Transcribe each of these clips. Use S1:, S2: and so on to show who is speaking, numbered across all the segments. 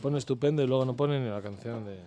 S1: pone estupendo y luego no pone ni la canción de...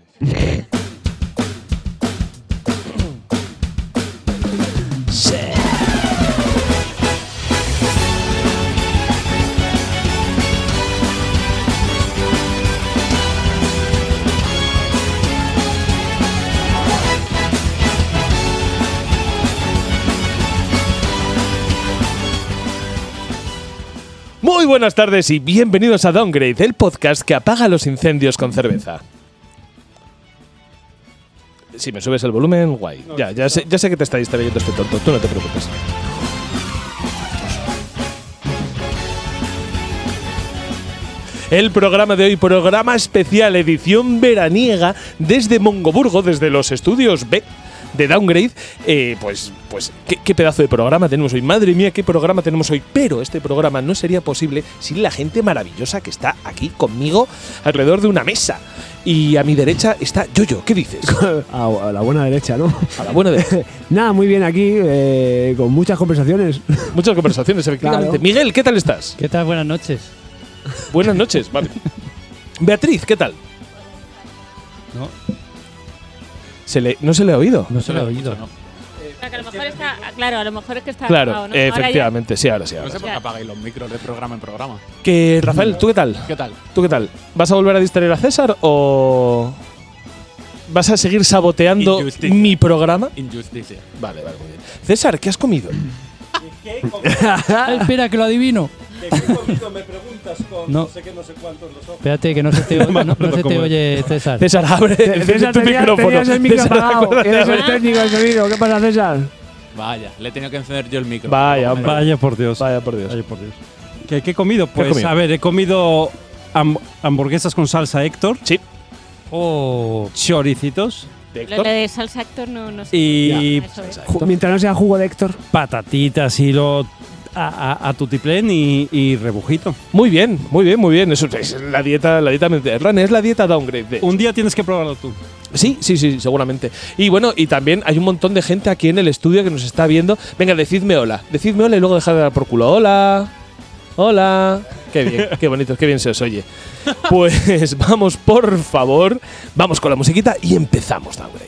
S1: Muy buenas tardes y bienvenidos a Downgrade, el podcast que apaga los incendios con cerveza. Si me subes el volumen, guay. ya, ya, sé, ya sé que te está distrayendo este tonto, tú no te preocupes. El programa de hoy, programa especial, edición veraniega desde Mongoburgo, desde los estudios B de Downgrade. Eh, pues, pues ¿qué, qué pedazo de programa tenemos hoy. Madre mía, qué programa tenemos hoy. Pero este programa no sería posible sin la gente maravillosa que está aquí conmigo alrededor de una mesa. Y a mi derecha está Yoyo. ¿Qué dices?
S2: A, Ah, a la buena derecha, ¿no?
S1: A la buena derecha.
S2: Nada, muy bien aquí, eh, con muchas conversaciones.
S1: Muchas conversaciones, efectivamente.
S2: Claro.
S1: Miguel, ¿qué tal estás?
S3: ¿Qué tal? Buenas noches.
S1: Buenas noches, vale. Beatriz, ¿qué tal?
S3: No,
S1: Se le, no se le ha oído.
S3: no se lo he oído, ¿no?
S4: Claro, que a lo mejor está, claro, a lo mejor es que está
S1: Claro,
S4: apagado, ¿no? Ahora ya-
S1: efectivamente, sí, ahora sí. ahora
S5: No
S1: sí.
S5: sé por qué apagáis los micros de programa en programa.
S1: Que Rafael, ¿tú qué tal?
S5: ¿Qué tal?
S1: ¿Tú qué tal? ¿Vas a volver a distraer a César o vas a seguir saboteando
S5: Injusticia.
S1: mi programa?
S5: Injusticia.
S1: Vale, vale, muy bien. César, ¿qué has comido?
S3: Ah, espera, que lo adivino. No. Espérate, que no se te, oye- no, no se te oye, César.
S1: César, abre enciende tu
S2: tenías-
S1: micrófono.
S2: tenías el micro
S1: César,
S2: apagado,
S1: acuérdate de
S2: eres el
S1: abrir-
S2: técnico del sonido. ¿Qué pasa, César?
S5: Vaya, le he tenido que encender yo el micro.
S1: Vaya, hombre.
S6: Vaya por Dios.
S1: Vaya por Dios.
S6: Vaya por Dios. ¿Qué, qué he comido? Pues
S1: comido?
S6: a ver, he comido ham- hamburguesas con salsa Héctor,
S1: Sí,
S3: Oh.
S6: o choricitos
S1: de
S4: Lo
S1: Héctor.
S4: de salsa actor no, no sé.
S6: y
S4: Eso es.
S2: Ju- Mientras no sea jugo de Héctor.
S6: patatitas y lo a, a, a tutiplén y, y rebujito.
S1: Muy bien, muy bien, muy bien. Eso es la dieta, la dieta mediterránea, es la dieta downgrade. de-
S6: Un día tienes que probarlo tú.
S1: Sí, sí, sí, seguramente. Y bueno, y también hay un montón de gente aquí en el estudio que nos está viendo. Venga, decidme hola. Decidme hola y luego dejad de dar por culo. Hola. Hola. Qué bien, qué bonito, qué bien se os oye. Pues vamos, por favor, vamos con la musiquita y empezamos, Downgrade.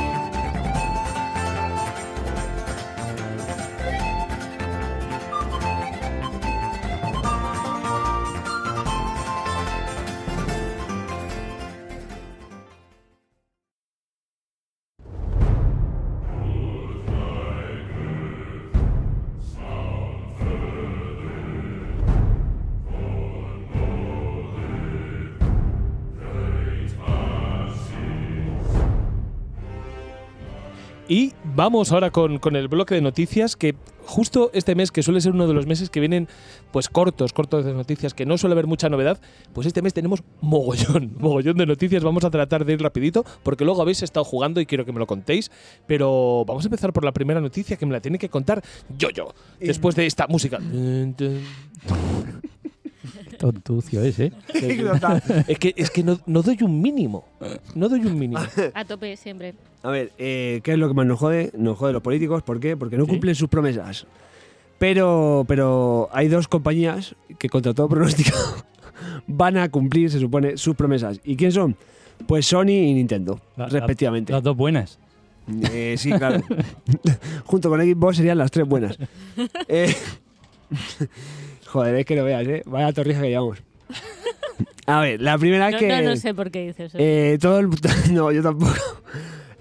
S1: Y vamos ahora con, con el bloque de noticias que justo este mes, que suele ser uno de los meses que vienen pues cortos, cortos de noticias, que no suele haber mucha novedad, pues este mes tenemos mogollón, mogollón de noticias. Vamos a tratar de ir rapidito porque luego habéis estado jugando y quiero que me lo contéis. Pero vamos a empezar por la primera noticia que me la tiene que contar yo, yo, después de esta música.
S3: Tontucio ese.
S1: Es que, es que no, no doy un mínimo, no doy un mínimo.
S4: A tope siempre.
S2: A ver, eh, ¿qué es lo que más nos jode? Nos jode los políticos. ¿Por qué? Porque no cumplen sus promesas. Pero, pero hay dos compañías que contra todo pronóstico van a cumplir, se supone, sus promesas. ¿Y quién son? Pues Sony y Nintendo,
S3: La- la-
S2: respectivamente.
S3: Las dos buenas.
S2: Eh, sí, claro. Junto con Xbox serían las tres buenas. Eh, joder, es que lo veas, ¿eh? Vaya torrija que llevamos. A ver, la primera
S4: No,
S2: es Ah, que...
S4: no, no sé por qué dices eso.
S2: eh, todo el... No, yo tampoco.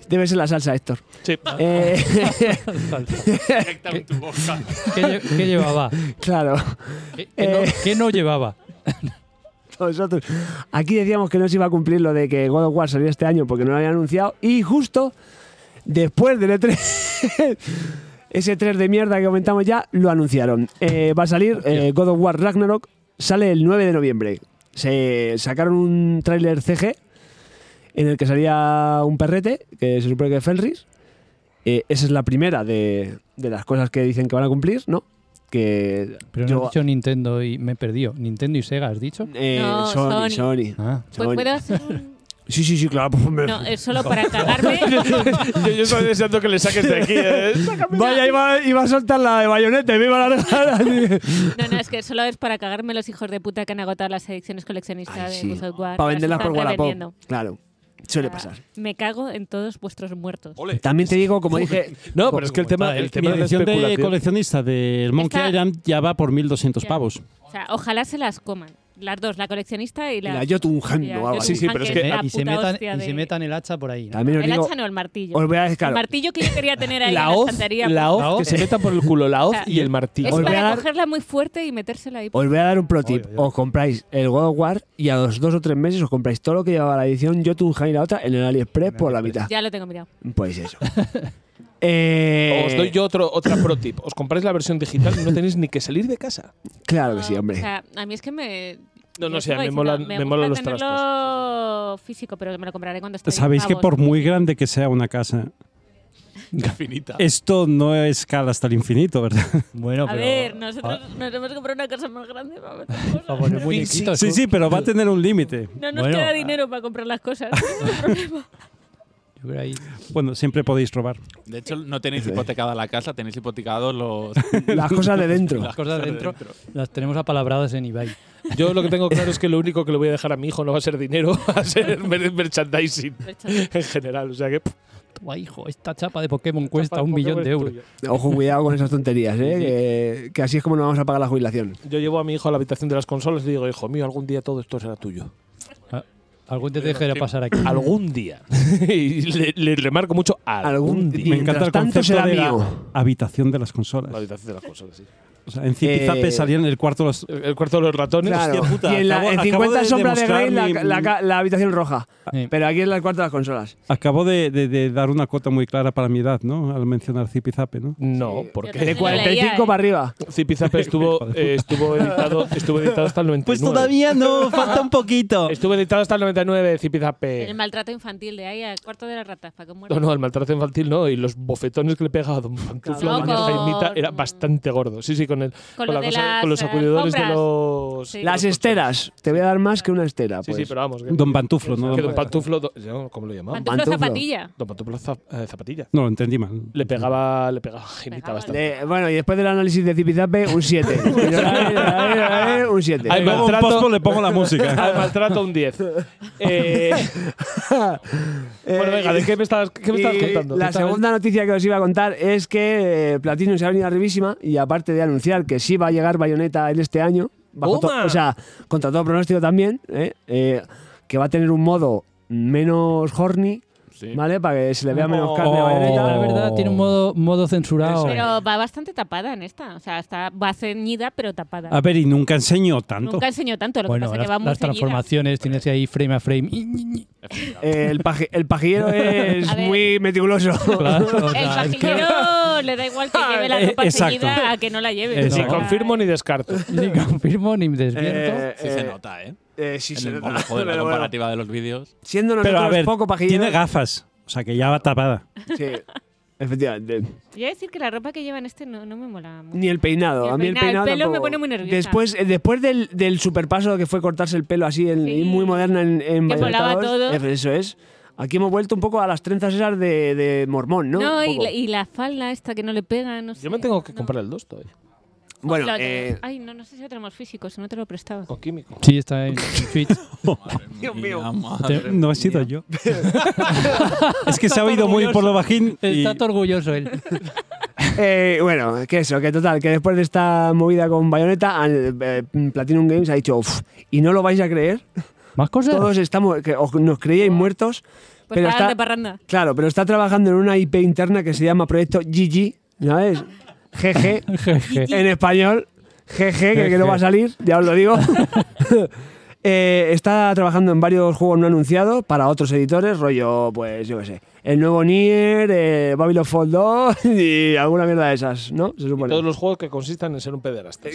S2: Debe ser la salsa, Héctor.
S1: Sí.
S4: Ah.
S2: Eh,
S5: Directa en tu boca.
S3: ¿Qué, lle- qué llevaba?
S2: claro.
S3: ¿Qué, qué no,
S2: Eh.
S3: qué no llevaba?
S2: Nosotros. Aquí decíamos que no se iba a cumplir lo de que God of War salía este año porque no lo habían anunciado. Y justo después del E3, ese 3 de mierda que comentamos ya, lo anunciaron. Eh, va a salir eh, God of War Ragnarok, sale el 9 de noviembre. Se sacaron un tráiler CG en el que salía un perrete, que se supone que es Fenris. Eh, esa es la primera de, de las cosas que dicen que van a cumplir, ¿no? Que
S3: Pero no
S2: yo-
S3: he dicho Nintendo y me he perdido. ¿Nintendo y Sega has dicho?
S2: eh,
S4: No,
S2: Sony,
S4: Sony.
S2: Sony.
S3: Ah.
S4: Pues
S2: Sony.
S4: puedo hacer un-
S2: Sí, sí, sí, claro. pues, hombre.
S4: No, eh, es solo para cagarme.
S1: yo, yo estaba deseando que le saques de aquí. ¿eh?
S2: Vaya, iba, iba a soltar la de bayoneta y me iba a largar.
S4: No, no, es que solo es para cagarme los hijos de puta que han agotado las ediciones coleccionistas de God of War.
S2: Para venderlas
S4: Las
S2: por
S4: están
S2: Wallapop.
S4: revendiendo.
S2: Claro,
S4: Ah.
S2: suele pasar.
S4: Me cago en todos vuestros muertos.
S2: También te digo, como dije,
S1: No, pero es que el tema, el tema
S6: Mi
S1: de la
S6: edición de
S1: especulación.
S6: coleccionista del Monkey
S4: Está-
S6: Island ya va por 1.200
S4: Ya.
S6: pavos.
S4: O sea, ojalá se las coman. Las dos, la coleccionista y la.
S2: la Jotunheim
S4: Ya,
S2: o algo
S1: Sí,
S2: así.
S1: sí, pero es
S4: Ángel,
S1: que-
S4: la
S3: y, se
S4: puta
S3: metan,
S4: hostia
S3: y
S4: de-
S3: se metan el hacha por ahí. ¿no?
S2: También os
S4: El
S2: digo,
S4: hacha no, el martillo.
S2: os voy a dejar.
S4: El martillo que yo quería tener ahí en
S1: La
S4: la
S1: hoz,
S4: estantería.
S1: la
S4: pues,
S1: hoz, que
S4: es
S1: se meta por el culo la hoz
S4: O sea,
S1: y el martillo.
S2: os voy a
S4: para
S2: dar-
S4: cogerla muy fuerte y metérsela ahí.
S2: Os voy a dar un pro tip.
S6: Oye, oye.
S2: Os compráis el God of War y a los dos o tres meses os compráis todo lo que llevaba la edición Jotunheim y la otra en el AliExpress por la mitad.
S4: Ya lo tengo mirado.
S2: Pues eso. Eh,
S1: Os doy yo otro, otra pro tip. Os compráis la versión digital y no tenéis ni que salir de casa.
S2: Claro que sí,
S4: O
S2: hombre.
S4: sea, a mí es que me.
S1: No, no
S4: yo
S1: sé,
S4: sigo
S1: me
S4: diciendo,
S1: molan- me molan los
S4: gusta tenerlo físico, pero me lo compraré cuando esté.
S6: Pues Sabéis que
S4: pavos.
S6: por muy grande que sea una casa,
S5: Infinita.
S6: esto no escala hasta el infinito, ¿verdad?
S3: Bueno,
S4: A
S3: pero.
S4: ver,
S3: Ah,
S4: nosotros nos hemos comprado una casa más grande para ver las
S3: por
S4: cosas.
S3: favor, el muñequito,
S6: Sí,
S3: eso.
S6: sí, pero va a tener un límite.
S4: No nos
S3: Bueno,
S4: queda
S3: ah.
S4: dinero para comprar las cosas. ese es el problema.
S3: Yo creo ahí-
S6: Bueno, siempre podéis robar.
S5: De hecho, no tenéis hipotecada la casa, tenéis hipotecados los.
S2: Las cosas de dentro.
S5: las
S3: cosas dentro. Las tenemos apalabradas en eBay.
S1: Yo lo que tengo claro es que lo único que le voy a dejar a mi hijo no va a ser dinero, va a ser mer- merchandising en general. O sea que. pff,
S3: Toma, hijo, esta chapa de Pokémon cuesta
S1: chapa,
S3: un millón
S1: Pokémon
S3: de
S1: es
S3: euros.
S1: tuyo.
S2: Ojo, cuidado con esas tonterías, ¿eh? que, que así es como nos vamos a pagar la jubilación.
S1: Yo llevo a mi hijo a la habitación de las consolas y digo, hijo mío, algún día todo esto será tuyo.
S3: Algún día te dejaré pasar aquí.
S1: Algún día. y le, le remarco mucho algún
S2: Algún
S1: día.
S2: día.
S6: Me encanta el
S2: Mientras tanto
S6: concepto
S2: será
S6: de la
S2: mío.
S6: habitación de las
S1: La
S6: consolas.
S1: habitación de las consolas, sí.
S6: O sea, en Zipizape
S2: Eh,
S6: salían el cuarto los.
S1: El, el cuarto de los ratones.
S2: Claro.
S6: Hostia puta,
S2: y en, la,
S6: acabo-
S2: en
S6: acabo
S2: 50
S6: de
S2: sombras de Grey la,
S6: demostrar mi-
S2: la ca- la habitación roja.
S3: Sí.
S2: Pero aquí es la cuarta de las consolas.
S6: Acabo de, de- de dar una cuota muy clara para mi edad, ¿no? Al mencionar Zipizape, ¿no?
S1: No, porque
S2: De
S4: Yo la leía,
S2: 45
S4: ¿eh?
S2: para arriba.
S1: Zipizape estuvo, eh, estuvo, editado, estuvo editado hasta el 99.
S6: Pues no, falta un poquito.
S1: Estuvo editado hasta el 99,
S4: El
S1: Zipizape.
S4: maltrato infantil de ahí al cuarto de las ratas, para que muera.
S1: No, no, el maltrato infantil no, y los bofetones que le pegaba a Don Pantufla
S4: Claro,
S1: doña
S4: con-
S1: Jaimita era bastante gordo. Sí, sí, con, el, con
S4: Con lo
S1: la
S4: de
S1: cosa-
S4: las,
S1: con los
S4: eh,
S1: sacudidores de
S4: alfombras.
S1: los.
S4: Sí.
S1: de
S2: Las
S1: los
S2: esteras. Te voy a dar más que una estera.
S1: colchones. Sí, sí,
S2: pues.
S1: pero vamos. Que,
S6: Don Pantuflo, ¿no?
S1: que
S6: Don
S1: Don Pantuflo. do- yo, ¿Cómo lo llamaban?
S4: Pantuflo
S2: Pantuflo.
S4: zapatilla.
S1: Don Pantuflo Zap- eh, Zapatilla.
S6: No, lo entendí mal.
S1: Le pegaba, le pegaba a Jaimita
S4: Pegaba.
S1: bastante.
S2: Le- bueno, y después del análisis de Zipizape, un 7. un 7.
S1: Ay,
S6: Le pongo un
S1: maltrato.
S6: pospo, le pongo la
S1: Al
S6: música.
S1: maltrato un 10. Eh, bueno,
S2: Eh,
S1: venga,
S6: Eh,
S1: ¿de qué me estabas, qué me estabas
S2: Y
S1: contando?
S2: La
S1: ¿Tú sabes?
S2: segunda noticia que os iba a contar es que eh, Platinum se ha venido arribísima y aparte de anunciar que sí va a llegar Bayonetta en este año, bajo to-
S1: ¡Toma!
S2: o sea, contra todo pronóstico también, ¿eh? Eh, que va a tener un modo menos horny,
S5: Sí.
S2: ¿vale? Para que se le vea menos carne a
S6: Oh.
S2: Bayonetta.
S3: La verdad, tiene un modo, modo
S1: Ah,
S3: censurado.
S4: Pero va bastante tapada en esta. O sea, está, va ceñida, pero tapada.
S1: Ah,
S6: A ver, y nunca enseñó tanto.
S4: Nunca enseñó tanto, lo
S3: bueno,
S4: que pasa
S3: las,
S4: es que va muy
S3: las
S4: ceñida.
S3: transformaciones, tienes ahí frame a frame.
S2: Eh, el, paji- el pajillero es
S4: A ver.
S2: muy meticuloso.
S3: Claro, o
S4: El
S3: sea, es que-
S4: pajero le da igual que lleve la
S6: Eh,
S4: ropa
S6: exacto.
S4: ceñida a que no la lleve.
S1: Ni
S3: Exacto.
S4: O sea,
S1: confirmo ni descarto.
S3: Ni confirmo ni desmiento.
S2: Eh,
S5: Sí se
S2: eh,
S5: nota, ¿eh?
S2: eh, sí, se
S5: en el
S2: nota.
S5: manejo de la
S2: Pero bueno,
S5: comparativa de los vídeos.
S2: siendo
S6: Pero
S2: nosotros
S6: a ver,
S2: poco pajillero.
S6: tiene gafas. O sea, que ya va tapada.
S2: Sí, efectivamente.
S4: Voy a decir que la ropa que lleva en este no, no me mola mucho.
S2: Ni el peinado.
S4: Ni el
S2: a mí el
S4: peinado. El
S2: peinado.
S4: pelo
S2: tampoco.
S4: me pone muy nerviosa.
S2: Después, eh, después del, del superpaso que fue cortarse el pelo así, en-
S4: Sí.
S2: muy moderna en, en
S4: Que
S2: Bayonetta
S4: volaba
S2: 2,
S4: todo.
S2: eh, Eso es. Aquí hemos vuelto un poco a las trenzas esas de, de mormón, ¿no? Un
S4: y,
S2: poco.
S4: la, y la falda esta que no le pega, no sé.
S1: Yo me tengo que
S4: No.
S1: comprar el 2 todavía.
S2: Bueno,
S4: Lo tengo.
S2: eh,
S4: Ay, no, no sé si lo tenemos físico, si no te lo prestaba.
S1: Con químico.
S3: Sí, está en Twitch.
S2: Dios mío.
S5: Mira, ma-
S6: No he sido yo. es que se ha oído muy por lo bajín. y-
S3: Está todo orgulloso él.
S2: eh, bueno, que eso, que total, que después de esta movida con Bayonetta, al- eh, Platinum Games ha dicho, "Uf, y no lo vais a creer,
S3: ¿Más cosas?
S2: todos estamos, que os- nos creíais muertos,
S4: Pues
S2: pero
S4: para
S2: está-
S4: de parranda.
S2: Claro, pero está trabajando en una IP interna que se llama Proyecto GG, ¿sabes? GG.
S6: Jeje.
S2: en español, GG, que, que no va a salir, ya os lo digo. Eh, está trabajando en varios juegos no anunciados para otros editores, rollo, pues yo qué sé, el nuevo Nier, eh, Babylon Fall 2 y alguna mierda de esas, ¿no? Se supone.
S1: Todos los juegos que consistan en ser un pederasta.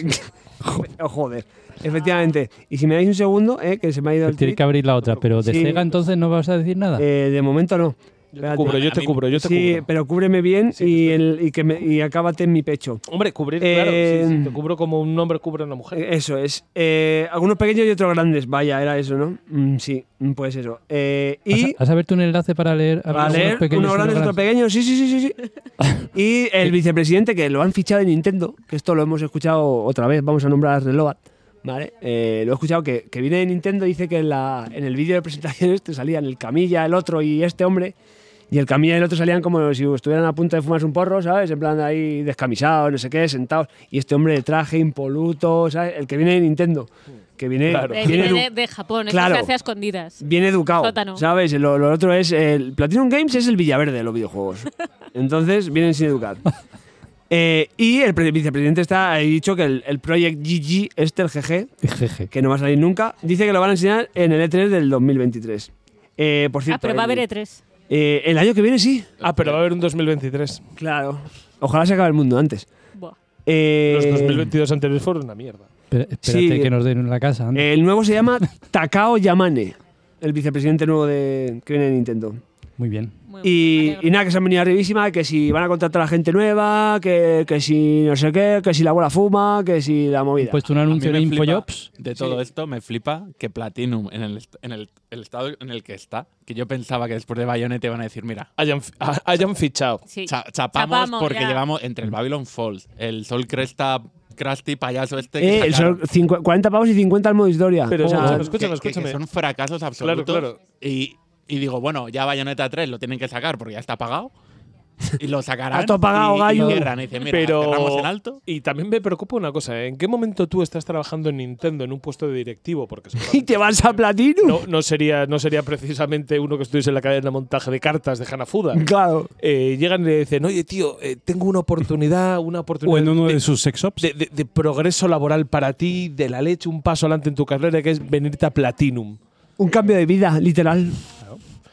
S2: Oh, joder, efectivamente. Y si me dais un segundo, eh, que se me ha ido el
S6: Pues Tiene
S2: tweet.
S6: que abrir la otra, pero de
S2: Sí.
S6: Sega entonces no vas a decir nada.
S2: Eh, de momento no.
S1: Yo te
S2: Espérate.
S1: cubro, yo te cubro, yo te
S2: sí,
S1: cubro.
S2: pero cúbreme bien y, el- y que me- y acábate en mi pecho.
S1: Hombre, cubrir,
S2: Eh,
S1: claro. sí, sí, te cubro como un hombre cubre a una mujer.
S2: Eh, Eso es. Eh, algunos pequeños y otros grandes. Vaya, era eso, ¿no? Mm, sí, mm, pues eso. Eh, y
S6: ¿Has, has abierto un enlace para leer a
S2: a leer uno grande y otro pequeño. Sí, sí, sí, sí. sí. y el vicepresidente que lo han fichado en Nintendo, que esto lo hemos escuchado otra vez, vamos a nombrar a Reload. Vale, eh, lo he escuchado que, que viene de Nintendo, dice que en, la, en el vídeo de presentaciones te salían el Camilla, el otro y este hombre. Y el Camilla y el otro salían como si estuvieran a punto de fumarse un porro, ¿sabes? En plan ahí descamisados, no sé qué, sentados. Y este hombre de traje impoluto, ¿sabes? El que viene de Nintendo. Que viene,
S1: Claro.
S4: De,
S2: viene
S4: Eh, de-
S2: edu-
S4: de Japón,
S2: Claro.
S4: claro. se hace a escondidas.
S2: bien educado.
S4: Sótano.
S2: ¿Sabes? Lo, lo otro es. El Platinum Games es el Villaverde de los videojuegos. Entonces vienen sin educar. Eh, y el pre- vicepresidente está ha dicho que el, el Project GG, este, el GG,
S6: Jeje.
S2: que no va a salir nunca, dice que lo van a enseñar en el E3 del 2023. Eh, por
S4: Ah,
S2: cierto,
S4: pero va a
S2: el-
S4: haber E3.
S2: eh, el año que viene sí.
S1: Ah, pero va a haber un 2023.
S2: Claro. Ojalá se acabe el mundo antes.
S4: Buah.
S2: Eh,
S1: Los 2022 anteriores fueron una mierda.
S6: Espera- Espérate
S2: Sí.
S6: que nos den en la casa.
S5: Eh,
S6: anda.
S2: El nuevo se llama Takao Yamane, el vicepresidente nuevo de, que viene de Nintendo.
S6: Muy bien.
S4: Muy me
S2: Y,
S4: alegro.
S2: y nada, que se han venido arribísima, que si van a contratar a gente nueva, que, que si no sé qué, que si la abuela fuma, que si la movida.
S3: Pues
S6: Puesto un
S5: A mí
S6: anuncio
S5: me
S6: en
S5: flipa
S6: InfoJobs.
S5: De todo esto me flipa que Platinum, en, el, est- en el, el estado en el que está, que yo pensaba que después de Bayonetta iban a decir, mira,
S1: Hayan, fi- ha- hayan fichado.
S4: Sí.
S5: cha- chapamos,
S4: Chapamos,
S5: porque
S4: ya.
S5: llevamos entre el Babylon Falls, el Sol Cresta, Krusty, payaso este. que
S2: Eh, el
S5: sacaron, Ah,
S2: sol- cincu- 40 pavos y 50 al modo historia.
S1: Pero
S2: O sea,
S1: escúchame,
S5: que- que-
S1: escúchame, escúchame.
S5: Que son fracasos absolutos.
S1: claro.
S5: Y, y digo, bueno, ya Bayonetta 3 lo tienen que sacar porque ya está pagado. Y lo sacarán.
S2: Está pagado,
S5: y,
S2: gallo.
S5: Y cierran y dicen, mira, cerramos
S1: pero
S5: en alto.
S1: y también me preocupa una cosa ¿eh? en qué momento tú estás trabajando en Nintendo en un puesto de directivo porque
S2: y te vas a platino.
S1: no, no sería no sería precisamente uno que estuviese en la cadena de montaje de cartas de Hanafuda
S2: Claro.
S1: Eh, llegan y le dicen oye tío eh, tengo una oportunidad una oportunidad
S6: O en uno
S1: de-
S6: de sus sex shops.
S1: de, de- de progreso laboral para ti, de la leche, un paso adelante en tu carrera, que es venirte a Platinum.
S2: Un cambio de vida, literal.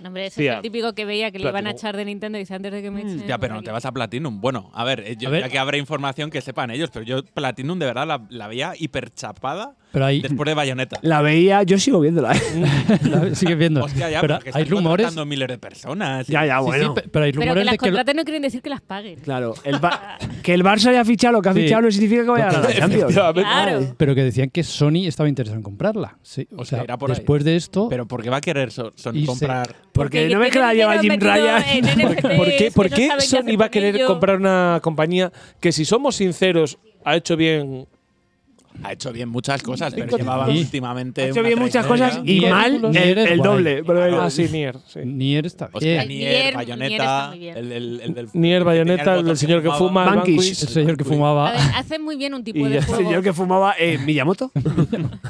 S4: No, hombre, eso es
S1: Tía,
S4: el típico que veía que le iban a
S1: Platinum.
S4: echar de Nintendo y dice antes de que me echen.
S5: Ya, pero no te vas a Platinum. Bueno, a ver, eh, yo-
S6: A ver.
S5: ya que habrá información que sepan ellos, pero yo Platinum de verdad la, la veía hiperchapada
S6: Pero ahí
S5: después de Bayonetta.
S2: La veía, yo sigo viéndola.
S3: Mm.
S2: ¿eh?
S6: la- sigues viendo.
S5: Hostia, ya,
S6: pero
S5: porque
S6: hay
S5: están
S6: rumores.
S5: contratando miles de personas.
S2: ya, ya,
S6: Sí, sí,
S2: bueno.
S6: pe- pero hay
S4: Pero que
S6: rumores
S4: las
S6: de que lo-
S4: contratas no quieren decir que las paguen.
S2: Claro, el Ba- que el Barça haya fichado lo que ha
S6: Sí.
S2: fichado no significa que vaya a ganar la Champions.
S4: Claro.
S6: pero que decían que Sony estaba interesado en comprarla. Sí, o,
S5: O
S6: sea,
S5: sea, era por ahí.
S6: después de
S3: Oh.
S6: esto,
S5: Pero ¿por qué va a querer Son, Son
S6: Y se-
S5: comprar?
S2: Porque no ves que la
S4: tienen
S2: lleva Jim
S4: dinero metido
S2: Ryan.
S4: en NFTs,
S1: ¿Por qué,
S4: que
S1: por
S4: no
S1: qué
S4: saben qué
S1: Sony
S4: hacer
S1: va a
S4: con
S1: querer
S4: ello?
S1: comprar una compañía que, si somos sinceros, ha hecho bien?
S5: Ha hecho bien muchas cosas, pero
S1: Cinco
S5: llevaba
S6: títulos.
S5: últimamente.
S2: Ha hecho
S5: una
S2: bien muchas
S5: trayectoria.
S2: cosas y
S6: Ni
S2: mal
S6: títulos,
S2: el,
S6: ni eres
S2: el
S6: guay.
S2: doble. pero bueno.
S1: Ah, sí, Nier. Sí.
S6: Nier está
S5: Hostia,
S3: Eh.
S6: bien.
S5: Nier,
S4: Nier- Nier está
S5: Bayonetta,
S4: muy bien.
S5: el, el, el del
S1: Nier, Bayonetta,
S5: tenía
S1: el del
S5: otro
S1: señor que fuma,
S5: fumaba.
S1: el
S2: Banquis.
S1: Banquis,
S6: El señor que fumaba,
S4: A ver, hacen muy bien un tipo
S1: Y ya
S4: de
S1: está.
S4: juego.
S2: Señor que fumaba eh, Miyamoto.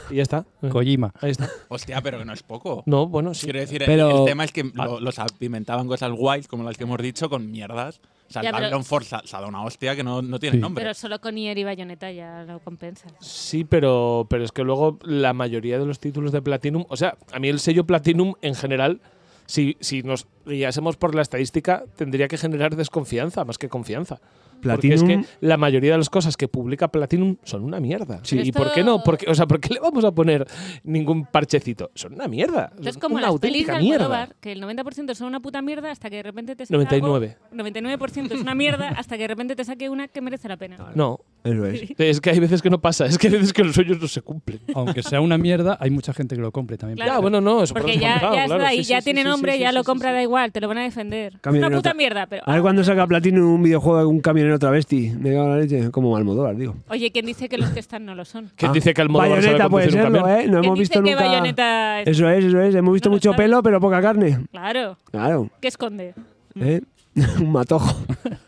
S1: y ya está.
S6: Kojima.
S1: Ahí está.
S5: Hostia, pero que no es poco.
S1: No, bueno, sí.
S5: Quiero decir, el-
S2: Pero-
S5: el, tema es que lo- los apimentaban cosas guays, como las que hemos dicho, con mierdas. O sea,
S4: Ya,
S5: el
S4: pero-
S5: Babylon Force se ha dado una hostia que no, no tiene
S6: Sí.
S5: nombre.
S4: Pero solo con Nier y Bayonetta ya lo compensas.
S1: Sí, pero, pero es que luego la mayoría de los títulos de Platinum, o sea, a mí el sello Platinum en general, si, si nos guiásemos por la estadística, tendría que generar desconfianza más que confianza. Porque es que la mayoría de las cosas que publica Platinum son una mierda. Sí, ¿Y
S4: esto-
S1: por qué no? Porque, o sea, ¿por qué le vamos a poner ningún parchecito? Son una mierda. Son
S4: Entonces, como
S1: una
S4: las pelis de
S1: auténtica
S4: Almodóvar,
S1: mierda.
S4: que el 90% son una puta mierda hasta que de repente te saca
S1: 99.
S4: algo- 99% es una mierda hasta que de repente te saque una que merece la pena.
S1: No,
S2: Eso es.
S1: es que hay veces que no pasa, es que hay veces que los sueños no se cumplen.
S6: Aunque sea una mierda, hay mucha gente que lo compre también.
S4: Claro.
S1: Ya, bueno, no, eso por
S4: Porque ya,
S1: descontado,
S4: ya está
S1: claro,
S4: ahí,
S1: sí, sí,
S4: ya
S1: sí,
S4: tiene
S1: sí,
S4: nombre,
S1: sí,
S4: ya
S1: sí,
S4: lo
S1: sí,
S4: compra,
S1: sí.
S4: da igual, te lo van a defender.
S2: Cambio
S4: es
S2: de
S4: una puta
S2: nota.
S4: mierda, pero.
S2: A ver cuándo saca Platino un videojuego un camionero travesti. Me cago en la leche. Como Almodóvar, digo.
S4: ah, Oye, ¿quién dice que los que están no lo son?
S1: ¿Quién
S2: Ah,
S1: dice que Almodóvar sabe
S2: Bayonetta puede
S1: conducir un
S2: serlo,
S1: camión?
S2: ¿eh? No
S4: ¿Quién
S2: hemos
S4: dice
S2: visto
S4: que
S2: nunca.
S4: Bayonetta es-
S2: Eso es, eso es. Hemos visto
S4: No lo
S2: mucho
S4: sabe.
S2: pelo, pero poca carne.
S4: Claro.
S2: Claro.
S4: ¿Qué esconde?
S2: ¿eh? un matojo.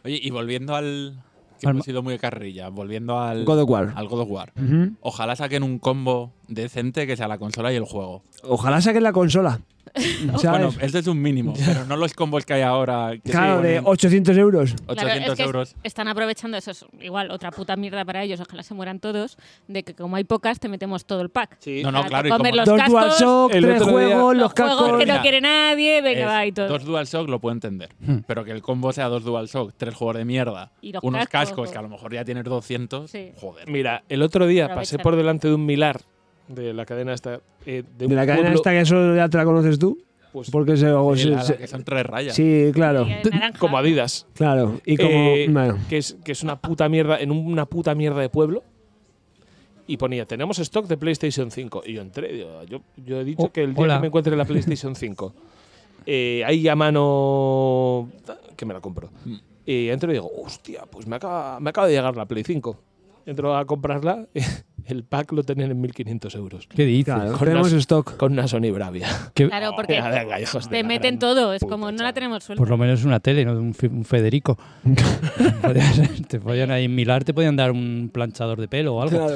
S5: Oye, y volviendo al. Que
S6: Al
S5: hemos
S6: ma-
S5: ido muy de carrilla. Volviendo al.
S2: God of War.
S5: Al God of War.
S2: Ujú.
S5: Ojalá saquen un combo decente que sea la consola y el juego.
S2: Ojalá saquen la consola. ¿sabes?
S5: Bueno,
S1: eh,
S5: este es un mínimo, pero no los combos que hay ahora. que
S2: claro,
S5: se
S2: de
S5: ponen
S2: 800 euros.
S4: Claro,
S5: 800
S4: es que es-
S5: euros.
S4: están aprovechando eso, es igual otra puta mierda para ellos, ojalá se mueran todos, de que como hay pocas te metemos todo el pack.
S5: No, no,
S4: Para
S5: claro.
S4: te
S5: y como-
S4: ah, comer los
S2: Dos
S4: cascos,
S2: DualShock,
S1: el
S2: tres
S1: otro día-
S2: juegos, los
S4: los juegos
S2: cascos.
S4: que no
S5: Mira,
S4: quiere nadie, venga,
S5: es
S4: va y todo.
S5: Dos DualShock lo puedo entender, pero que el combo sea dos DualShock, tres juegos de mierda,
S4: Y los
S5: unos
S4: cascos,
S5: cascos que a lo mejor ya tienes 200,
S4: Sí.
S5: joder.
S1: Mira, el otro día
S4: Aprovechan.
S1: pasé por delante de un milar de la cadena esta. eh, de,
S2: De
S1: un
S2: la cadena
S1: pueblo-
S2: esta que solo ya te la conoces tú.
S1: pues,
S2: Porque se. o
S5: Sí,
S2: se-
S5: la- la
S2: se-
S5: que son tres rayas.
S2: sí, claro.
S4: Y el naranja.
S1: como Adidas.
S2: Claro. Y como.
S1: Eh,
S2: bueno.
S1: que, es, que es una puta mierda, en una puta mierda de pueblo. Y ponía, tenemos stock de PlayStation 5. Y yo entré, digo, yo, yo he dicho
S3: Oh,
S1: que el día
S3: hola.
S1: que me encuentre la PlayStation 5, eh, ahí a mano, que me la compro.
S3: Mm.
S1: Y entro y digo, hostia, pues me acaba, me acaba de llegar la Play 5. Entro a comprarla, el pack lo tenían en 1.500 euros.
S3: ¿Qué dices?
S2: Claro,
S1: con
S2: tenemos
S1: las-
S2: stock.
S1: Con una Sony Bravia.
S3: Que-
S4: Claro, porque
S1: Ah, venga, hijos de
S4: te
S1: la
S4: meten
S1: gran
S4: todo, es
S1: puta,
S4: como no la
S1: chaval.
S4: tenemos suelta.
S3: Por lo menos una tele, no un, fi- un Federico. Podías- te podían ahí en Milar, te podían dar un planchador de pelo o algo.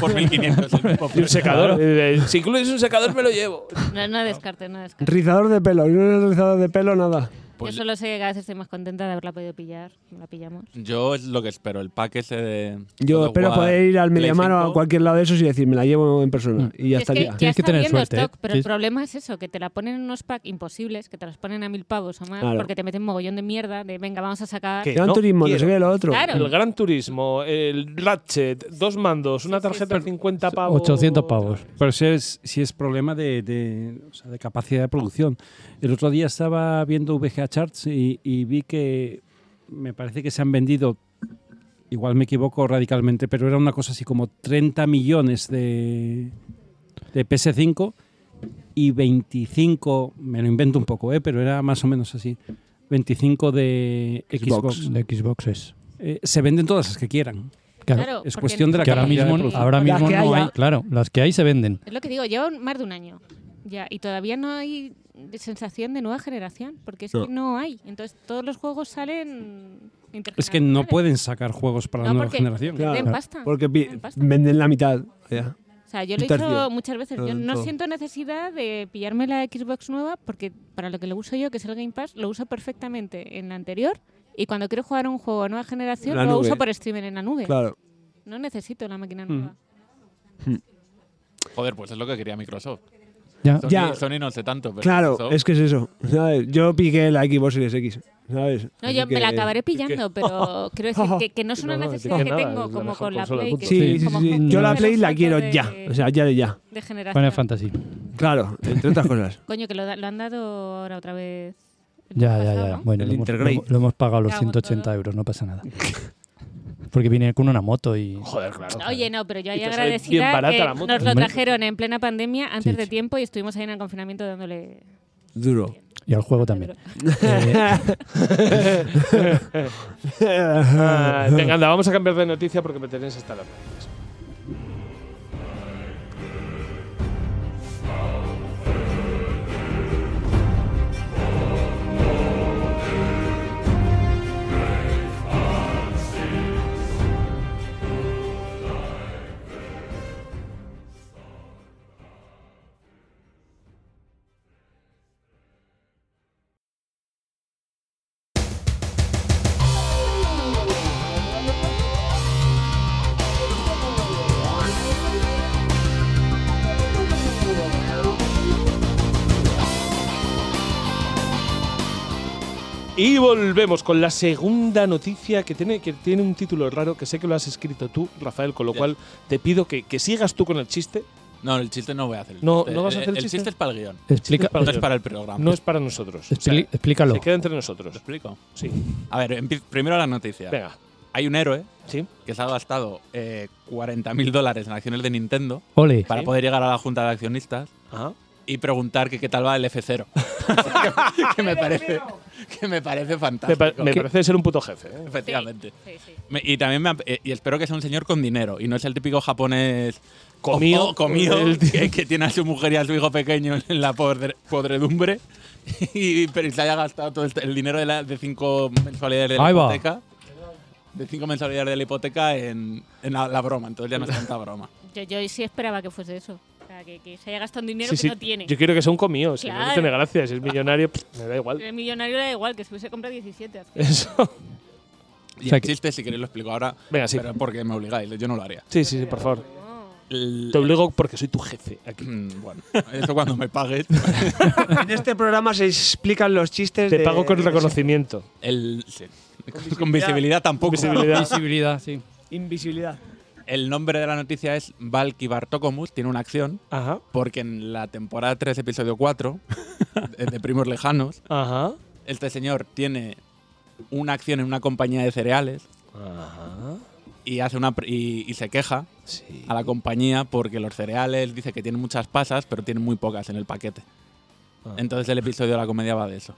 S5: Por 1500.
S1: Y un secador. eh, Si incluyes un secador, me lo llevo.
S4: No, no descartes, no descartes.
S2: Rizador de pelo. Y no es rizador de pelo, nada.
S5: Pues-
S4: Yo solo sé que cada vez estoy más contenta de haberla podido pillar. No la pillamos.
S5: Yo es lo que espero, el pack ese de. God
S2: Yo
S5: of
S2: espero
S5: War,
S2: poder ir al
S5: Play
S2: Mediamar o a
S5: 5.
S2: cualquier lado de esos y decir, me la llevo en persona.
S3: Mm.
S2: Y ya
S4: Y es que
S2: estaría.
S4: ya
S3: Tienes que
S4: está
S3: tener
S4: habiendo
S3: suerte, ¿eh?
S4: stock, pero
S3: Sí.
S4: el problema es eso, que te la ponen en unos packs imposibles, que te las ponen a mil pavos o más,
S2: Claro.
S4: porque te meten mogollón de mierda, de venga, vamos a sacar...
S1: Que
S2: Gran
S1: no
S2: turismo, no
S1: quiero.
S2: sé qué, lo otro.
S4: Claro.
S1: El Gran Turismo, el Ratchet, dos mandos, una tarjeta de 50 pavos.
S3: 800 pavos.
S6: Pero si es, si es problema de, de, o sea, de capacidad de producción. El otro día estaba viendo VGA Charts y, y vi que me parece que se han vendido, igual me equivoco radicalmente, pero era una cosa así como 30 millones de, de PS5 y 25, me lo invento un poco, ¿eh? pero era más o menos así, 25 de Xbox.
S2: Xbox.
S3: De Xboxes.
S6: Eh, se venden todas las que quieran.
S4: Claro,
S6: es
S4: porque
S6: cuestión de la
S3: Que
S4: Que
S3: ahora
S6: capacidad de
S3: mismo,
S6: producción.
S3: ahora
S2: Las
S3: mismo
S2: que
S3: no
S2: haya.
S3: hay. Claro, las que hay se venden.
S4: Es lo que digo, lleva un- más de un año ya, y todavía no hay sensación de nueva generación, porque es que no hay. Entonces todos los juegos salen
S6: Es que no
S4: intergeneracionales.
S6: pueden sacar juegos para la
S4: Ah, No,
S6: nueva
S4: porque-
S6: generación.
S4: Claro.
S2: Claro.
S4: Venden pasta.
S2: Porque pi-
S4: Venden pasta.
S2: venden la mitad. Ya.
S4: O sea, yo lo he
S2: Un tercio.
S4: dicho muchas veces,
S2: No,
S4: yo
S2: del
S4: no
S2: todo.
S4: siento necesidad de pillarme la Xbox nueva porque para lo que lo uso yo, que es el Game Pass, lo uso perfectamente en la anterior y cuando quiero jugar a un juego de nueva generación
S2: La
S4: lo
S2: nube.
S4: uso por streaming en la nube.
S2: Claro.
S4: No necesito la máquina nueva.
S5: Joder, pues es lo que quería Microsoft.
S3: Ya.
S5: Sony,
S2: Ya.
S5: Sony no sé tanto, pero.
S2: Claro,
S5: Microsoft-
S2: es que es eso. ¿sabes? Yo piqué la Xbox Series X. ¿sabes?
S4: No,
S2: Así
S4: yo
S2: que-
S4: me la acabaré pillando, pero quiero decir que, que no es una
S1: No, no,
S4: necesidad
S1: que
S4: que
S1: nada,
S4: tengo
S1: es la
S4: como
S1: mejor
S4: con la
S1: consola del
S4: Play.
S1: mundo.
S4: que
S2: Sí, sí,
S4: es
S2: sí,
S4: como
S2: sí.
S4: un
S2: Yo la
S4: número
S2: Play la
S4: salto
S2: quiero
S4: de-
S2: ya. O sea, ya de ya.
S4: de
S3: Final
S4: generación.
S3: Fantasy.
S2: Claro, entre otras cosas.
S4: Coño, que lo, da- lo han dado ahora otra vez. el
S3: Ya,
S4: mes
S3: ya,
S4: pasado,
S3: ya.
S4: ¿no?
S3: Bueno,
S2: El
S3: lo hemos, lo
S2: Intergrade.
S3: hemos- lo hemos pagado los
S4: Cago en
S3: 180
S4: todo.
S3: euros, no pasa nada. Porque viene con una moto y.
S1: Joder, claro.
S4: Oye, no, pero yo ahí
S1: te sale bien
S4: agradecida
S1: barata
S4: que
S1: la moto.
S4: nos lo
S3: Hombre.
S4: trajeron en plena pandemia antes
S3: Sí,
S4: de
S3: sí.
S4: tiempo y estuvimos ahí en el confinamiento dándole.
S2: Duro.
S3: Y al juego también. Eh,
S1: Ah, venga, anda, vamos a cambiar de noticia porque me tenéis hasta las narices. Y volvemos con la segunda noticia que tiene, que tiene un título raro que sé que lo has escrito tú, Rafael, con lo
S5: Ya.
S1: cual te pido que, que sigas tú con el chiste.
S5: No, el chiste no voy a hacer. el
S1: No,
S5: chiste.
S1: ¿no vas a hacer el
S5: El
S1: chiste?
S5: chiste es para el guión.
S3: explica-
S5: No es
S1: guión.
S5: para el programa.
S1: No es para nosotros. O sea,
S3: expli- explícalo.
S1: se queda entre nosotros.
S5: ¿Lo explico?
S1: Sí.
S5: A ver, empie- primero la noticia.
S1: Venga.
S5: Hay un héroe
S1: Sí.
S5: que se ha gastado eh, 40.000 dólares en acciones de Nintendo
S3: Ole.
S5: para
S1: Sí.
S5: poder llegar a la junta de accionistas
S1: Ah.
S5: y preguntar que qué tal va el F0. que, me parece, que me parece
S1: Me, pa-
S5: fantástico.
S1: me parece ser un puto jefe. ¿eh?
S5: Efectivamente.
S4: Sí, sí.
S5: Me- y también me, ha- eh, y espero que sea un señor con dinero y no es el típico japonés
S1: Comido.
S5: o- comido
S1: El-
S5: que, que tiene a su mujer y a su hijo pequeño en la podre- podredumbre y pero se haya gastado todo este- el dinero de, la- de cinco mensualidades de la
S3: Ahí va.
S5: hipoteca. De cinco mensualidades de la hipoteca en, en la, la broma, entonces ya no es tanta broma.
S4: Yo, yo sí esperaba que fuese eso. O sea, que, que se haya gastado un dinero
S1: Sí,
S4: que
S1: sí,
S4: no tiene.
S1: Yo quiero que sea un comío. Si no, no
S4: Claro.
S1: tiene gracia. Si es millonario, pff, me da igual.
S4: El millonario le da igual, que se hubiese comprado 17. así.
S1: Eso.
S5: Y
S3: O sea
S5: el
S3: que-
S5: chiste, si queréis, lo explico ahora.
S1: Venga, sí.
S5: Pero porque me obligáis, yo no lo haría.
S1: Sí, sí, sí, por favor.
S5: El-
S1: Te obligo porque soy tu jefe aquí.
S5: Mm, bueno, eso cuando me pagues.
S2: En este programa se explican los chistes.
S1: Te
S2: de-
S1: pago con reconocimiento.
S5: El, sí. Con visibilidad tampoco.
S1: Visibilidad.
S3: Visibilidad, sí.
S2: Invisibilidad.
S5: El nombre de la noticia es Valky Bartokomus, tiene una acción,
S1: Ajá.
S5: porque en la temporada 3, episodio 4, de- de Primos Lejanos,
S1: Ajá.
S5: este señor tiene una acción en una compañía de cereales
S1: Ajá.
S5: y, hace una, pr- y, y se queja
S1: Sí.
S5: a la compañía porque los cereales dice que tienen muchas pasas, pero tienen muy pocas en el paquete.
S1: Ah.
S5: Entonces el episodio de la comedia va de eso.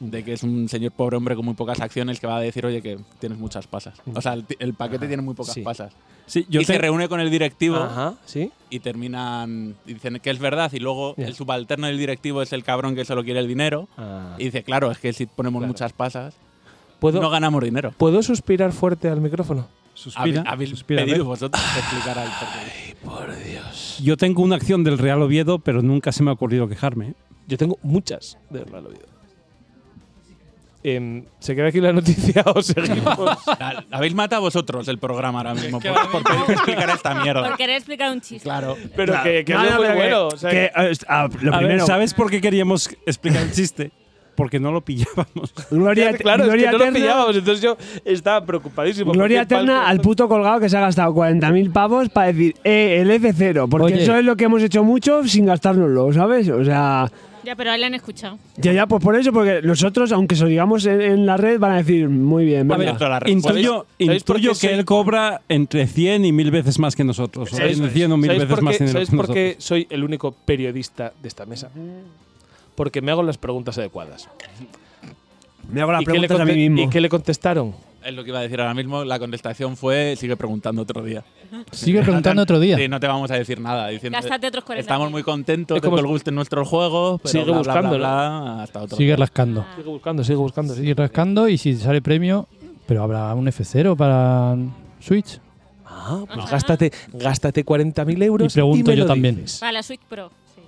S5: De que es un señor pobre hombre con muy pocas acciones que va a decir, oye, que tienes muchas pasas. O sea, el, ti- el paquete tiene muy pocas
S1: sí.
S5: pasas.
S6: Sí, yo
S5: y se
S6: te-
S5: reúne con el directivo
S1: Ajá. Sí.
S5: y terminan. y dicen que es verdad. Y luego
S1: Ya.
S5: el subalterno del directivo es el cabrón que solo quiere el dinero.
S1: Ah.
S5: Y dice, claro, es que si ponemos
S1: Claro.
S5: muchas pasas,
S1: ¿Puedo,
S5: no ganamos dinero.
S1: ¿Puedo suspirar fuerte al micrófono?
S6: suspira,
S5: Habéis- habéis
S1: ¿eh?
S6: suspira,
S5: pedido
S6: a ver.
S5: vosotros que explicarais por qué.
S1: Por Dios.
S6: Yo tengo una acción del Real Oviedo, pero nunca se me ha ocurrido quejarme. ¿eh?
S1: Yo tengo muchas de Real Oviedo. Em, ¿Se queda aquí la noticia o seguimos?
S5: La- Habéis matado vosotros el programa ahora mismo por, por pedir que explicara esta mierda.
S4: Por querer explicar un chiste.
S5: Claro.
S1: Pero que, que algo muy bueno. o sea,
S2: que, eh, ah, lo
S6: a ver,
S2: primero,
S6: ¿sabes por qué queríamos explicar el chiste? Porque no lo pillábamos.
S2: Gloria,
S1: claro, es que
S2: gloria
S1: no lo
S2: eterna,
S1: pillábamos, entonces yo estaba preocupadísimo.
S2: gloria
S1: porque el
S2: eterna
S1: palco-
S2: al puto colgado que se ha gastado 40.000 pavos para decir, eh, el F0. Porque
S3: Oye.
S2: eso es lo que hemos hecho mucho sin gastárnoslo, ¿sabes? O sea,
S4: Ya, pero a él le han escuchado.
S2: ya, ya, pues por eso, porque nosotros, aunque se lo digamos en, en la red, van a decir, muy bien,
S5: A ver,
S2: venga.
S5: esto la re-
S6: Intuyo,
S1: sabéis por
S6: intuyo
S1: qué
S6: que
S1: soy-
S6: él cobra entre 100 y 1000 veces más que nosotros. O
S1: ¿Sabéis-
S6: en 100 o 1000
S1: ¿sabéis
S6: veces
S1: por
S6: más
S1: qué,
S6: dinero
S1: ¿sabéis
S6: que
S1: por qué
S6: nosotros.
S1: soy el único periodista de esta mesa? Porque me hago las preguntas adecuadas.
S2: Me hago las
S1: ¿Y qué le
S2: preguntas a mí
S1: conte-
S2: mismo.
S1: ¿Y qué le contestaron?
S5: Es lo que iba a decir ahora mismo. La contestación fue: sigue preguntando otro día.
S3: Sigue preguntando otro día.
S5: Sí, no te vamos a decir nada. Diciendo,
S4: Gástate otros 40.
S5: Estamos muy contentos
S1: Es
S5: de que
S1: como-
S5: os gusten nuestros juegos. Pero
S1: Sigue
S5: bla, bla, bla,
S1: buscándolo.
S5: bla, hasta otro.
S3: Sigue rascando.
S1: Sigue buscando, sigue buscando. sí.
S3: Sigue rascando y si sale premio, pero habrá un F0 para Switch.
S1: Ah, pues gástate, gástate 40.000 euros.
S3: Y pregunto
S1: me
S3: yo
S1: lo
S3: también.
S1: dices.
S4: Para la Switch Pro. sí.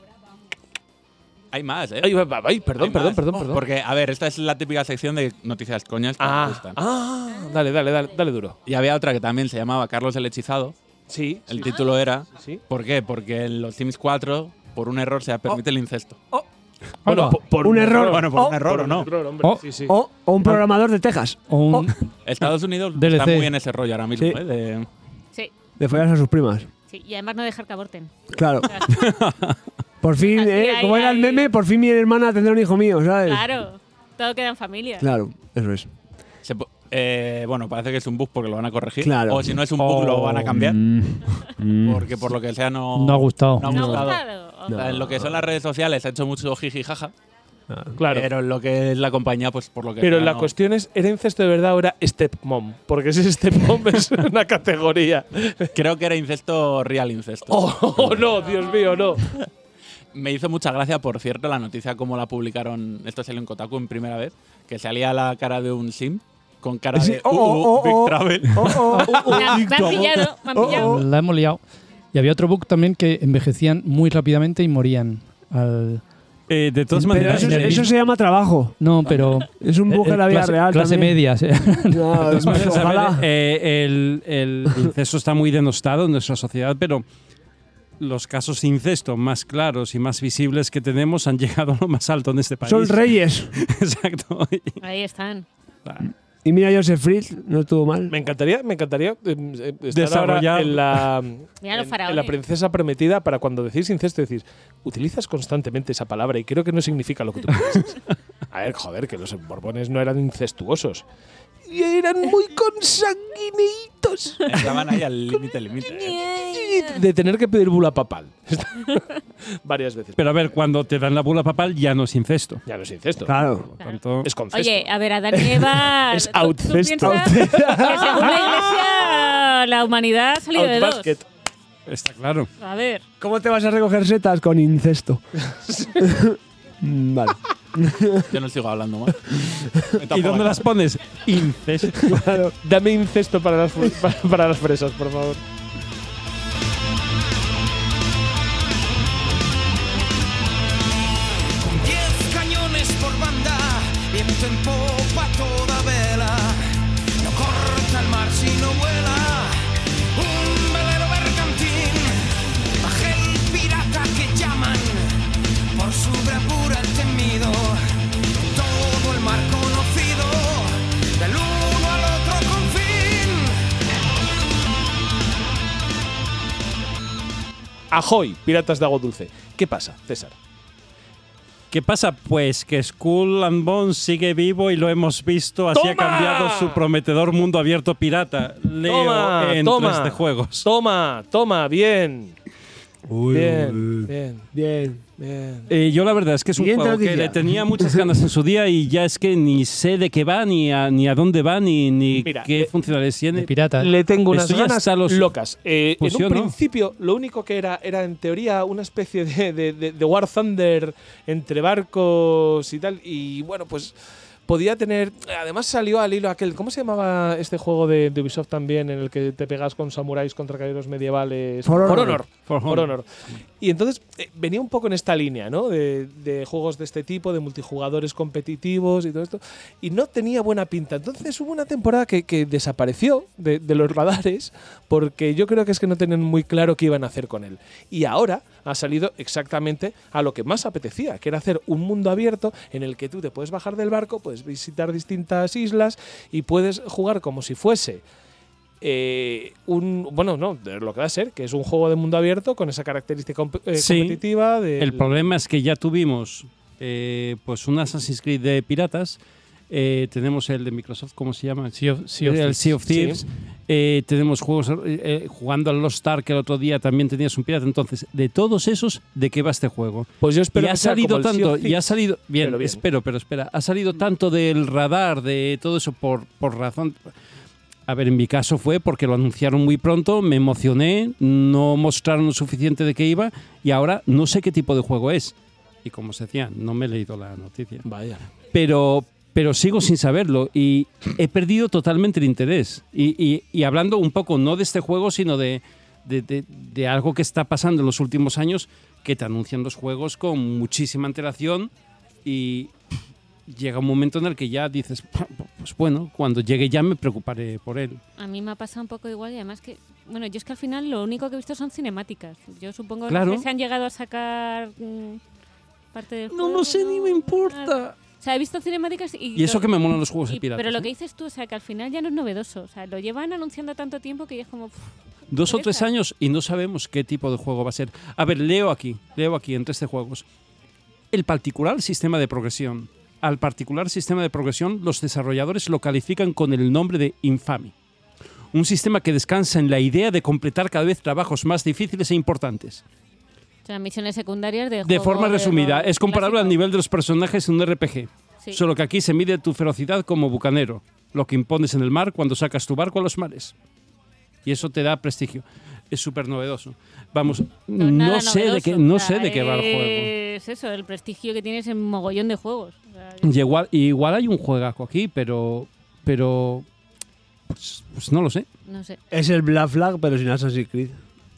S5: Hay más, ¿eh?
S1: Ay, va- va- ay,
S5: Hay
S1: perdón,
S5: más.
S1: perdón, perdón, perdón.
S5: Porque, a ver, esta es la típica sección de noticias coñas que me
S1: Ah,
S5: gustan.
S1: ah, dale, dale, dale, dale duro.
S5: Y había otra que también se llamaba Carlos el Hechizado.
S1: Sí,
S5: El título
S4: Ah,
S5: era.
S1: sí.
S5: ¿Por qué? Porque en los Sims 4, por un error, se permite el incesto.
S1: Bueno,
S3: Hola.
S1: po- por
S2: Un error.
S5: Bueno, por un
S2: Oh.
S5: error o no.
S1: hombre,
S3: Oh.
S1: sí, sí.
S2: O, o un programador de Texas,
S3: O un-
S5: Estados Unidos está
S3: DLC.
S5: muy en ese rollo ahora mismo,
S2: Sí.
S5: ¿eh? De-
S4: Sí,
S2: de follas a sus primas.
S4: sí. Y además no dejar que aborten.
S2: Claro. Por fin,
S4: Así,
S2: eh,
S4: ahí,
S2: como era el
S4: ahí.
S2: meme, por fin mi hermana tendrá un hijo mío, ¿sabes?
S4: Claro. Todo queda en familia.
S2: Claro, eso es.
S5: se po- eh, bueno, parece que es un bug porque lo van a corregir.
S2: Claro.
S5: O si no es un bug, lo van a cambiar.
S2: Mm.
S5: Porque por lo que sea no.
S3: no ha gustado.
S5: Oh. No ha
S4: ¿No ha
S5: gustado.
S4: gustado?
S5: O sea, en lo que son las redes sociales ha hecho mucho jiji jaja,
S1: Claro.
S5: pero en lo que es la compañía, pues por lo que.
S1: Pero
S5: sea,
S1: la
S5: no.
S1: cuestión es, ¿era incesto de verdad o era stepmom? Porque si es stepmom es una categoría.
S5: Creo que era incesto, real incesto.
S1: Oh, oh, no, Dios mío, no.
S5: Me hizo mucha gracia, por cierto, la noticia como la publicaron. Esto salió en Kotaku en primera vez, que salía la cara de un sim con cara
S2: Sí,
S5: de.
S2: oh,
S5: "Uh,
S2: oh,
S5: uh,
S2: oh,
S5: Big
S2: oh".
S5: Travel.
S2: Oh, oh,
S6: Ah,
S2: oh,
S4: Me han me han pillado, me han pillado.
S6: Oh,
S3: La hemos liado. Y había otro bug también que envejecían muy rápidamente y morían. al-
S6: Eh, de todas
S2: Pero
S6: maneras,
S2: eso,
S3: en el
S2: eso
S3: mismo-
S2: se llama trabajo.
S3: No, pero. Eh,
S2: Es un bug de la vida
S3: clase,
S2: real.
S3: Clase
S2: también.
S3: media. sí.
S2: No,
S6: de todas maneras, a ver,
S2: ojalá.
S6: eh, el, el incesto está muy denostado en nuestra sociedad, pero los casos de incesto más claros y más visibles que tenemos han llegado a lo más alto en este país.
S2: Son reyes.
S6: Exacto.
S4: Ahí están.
S2: Y mira, Joseph Fritz no estuvo mal.
S1: Me encantaría, me encantaría em, eh, estar ahora
S6: Desarrollar.
S1: en la,
S4: Mira eh. los
S1: en- en,
S4: faraones.
S1: la princesa prometida para cuando decís incesto decís, utilizas constantemente esa palabra y creo que no significa lo que tú piensas. A ver, joder, que los borbones no eran incestuosos. Y eran muy consanguineitos.
S5: Estaban ahí al límite, límite. ¿eh?
S1: De tener que pedir bula papal. Varias veces.
S6: Pero a ver, cuando te dan la bula papal ya no es incesto.
S1: ya no es incesto.
S2: Claro.
S4: Claro.
S6: Tanto-
S1: Es concesto.
S4: Oye, a ver, Adán y Eva.
S1: Es
S4: ¿tú- tú
S1: outfest,
S4: piensas Que según la iglesia, la humanidad ha salido de dos.
S1: Outbasket.
S6: está claro.
S4: A ver.
S2: ¿Cómo te vas a recoger setas con incesto? Mm, vale.
S5: Yo no sigo hablando más. Me tapo
S6: ¿Y dónde
S5: la
S6: las pones? Incesto.
S1: Dame incesto para las, fru- para- para las fresas, por favor.
S5: cara.
S1: Ahoy, Piratas de Agua Dulce. ¿Qué pasa, César?
S6: ¿Qué pasa? Pues que Skull and Bones sigue vivo y lo hemos visto, así ha
S1: ¡Toma!
S6: cambiado su prometedor mundo abierto pirata. Leo
S1: Toma,
S6: en
S1: toma.
S6: 3D Juegos.
S1: Toma, toma, bien.
S6: Uh.
S1: Bien, bien,
S2: Bien.
S1: bien.
S6: Eh, yo la verdad es que es un
S2: Siguiente
S6: juego que
S2: noticia.
S6: le tenía muchas ganas en su día y ya es que ni sé de qué va, ni a, ni a dónde va, ni, ni
S1: Mira,
S6: qué
S1: eh,
S6: funcionalidades
S3: De
S6: tiene.
S3: pirata.
S1: Le tengo unas
S6: Estoy
S1: ganas
S6: hasta los-
S1: locas. Eh, en un
S6: fusiono.
S1: principio, lo único que era era en teoría una especie de, de- de- de War Thunder entre barcos y tal. Y bueno, pues podía tener. Además, salió al hilo aquel. ¿Cómo se llamaba este juego de, de Ubisoft también en el que te pegas con samuráis contra caballeros medievales?
S2: For Honor.
S6: For
S1: For
S6: Honor.
S1: Honor. Y entonces eh, venía un poco en esta línea, ¿no? De, de juegos de este tipo, de multijugadores competitivos y todo esto. Y no tenía buena pinta. Entonces hubo una temporada que, que desapareció de, de los radares porque yo creo que es que no tenían muy claro qué iban a hacer con él. Y ahora ha salido exactamente a lo que más apetecía, que era hacer un mundo abierto en el que tú te puedes bajar del barco, puedes visitar distintas islas y puedes jugar como si fuese eh, un bueno no de lo que va a ser que es un juego de mundo abierto con esa característica comp- eh,
S6: Sí.
S1: competitiva de
S6: El problema es que ya tuvimos eh, pues un Assassin's Creed de piratas. eh, tenemos el de Microsoft, ¿cómo se llama?
S3: Sea of- Sea of
S6: el
S3: Thieves.
S6: Sea of Thieves. Eh, tenemos juegos eh, eh, jugando al Lost Ark el otro día también tenías un pirata. Entonces, de todos esos, ¿de qué va este juego?
S1: pues yo espero
S6: y ha
S1: que sea como
S6: salido
S1: el Sea
S6: tanto,
S1: of
S6: y ha
S1: Thieves.
S6: salido. Bien,
S1: pero bien.
S6: espero, pero espera. Ha salido tanto del radar, de todo eso, por, por razón. A ver, en mi caso fue porque lo anunciaron muy pronto, me emocioné, no mostraron lo suficiente de qué iba y ahora no sé qué tipo de juego es. Y como se decía, no me he leído la noticia.
S1: vaya
S6: Pero, pero sigo sin saberlo y he perdido totalmente el interés. Y, y- y hablando un poco no de este juego, sino de, de- de- de algo que está pasando en los últimos años, que te anuncian los juegos con muchísima antelación y llega un momento en el que ya dices, pues bueno, cuando llegue ya me preocuparé por él.
S4: A mí me ha pasado un poco igual y además que, bueno, yo es que al final lo único que he visto son cinemáticas. Yo supongo
S6: Claro.
S4: que se han llegado a sacar mm, parte del
S6: No
S4: juego,
S6: lo sé, ni me importa.
S4: O sea, he visto cinemáticas y...
S6: Y eso que me molan los
S4: y-
S6: juegos de piratas.
S4: Pero lo
S6: ¿eh?
S4: que dices tú, o sea, que al final ya no es novedoso. O sea, lo llevan anunciando tanto tiempo que ya es como... pff,
S6: Dos o
S4: pereza.
S6: tres años y no sabemos qué tipo de juego va a ser. A ver, leo aquí, leo aquí entre este juegos. El particular sistema de progresión. Al particular sistema de progresión, los desarrolladores lo califican con el nombre de Infamy. Un sistema que descansa en la idea de completar cada vez trabajos más difíciles e importantes.
S4: O sea, misiones secundarias de...
S6: De
S4: juego
S6: forma resumida,
S4: rol
S6: es comparable al
S4: clásico.
S6: nivel de los personajes en un RPG.
S4: Sí.
S6: Solo que aquí se mide tu ferocidad como bucanero, lo que impones en el mar cuando sacas tu barco a los mares. Y eso te da prestigio. Es súper novedoso. Vamos,
S4: No,
S6: no,
S4: es nada
S6: sé de
S4: novedoso, eh.
S6: qué, no
S4: o sea,
S6: sé de qué va el juego.
S4: Es eso, el prestigio que tienes en mogollón de juegos. O sea,
S6: Y igual, igual hay un juegaco aquí, pero. Pero. Pues, pues no lo sé.
S4: no sé.
S2: Es el Black Flag, pero sin Assassin's Creed.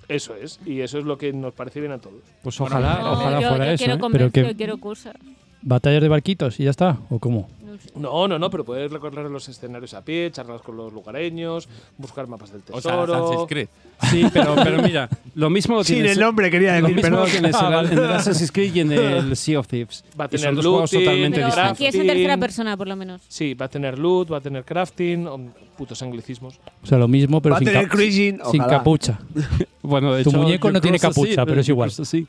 S1: eso es y eso es lo que nos parece bien a todos
S6: Pues ojalá,
S4: No,
S6: ojalá
S4: yo,
S6: fuera
S4: yo
S6: eso.
S4: Quiero
S6: ¿eh?
S4: comercio,
S3: Pero que-
S4: quiero cursar.
S3: ¿Batallas de barquitos y ya está? ¿O cómo?
S4: No sé.
S1: no no no pero puedes recorrer los escenarios a pie charlar con los lugareños buscar mapas del
S5: O sea,
S1: tesoro
S5: Assassin's Creed.
S6: Sí, pero, pero mira, lo mismo lo
S2: Sin
S6: tienes-
S2: el nombre quería
S6: lo
S2: decir,
S6: mismo
S2: pero
S6: lo tienes en el- en el Assassin's Creed y en el Sea of Thieves.
S1: Va a
S6: Y
S1: tener
S6: son dos juegos
S1: looting,
S6: totalmente
S4: Pero
S1: Interesante.
S6: distintos.
S4: aquí es en tercera persona, por lo menos.
S1: sí va a tener loot va a tener crafting oh, putos anglicismos
S3: O sea, lo mismo, pero
S2: Va a
S3: sin,
S2: tener
S3: cap-
S2: cruising,
S3: sin
S2: ojalá.
S3: capucha.
S6: Bueno, de
S3: Tu
S6: hecho,
S3: muñeco
S6: yo
S3: no tiene
S6: creo que sí,
S3: capucha, pero es igual.
S6: creo que Sí.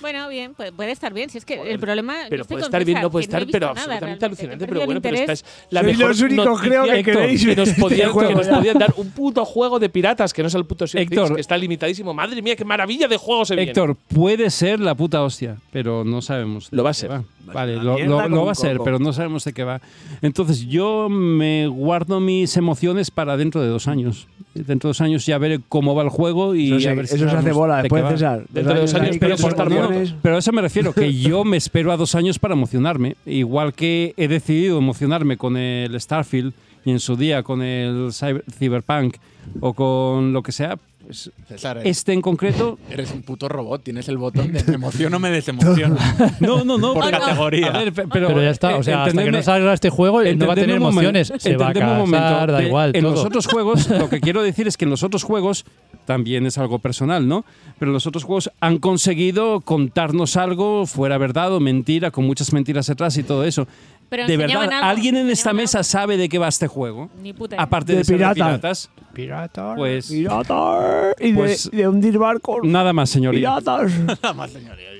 S4: Bueno, bien, puede, puede estar bien. Si es que el problema. yo
S1: pero
S4: estoy
S1: puede
S4: con
S1: estar bien
S4: César,
S1: no puede
S4: que he
S1: estar
S4: visto
S1: pero
S4: nada
S1: absolutamente
S4: realmente,
S1: alucinante
S4: que he
S1: pero
S4: perdido
S1: bueno
S4: el
S1: pero esta
S4: interés.
S1: es la
S2: Sois
S1: mejor
S2: los únicos, creo,
S1: noticia
S2: que queréis
S1: que nos
S2: este
S1: podían, que
S2: juego
S1: nos
S2: ya.
S1: podían dar un puto juego de piratas que no es el puto Sea of Thieves,
S6: Héctor.
S1: que está limitadísimo madre mía qué maravilla de juego se viene
S6: Héctor, puede ser la puta hostia, pero no sabemos. de
S1: Lo va a
S6: qué
S1: ser.
S6: Vale,
S2: una
S6: lo,
S2: mierda
S6: lo-
S2: con
S6: lo
S2: un
S6: va a ser,
S2: coco.
S6: pero no sabemos de qué va. Entonces, yo me guardo mis emociones para dentro de dos años. Dentro de dos años ya veré cómo va el juego y
S2: Eso, se-
S6: a ver si
S2: eso se
S6: sabemos
S2: hace bola
S6: de qué
S2: después,
S6: va.
S2: César.
S1: Dentro de dos años,
S2: ahí
S1: pero
S2: con
S1: por estar
S6: No,
S2: emociones.
S6: pero a eso me refiero, que yo me espero a dos años para emocionarme. Igual que he decidido emocionarme con el Starfield y en su día con el cyber- Cyberpunk o con lo que sea, pues,
S5: César, eh,
S6: este en concreto
S5: eres un puto robot, tienes el botón de me emociono me desemociono.
S6: No, no, no.
S5: Por
S6: pero-
S5: categoría.
S6: A ver, pe- pero,
S3: Pero, ya está. O sea, hasta que
S6: entendedme-
S3: no salga este juego, él no va a tener
S6: entendedme un momen-
S3: emociones. Se va a
S6: entendedme un momento.
S3: casar, da
S6: De-
S3: igual.
S6: En
S3: todo.
S6: los otros juegos, lo que quiero decir es que en los otros juegos también es algo personal, ¿no? Pero los otros juegos han conseguido contarnos algo, fuera verdad o mentira, con muchas mentiras atrás y todo eso.
S4: Pero
S6: de
S4: enseñaban
S6: verdad,
S4: algo,
S6: ¿alguien en esta
S4: enseñaban
S6: mesa sabe de qué va este juego?
S4: Ni puta idea.
S6: Aparte de,
S2: De
S6: ser de
S2: piratas.
S6: piratas.
S3: Pirata.
S6: Pues
S2: ¡Piratas! Y de-
S6: Pues-
S2: y de, hundir barcos.
S6: nada más, señoría.
S2: ¡Piratas!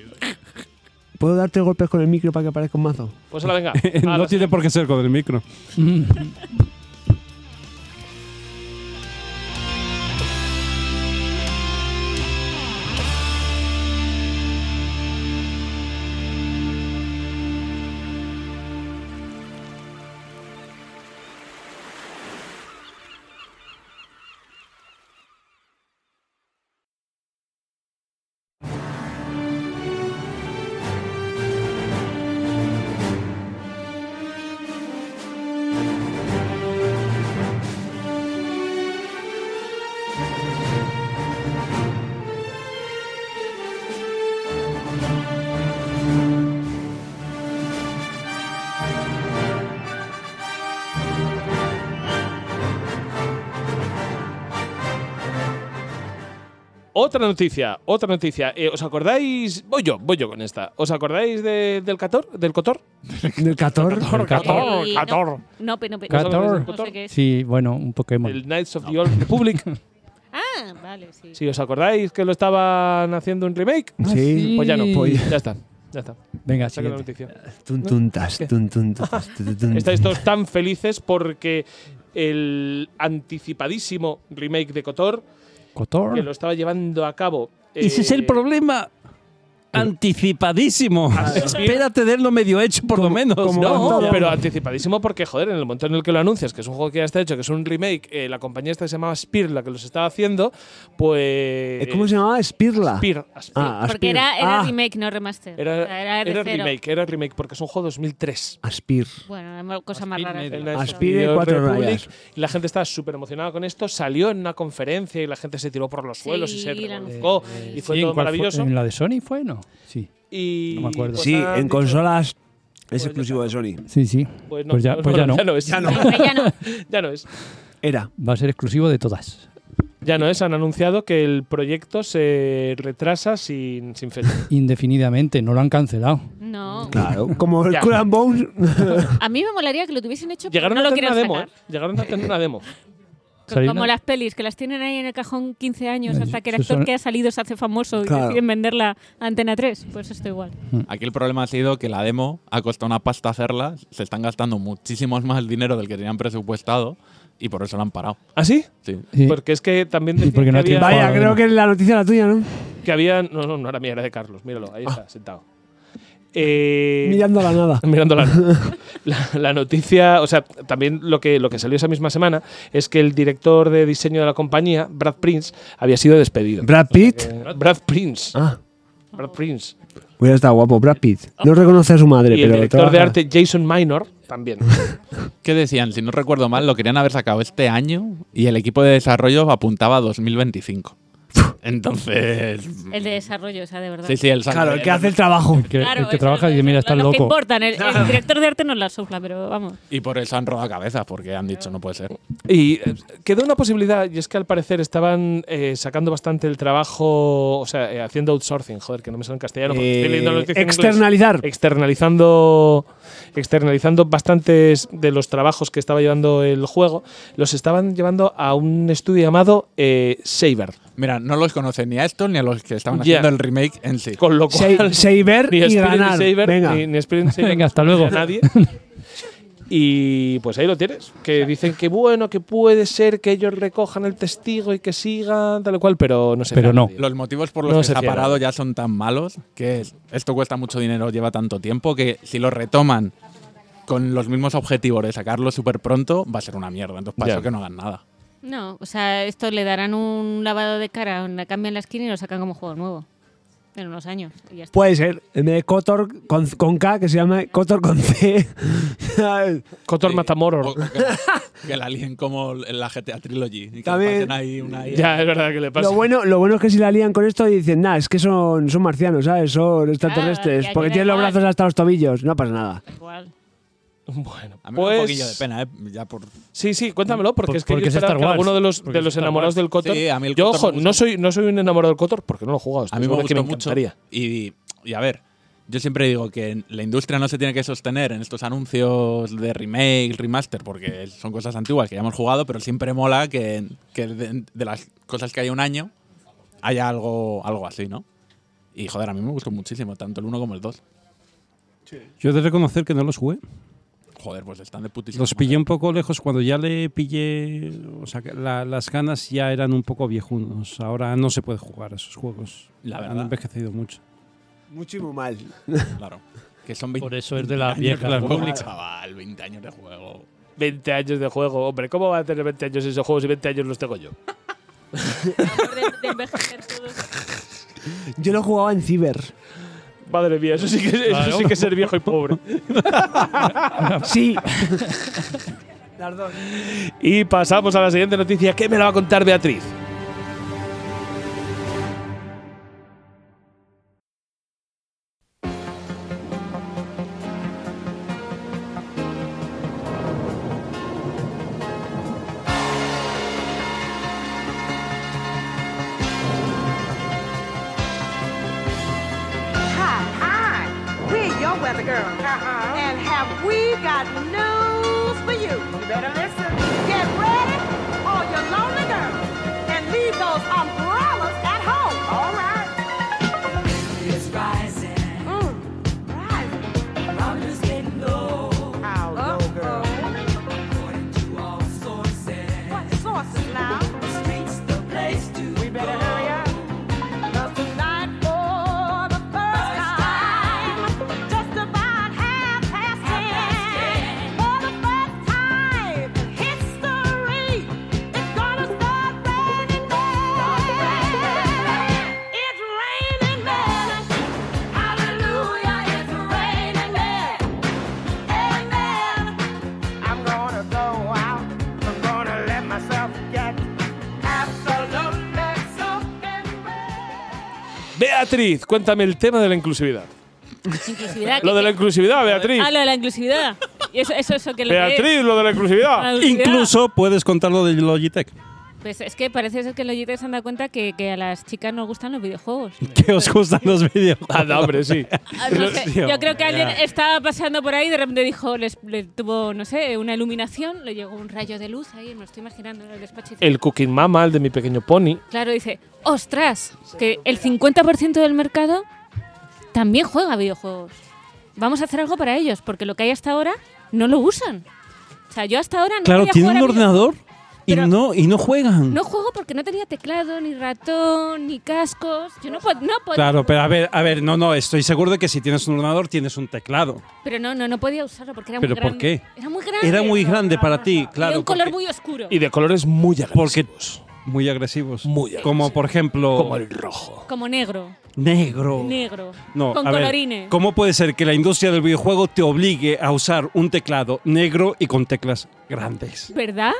S2: ¿Puedo darte golpes con el micro para que aparezca un mazo?
S1: Pues la venga. a
S6: no
S1: la-
S6: tiene por qué ser con el micro.
S1: Otra noticia, otra noticia. Eh, ¿Os acordáis? Voy yo, voy yo con esta. ¿Os acordáis de- del Cator? ¿Del Cotor?
S2: ¿Del 14?
S1: Cator, Cator,
S4: Eh,
S1: Cator.
S4: No, pero no, pe-
S3: Cator.
S4: No sé qué es.
S3: Sí, bueno, un Pokémon.
S1: El Knights of the Old Republic.
S4: Ah, vale, sí.
S1: Si os acordáis que lo estaban haciendo un remake,
S3: Ah,
S2: Sí.
S1: pues ya no.
S3: Pues-
S1: Ya está. Ya está.
S3: Venga,
S1: Saca la
S3: siguiente.
S1: noticia.
S2: Tun, tun, tas, tun, tun, tas, tu, tu, tun.
S1: Estáis todos tan felices porque el anticipadísimo remake de Cotor, que lo
S3: Cotor.
S1: estaba llevando a cabo.
S6: Ese es el
S1: eh,
S6: problema. Anticipadísimo. Espérate de lo medio hecho, por lo menos.
S2: Ah, como
S6: ¿no?
S2: van
S1: No,
S2: todo.
S1: pero anticipadísimo porque, joder, en el momento en el que lo anuncias, que es un juego que ya está hecho, que es un remake, eh, la compañía esta que se llamaba Spear, la que los estaba haciendo, pues.
S2: Eh, ¿Cómo se llamaba? Espirla.
S1: Spear. Spear.
S2: Ah,
S4: Porque
S2: Aspir.
S4: era, era
S2: Ah.
S4: remake, no remaster. O sea,
S1: Era,
S4: era, de
S1: era
S4: cero.
S1: remake, era remake, porque es un juego 2003.
S2: Aspir.
S4: Bueno, era una cosa más
S6: Aspir
S4: rara.
S6: medio.
S1: El
S4: que
S1: Knights
S4: eso.
S1: of
S2: Aspir. Aspire
S1: the Old
S2: cuatro
S1: Republic,
S2: rayas.
S1: y la gente estaba súper emocionada con esto. Salió en una conferencia y la gente se tiró por los suelos y se
S4: Sí, la
S1: revolcó. Y fue
S3: Sí,
S1: todo
S3: ¿en cuál
S1: maravilloso.
S3: ¿En la de Sony fue? No. Sí.
S1: y
S3: No me acuerdo.
S1: pues
S2: Sí,
S1: han
S2: en
S1: dicho,
S2: consolas
S1: Pues
S2: es
S1: ya
S2: exclusivo de Sony.
S3: Sí, sí.
S1: Pues, no,
S3: Pues ya, pues
S1: bueno,
S3: ya no.
S1: ya no es. Ya no.
S4: Ya no.
S1: ya no es.
S2: Era.
S3: Va a ser exclusivo de todas.
S1: Ya no es. Han anunciado que el proyecto se retrasa sin, sin fecha.
S3: Indefinidamente, no lo han cancelado.
S4: No.
S2: Claro. Como el
S1: Ya.
S2: Cool and Bones.
S4: A mí me molaría que lo tuviesen hecho, pero
S1: Llegaron
S4: no
S1: a
S4: lo
S1: tener
S4: quieren
S1: una demo,
S4: sacar.
S1: ¿eh? Llegaron a tener una demo.
S4: Co-
S3: Salió
S4: Como
S3: una-
S4: las pelis, que las tienen ahí en el cajón 15 años
S3: Ay,
S4: hasta que el
S3: eso
S4: actor
S3: son-
S4: que ha salido se hace famoso
S2: Claro.
S4: y deciden venderla a Antena 3. Pues esto igual.
S5: Aquí el problema ha sido que la demo ha costado una pasta hacerla, se están gastando muchísimo más dinero del que tenían presupuestado y por eso la han parado.
S1: ¿Ah, sí?
S5: Sí.
S3: Sí.
S1: Porque es que también decían
S3: porque no
S1: que,
S3: tiene-
S1: había,
S2: Vaya,
S3: Joder.
S2: creo que la noticia era tuya, ¿no?
S1: que había- No, no, no era mía, era de Carlos. Míralo,
S3: Ah.
S1: ahí está, sentado. Eh,
S2: Mirando a la nada.
S1: Mirando la, la- la noticia, o sea, también lo que, lo que salió esa misma semana es que el director de diseño de la compañía, Brad Prince, había sido despedido.
S2: Brad Pitt.
S1: Eh, Brad Prince.
S2: Ah,
S1: Brad Prince.
S2: hubiera estado guapo. Brad Pitt. No reconoce a su madre,
S1: Y el
S2: pero.
S1: director de
S2: trabaja.
S1: arte, Jason Minor, también.
S5: ¿Qué decían? Si no recuerdo mal, lo querían haber sacado este año y el equipo de desarrollo apuntaba a 2025. Entonces.
S4: El de desarrollo, o sea, de verdad.
S5: Sí, sí, el sac-
S2: Claro, el que
S1: Eh,
S2: hace el trabajo.
S3: Que, el que
S4: eso
S3: trabaja
S4: es
S3: y dice, mira,
S4: lo-
S3: estás
S4: los que
S3: loco.
S4: importan. El, el director de arte nos la sopla, pero vamos.
S5: Y por eso han rodado cabezas, porque han dicho no puede ser.
S1: Y eh, quedó una posibilidad, y es que al parecer estaban eh, sacando bastante el trabajo, o sea, eh, haciendo outsourcing, joder, que no me sale en castellano. porque estoy leyendo la
S2: Eh,
S1: noticia en inglés.
S2: externalizar.
S1: externalizando externalizando bastantes de los trabajos que estaba llevando el juego, los estaban llevando a un estudio llamado eh, Saber.
S5: Mira, no los conocen ni a estos ni a los que estaban
S1: Ya.
S5: haciendo el remake en sí.
S1: Con lo
S2: Se-
S1: cual,
S2: Saber
S1: ni
S2: y
S1: Spirit
S2: ganar.
S1: Saber,
S2: Venga.
S1: ni, ni Spirit Saber
S3: Venga, hasta luego.
S1: a nadie. Y pues ahí lo tienes, que dicen que bueno, que puede ser que ellos recojan el testigo y que sigan tal y cual, pero no sé.
S3: Pero no.
S5: Los motivos por los
S1: No
S5: que
S1: se
S5: se ha
S1: cierra.
S5: parado ya son tan malos que es- esto cuesta mucho dinero, lleva tanto tiempo que si lo retoman con los mismos objetivos de sacarlo súper pronto, va a ser una mierda. Entonces, para
S1: Ya.
S5: eso que no hagan nada.
S4: No, o sea, esto le darán un lavado de cara, la cambian la esquina y lo sacan como juego nuevo. En unos años. Y ya está.
S2: Puede ser. En vez de Cotor con, con K, que se llama Cotor con C.
S1: Cotor
S5: Sí.
S1: Matamoros.
S5: O- o que, que la alien como en la GTA Trilogy. Y que
S2: También-
S5: pasen ahí una IA.
S1: Ya, es verdad que le pasa.
S2: lo, bueno, lo bueno es que si la lían con esto y dicen, nah, es que son, son marcianos, ¿sabes? Son extraterrestres.
S4: Ah, ya
S2: porque
S4: queda
S2: tienen los
S4: igual.
S2: brazos hasta los tobillos. No pasa nada.
S4: Igual.
S1: Bueno,
S5: A mí me da
S1: pues.
S5: un poquillo de pena, ¿eh? Ya por...
S1: Sí, sí, cuéntamelo, porque
S3: Por-
S1: es que
S3: porque
S1: yo
S3: es
S1: esperaba
S3: Star
S1: que
S3: Wars.
S1: alguno de los,
S3: Porque
S1: de
S3: es
S1: los
S3: Star
S1: enamorados
S3: Wars.
S1: del Cotor.
S5: Sí, a mí el
S1: yo,
S5: Kotor me
S1: ojo,
S5: gusta.
S1: no soy, no soy un enamorado del Cotor porque no lo he jugado.
S5: A mí me
S1: seguro que
S5: gustó mucho.
S1: encantaría.
S5: Y, y a ver, yo siempre digo que la industria no se tiene que sostener en estos anuncios de remake, remaster, porque son cosas antiguas que ya hemos jugado, pero siempre mola que, que de, de las cosas que hay un año haya algo, algo así, ¿no? Y joder, a mí me gustó muchísimo, tanto el 1 como el 2.
S6: Yo he de reconocer que no los jugué.
S5: Joder, pues están de putísimo.
S6: Los pillé un poco lejos cuando ya le pillé. O sea, que la- las ganas ya eran un poco viejunos. Ahora no se puede jugar a esos juegos.
S5: La
S6: Han
S5: verdad.
S6: envejecido mucho.
S2: Mucho y muy mal.
S5: Claro. Que son 20
S3: Por eso es de las
S5: años de
S3: viejas.
S5: juego,
S3: ¿no?
S5: chaval, 20 años de juego.
S1: 20 años de juego. Hombre, ¿cómo va a tener 20 años esos juegos si 20 años los tengo yo?
S4: de, de envejecer todos.
S2: Yo lo jugaba en Ciber.
S1: Madre mía, eso sí que, eso
S3: Claro.
S1: sí que es ser viejo y pobre.
S2: Sí.
S1: Y pasamos a la siguiente noticia que me la va a contar Beatriz.
S7: Hi, hi. We're your weather girls. And have we got news for you? You better listen. Get ready, all you lonely girls, and leave those umbrellas at home. All right. It's rising. Mm. Rising. How low, girl? According to all sources. What sources now? The streets, the place to We better hurry up. Cause tonight for the first time, just about half past ten. For the first time in history, it's gonna start raining men. It's raining men. Hallelujah, it's raining men. Amen. I'm gonna go out. I'm gonna let myself get absolutely soaking wet.
S1: Beatriz, cuéntame el tema de la inclusividad.
S4: Inclusividad.
S1: Lo de la inclusividad, Beatriz.
S4: Ah, lo de la inclusividad. Y eso, eso, eso que lo que es.
S1: Beatriz, lo de la
S4: La
S1: inclusividad.
S4: inclusividad.
S6: Incluso puedes contarlo de Logitech.
S4: Pues es que parece ser que los Logitech se han dado cuenta que, que a las chicas nos gustan los videojuegos.
S6: Que os gustan los videojuegos.
S1: Anda, hombre, sí.
S4: Ah, no sé, yo creo que alguien
S6: ya.
S4: estaba pasando por ahí y de repente dijo, les, le tuvo, no sé, una iluminación, le llegó un rayo de luz ahí, me lo estoy imaginando en el despacho. y dice-
S1: El Cooking Mama, el de mi pequeño pony.
S4: Claro, dice, ostras, que el 50% del mercado también juega a videojuegos. Vamos a hacer algo para ellos, porque lo que hay hasta ahora no lo usan. O sea, yo hasta ahora no
S6: Claro,
S4: quería
S6: tiene
S4: jugar
S6: un
S4: a videojuegos.
S6: ordenador y
S4: Pero-
S6: no, y no juegan.
S4: No juego porque no tenía teclado, ni ratón, ni cascos. Yo no, po- no podía.
S6: Claro, pero a ver, a ver, no, no, estoy seguro de que si tienes un ordenador tienes un teclado.
S4: Pero no, no, no podía usarlo porque era
S6: ¿Pero
S4: muy
S6: por
S4: grande.
S6: qué?
S4: Era muy grande.
S6: Era muy grande para ti,
S4: Era
S6: claro.
S4: un color
S6: porque-
S4: muy oscuro.
S1: Y de colores muy
S6: Porque-
S1: agresivos.
S6: muy agresivos.
S1: Muy
S6: Como por ejemplo
S1: Como el rojo.
S4: Como negro.
S6: negro.
S4: Negro.
S6: Oh. No,
S4: con
S6: a ver,
S4: colorines.
S6: ¿Cómo puede ser que la industria del videojuego te obligue a usar un teclado negro y con teclas grandes?
S4: ¿Verdad?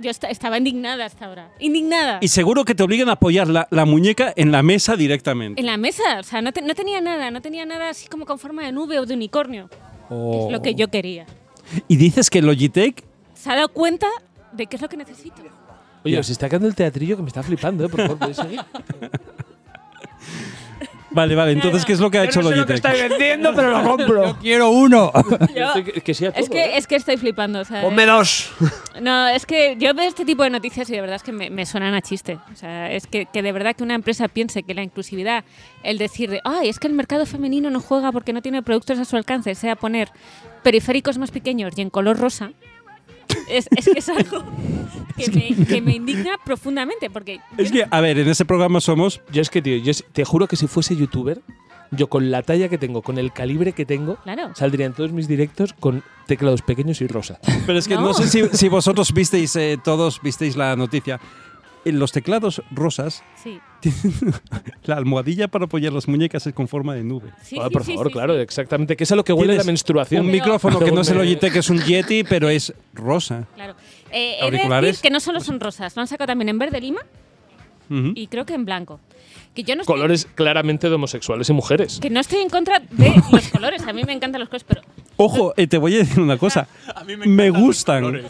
S4: Yo esta- estaba indignada hasta ahora. Indignada.
S6: Y seguro que te obligan a apoyar la, la muñeca en la mesa directamente.
S4: En la mesa. O sea, no, te- no tenía nada. No tenía nada así como con forma de nube o de unicornio. que
S6: Oh.
S4: Es lo que yo quería.
S6: Y dices que Logitech
S4: Se ha dado cuenta de qué es lo que necesito.
S1: Oye, se está quedando el teatrillo que me está flipando, ¿eh? Por favor, ¿podéis seguir?
S6: Vale, vale, entonces,
S4: Claro.
S6: ¿qué es lo que ha hecho Logitech?
S2: vendiendo, pero lo compro.
S6: quiero uno.
S4: Yo-
S1: Estoy- que, que sea todo,
S4: es, que,
S1: ¿eh?
S4: es que estoy flipando. o sea, eh,
S2: Ponme dos.
S4: No, es que yo veo este tipo de noticias y de verdad es que me, me suenan a chiste. O sea, es que, que de verdad que una empresa piense que la inclusividad, el decir de, ay, es que el mercado femenino no juega porque no tiene productos a su alcance, sea poner periféricos más pequeños y en color rosa, es, es que es algo que me, que me indigna profundamente. Porque
S6: Es que, a ver, en este programa somos.
S1: Yo es que, tío, yo es- te juro que si fuese youtuber, yo con la talla que tengo, con el calibre que tengo,
S4: Claro.
S1: saldrían todos mis directos con teclados pequeños y rosa.
S6: Pero es que no,
S4: No.
S6: sé si, si vosotros visteis, eh, todos visteis la noticia. En los teclados rosas,
S4: Sí,
S6: la almohadilla para apoyar las muñecas es con forma de nube.
S4: sí,
S1: Ah,
S4: sí,
S1: por
S4: sí,
S1: favor,
S4: sí,
S1: claro,
S4: sí.
S1: exactamente. Que es a lo que huele la
S6: Tienes
S1: menstruación.
S6: Un micrófono que no es el
S1: Según me-
S6: Logitech, es un Yeti, pero es rosa.
S4: claro. Eh, he de decir
S6: Auriculares.
S4: que no solo son rosas, lo han sacado también en verde lima
S6: Ujú.
S4: y creo que en blanco. Que yo no estoy,
S1: Colores claramente de homosexuales y mujeres.
S4: que no estoy en contra de los colores. A mí me encantan los colores, pero
S6: Ojo, eh, te voy a decir una cosa. me, gustan.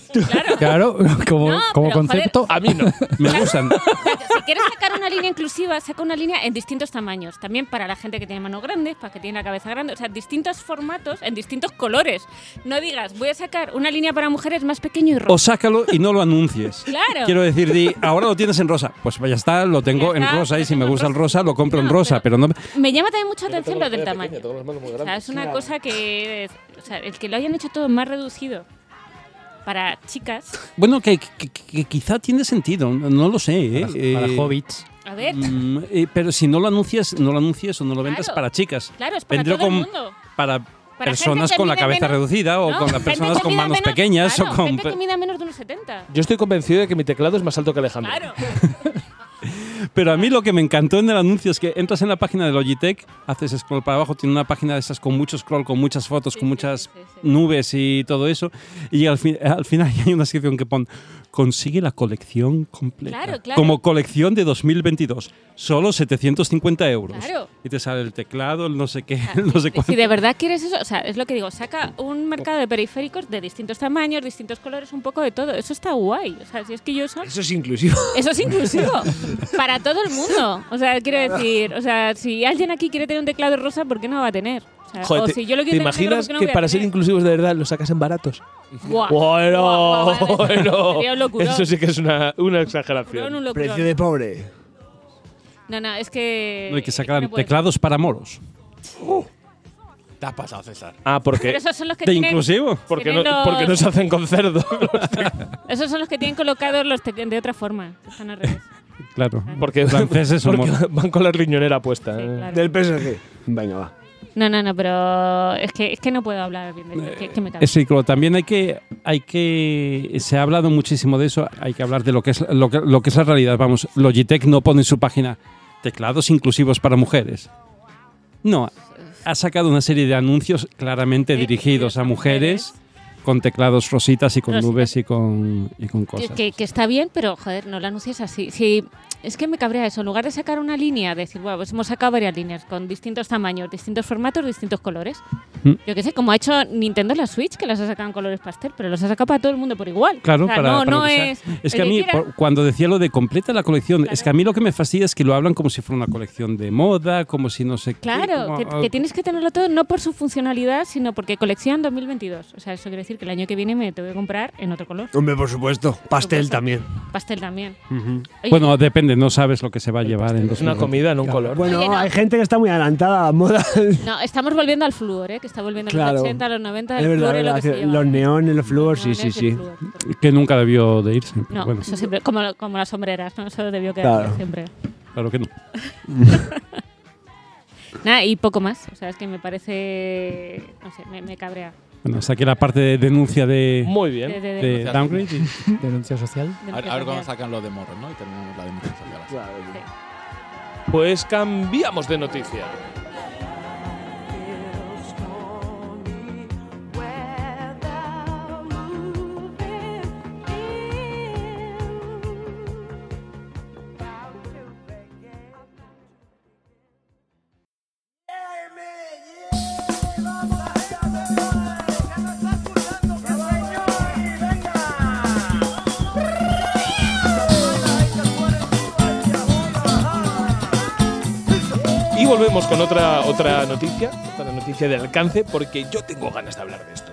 S3: Claro, como,
S4: No,
S3: como
S4: pero,
S3: concepto.
S1: A mí no.
S6: Me gustan.
S4: si quieres sacar una línea inclusiva, saca una línea en distintos tamaños. También para la gente que tiene manos grandes, para que tiene la cabeza grande. O sea, distintos formatos en distintos colores. No digas, voy a sacar una línea para mujeres más pequeño y rojo.
S6: O sácalo y no lo anuncies.
S4: Claro.
S6: Quiero decir, di, ahora lo tienes en rosa. Pues ya está, lo tengo
S4: Ya
S6: en
S4: está,
S6: rosa y
S4: lo
S6: si me
S4: tengo en
S6: gusta el
S4: rosa.
S6: rosa lo compro en
S4: No,
S6: rosa, pero no.
S4: Me llama también mucho la atención lo del tamaño. O sea, es una cosa que. O sea, el que lo hayan hecho todo más reducido para chicas.
S6: Bueno, que, que- que quizá tiene sentido, no lo sé. ¿eh?
S3: Para, para
S6: Eh,
S3: hobbits.
S4: A ver,
S6: Mm, eh, pero si no lo anuncias, no lo anuncias o no lo vendas
S4: Claro.
S6: para chicas.
S4: claro, es para
S6: Vendré
S4: todo el
S6: con-
S4: mundo.
S6: Para,
S4: Para gente
S6: personas
S4: que
S6: con la
S4: mide
S6: cabeza
S4: menos-
S6: reducida o
S4: ¿no?
S6: con las
S4: Gente
S6: personas
S4: que
S6: con
S4: mida
S6: manos
S4: menos-
S6: pequeñas
S4: claro,
S6: o con.
S4: Gente que mida menos de unos 70.
S1: Yo estoy convencido de que mi teclado es más alto que Alejandro.
S4: Claro.
S6: Pero a mí lo que me encantó en el anuncio es que entras en la página de Logitech, haces scroll para abajo, tiene una página de esas con mucho scroll, con muchas fotos,
S4: Sí,
S6: con
S4: sí,
S6: muchas
S4: sí, sí.
S6: nubes y todo eso. Y al, fin- al final hay una sección que pone, consigue la colección completa.
S4: Claro, claro.
S6: Como colección de 2022, solo 750 euros.
S4: Claro.
S6: Y te sale el teclado, el no sé qué,
S4: sea,
S6: el no sé cuánto.
S4: Si de verdad quieres eso, o sea, es lo que digo, saca un mercado de periféricos de distintos tamaños, distintos colores, un poco de todo. Eso está guay. O sea, si es que yo eso,
S2: Eso es inclusivo.
S4: eso es inclusivo para todo el mundo. O sea, quiero decir, o sea, si alguien aquí quiere tener un teclado rosa, ¿por qué no va a tener? O, sea,
S1: Joder,
S4: o
S1: te,
S4: si yo lo
S1: te
S4: quiero tener negro,
S1: imaginas
S4: ¿por qué no
S1: que
S4: voy a
S1: para ser
S4: tener?
S1: inclusivos de verdad los sacas en baratos?
S4: Buah,
S1: Bueno,
S4: buah, buah, vale.
S1: bueno.
S4: Sería un locurón.
S1: Eso sí que es una, una
S4: Locurón,
S1: exageración.
S4: un locurón.
S2: Precio de pobre.
S4: No, no, es que.
S6: No hay que
S4: es
S6: sacar
S4: no puede ser.
S6: teclados para moros.
S5: Te has pasado, César.
S1: Uh. Ah,
S4: Pero
S1: porque,
S4: esos son los que
S6: De
S4: tienen.
S6: inclusivo.
S1: porque, no,
S4: tienen los-
S1: porque no se hacen con cerdo.
S4: Esos son los que tienen colocados los tec- de otra forma. que Están al revés.
S6: Claro.
S1: porque,
S6: Franceses
S1: porque
S6: somos.
S1: van con la riñonera puesta.
S4: Sí,
S1: ¿eh?
S4: claro.
S2: Del PSG. Venga, va.
S4: No, no, no, pero es que, es que no puedo hablar bien de
S1: Eh,
S4: ello. que- que me cago.
S6: Es círculo. También hay que, hay que. Se ha hablado muchísimo de eso. Hay que hablar de lo que es, lo que, lo que es la realidad. Vamos, Logitech no pone en su página teclados inclusivos para mujeres. No, ha sacado una serie de anuncios claramente
S4: Sí,
S6: dirigidos a mujeres con teclados rositas y con
S4: Rositas.
S6: nubes y con, y con
S4: Que-
S6: cosas.
S4: Que, que está bien, pero joder, no lo anuncies así. Sí, es que me cabrea eso. En lugar de sacar una línea, decir, bueno, pues hemos sacado varias líneas con distintos tamaños, distintos formatos, distintos colores.
S6: Mm.
S4: Yo qué sé, como ha hecho Nintendo en la Switch, que las ha sacado en colores pastel, pero los ha sacado para todo el mundo por igual.
S6: Claro,
S4: O sea,
S6: para,
S4: no,
S6: para
S4: no
S6: lo que sea.
S4: es.
S6: Es
S4: el
S6: que a mí,
S4: quiera-
S6: por- cuando decía lo de completa la colección, es que a mí lo que me fastidia es que lo hablan como si fuera una colección de moda, como si no sé qué,
S4: Claro,
S6: como- oh,
S4: que, que tienes que tenerlo todo no por su funcionalidad, sino porque colección 2022. O sea, eso quiere decir que el año que viene me te voy a comprar en otro color.
S2: Hombre, por supuesto. Pastel también.
S4: Pastel también.
S6: Ujú.
S4: Oye,
S6: Bueno, depende, no sabes lo que se va a llevar en
S1: Es una
S6: 2020.
S1: comida, no un color.
S2: Bueno,
S4: Oye, no.
S2: hay gente que está muy adelantada a la moda. Es
S4: No, estamos volviendo al flúor, ¿eh? que está volviendo a
S2: Claro.
S4: los 80, a los 90, el
S2: verdad,
S4: flúor es lo que
S2: verdad,
S4: se
S2: que
S4: lleva.
S2: los neones, los flúor, sí,
S4: Neones y
S2: sí,
S4: el
S2: sí.
S4: flúor.
S6: Que nunca debió de irse. pero
S4: No,
S6: Mm, bueno,
S4: eso siempre, como, como las sombreras, ¿no? Eso debió quedar
S2: Claro.
S4: siempre.
S6: claro que no.
S4: Nada, y poco más. O sea, es que me parece. No sé, me, me cabrea.
S6: Bueno, hasta aquí la parte de denuncia de,
S1: Muy
S4: De-
S1: bien.
S4: de- de-
S6: de
S5: denuncia.
S6: Downgrade. y-
S3: Denuncia social.
S4: de-
S5: A ver,
S4: de-
S5: a ver cuando
S4: de-
S5: sacan los de moros, ¿no? Y terminamos la denuncia social. así.
S1: Pues cambiamos de noticia. Y volvemos con otra, otra noticia, otra noticia de alcance, porque yo tengo ganas de hablar de esto.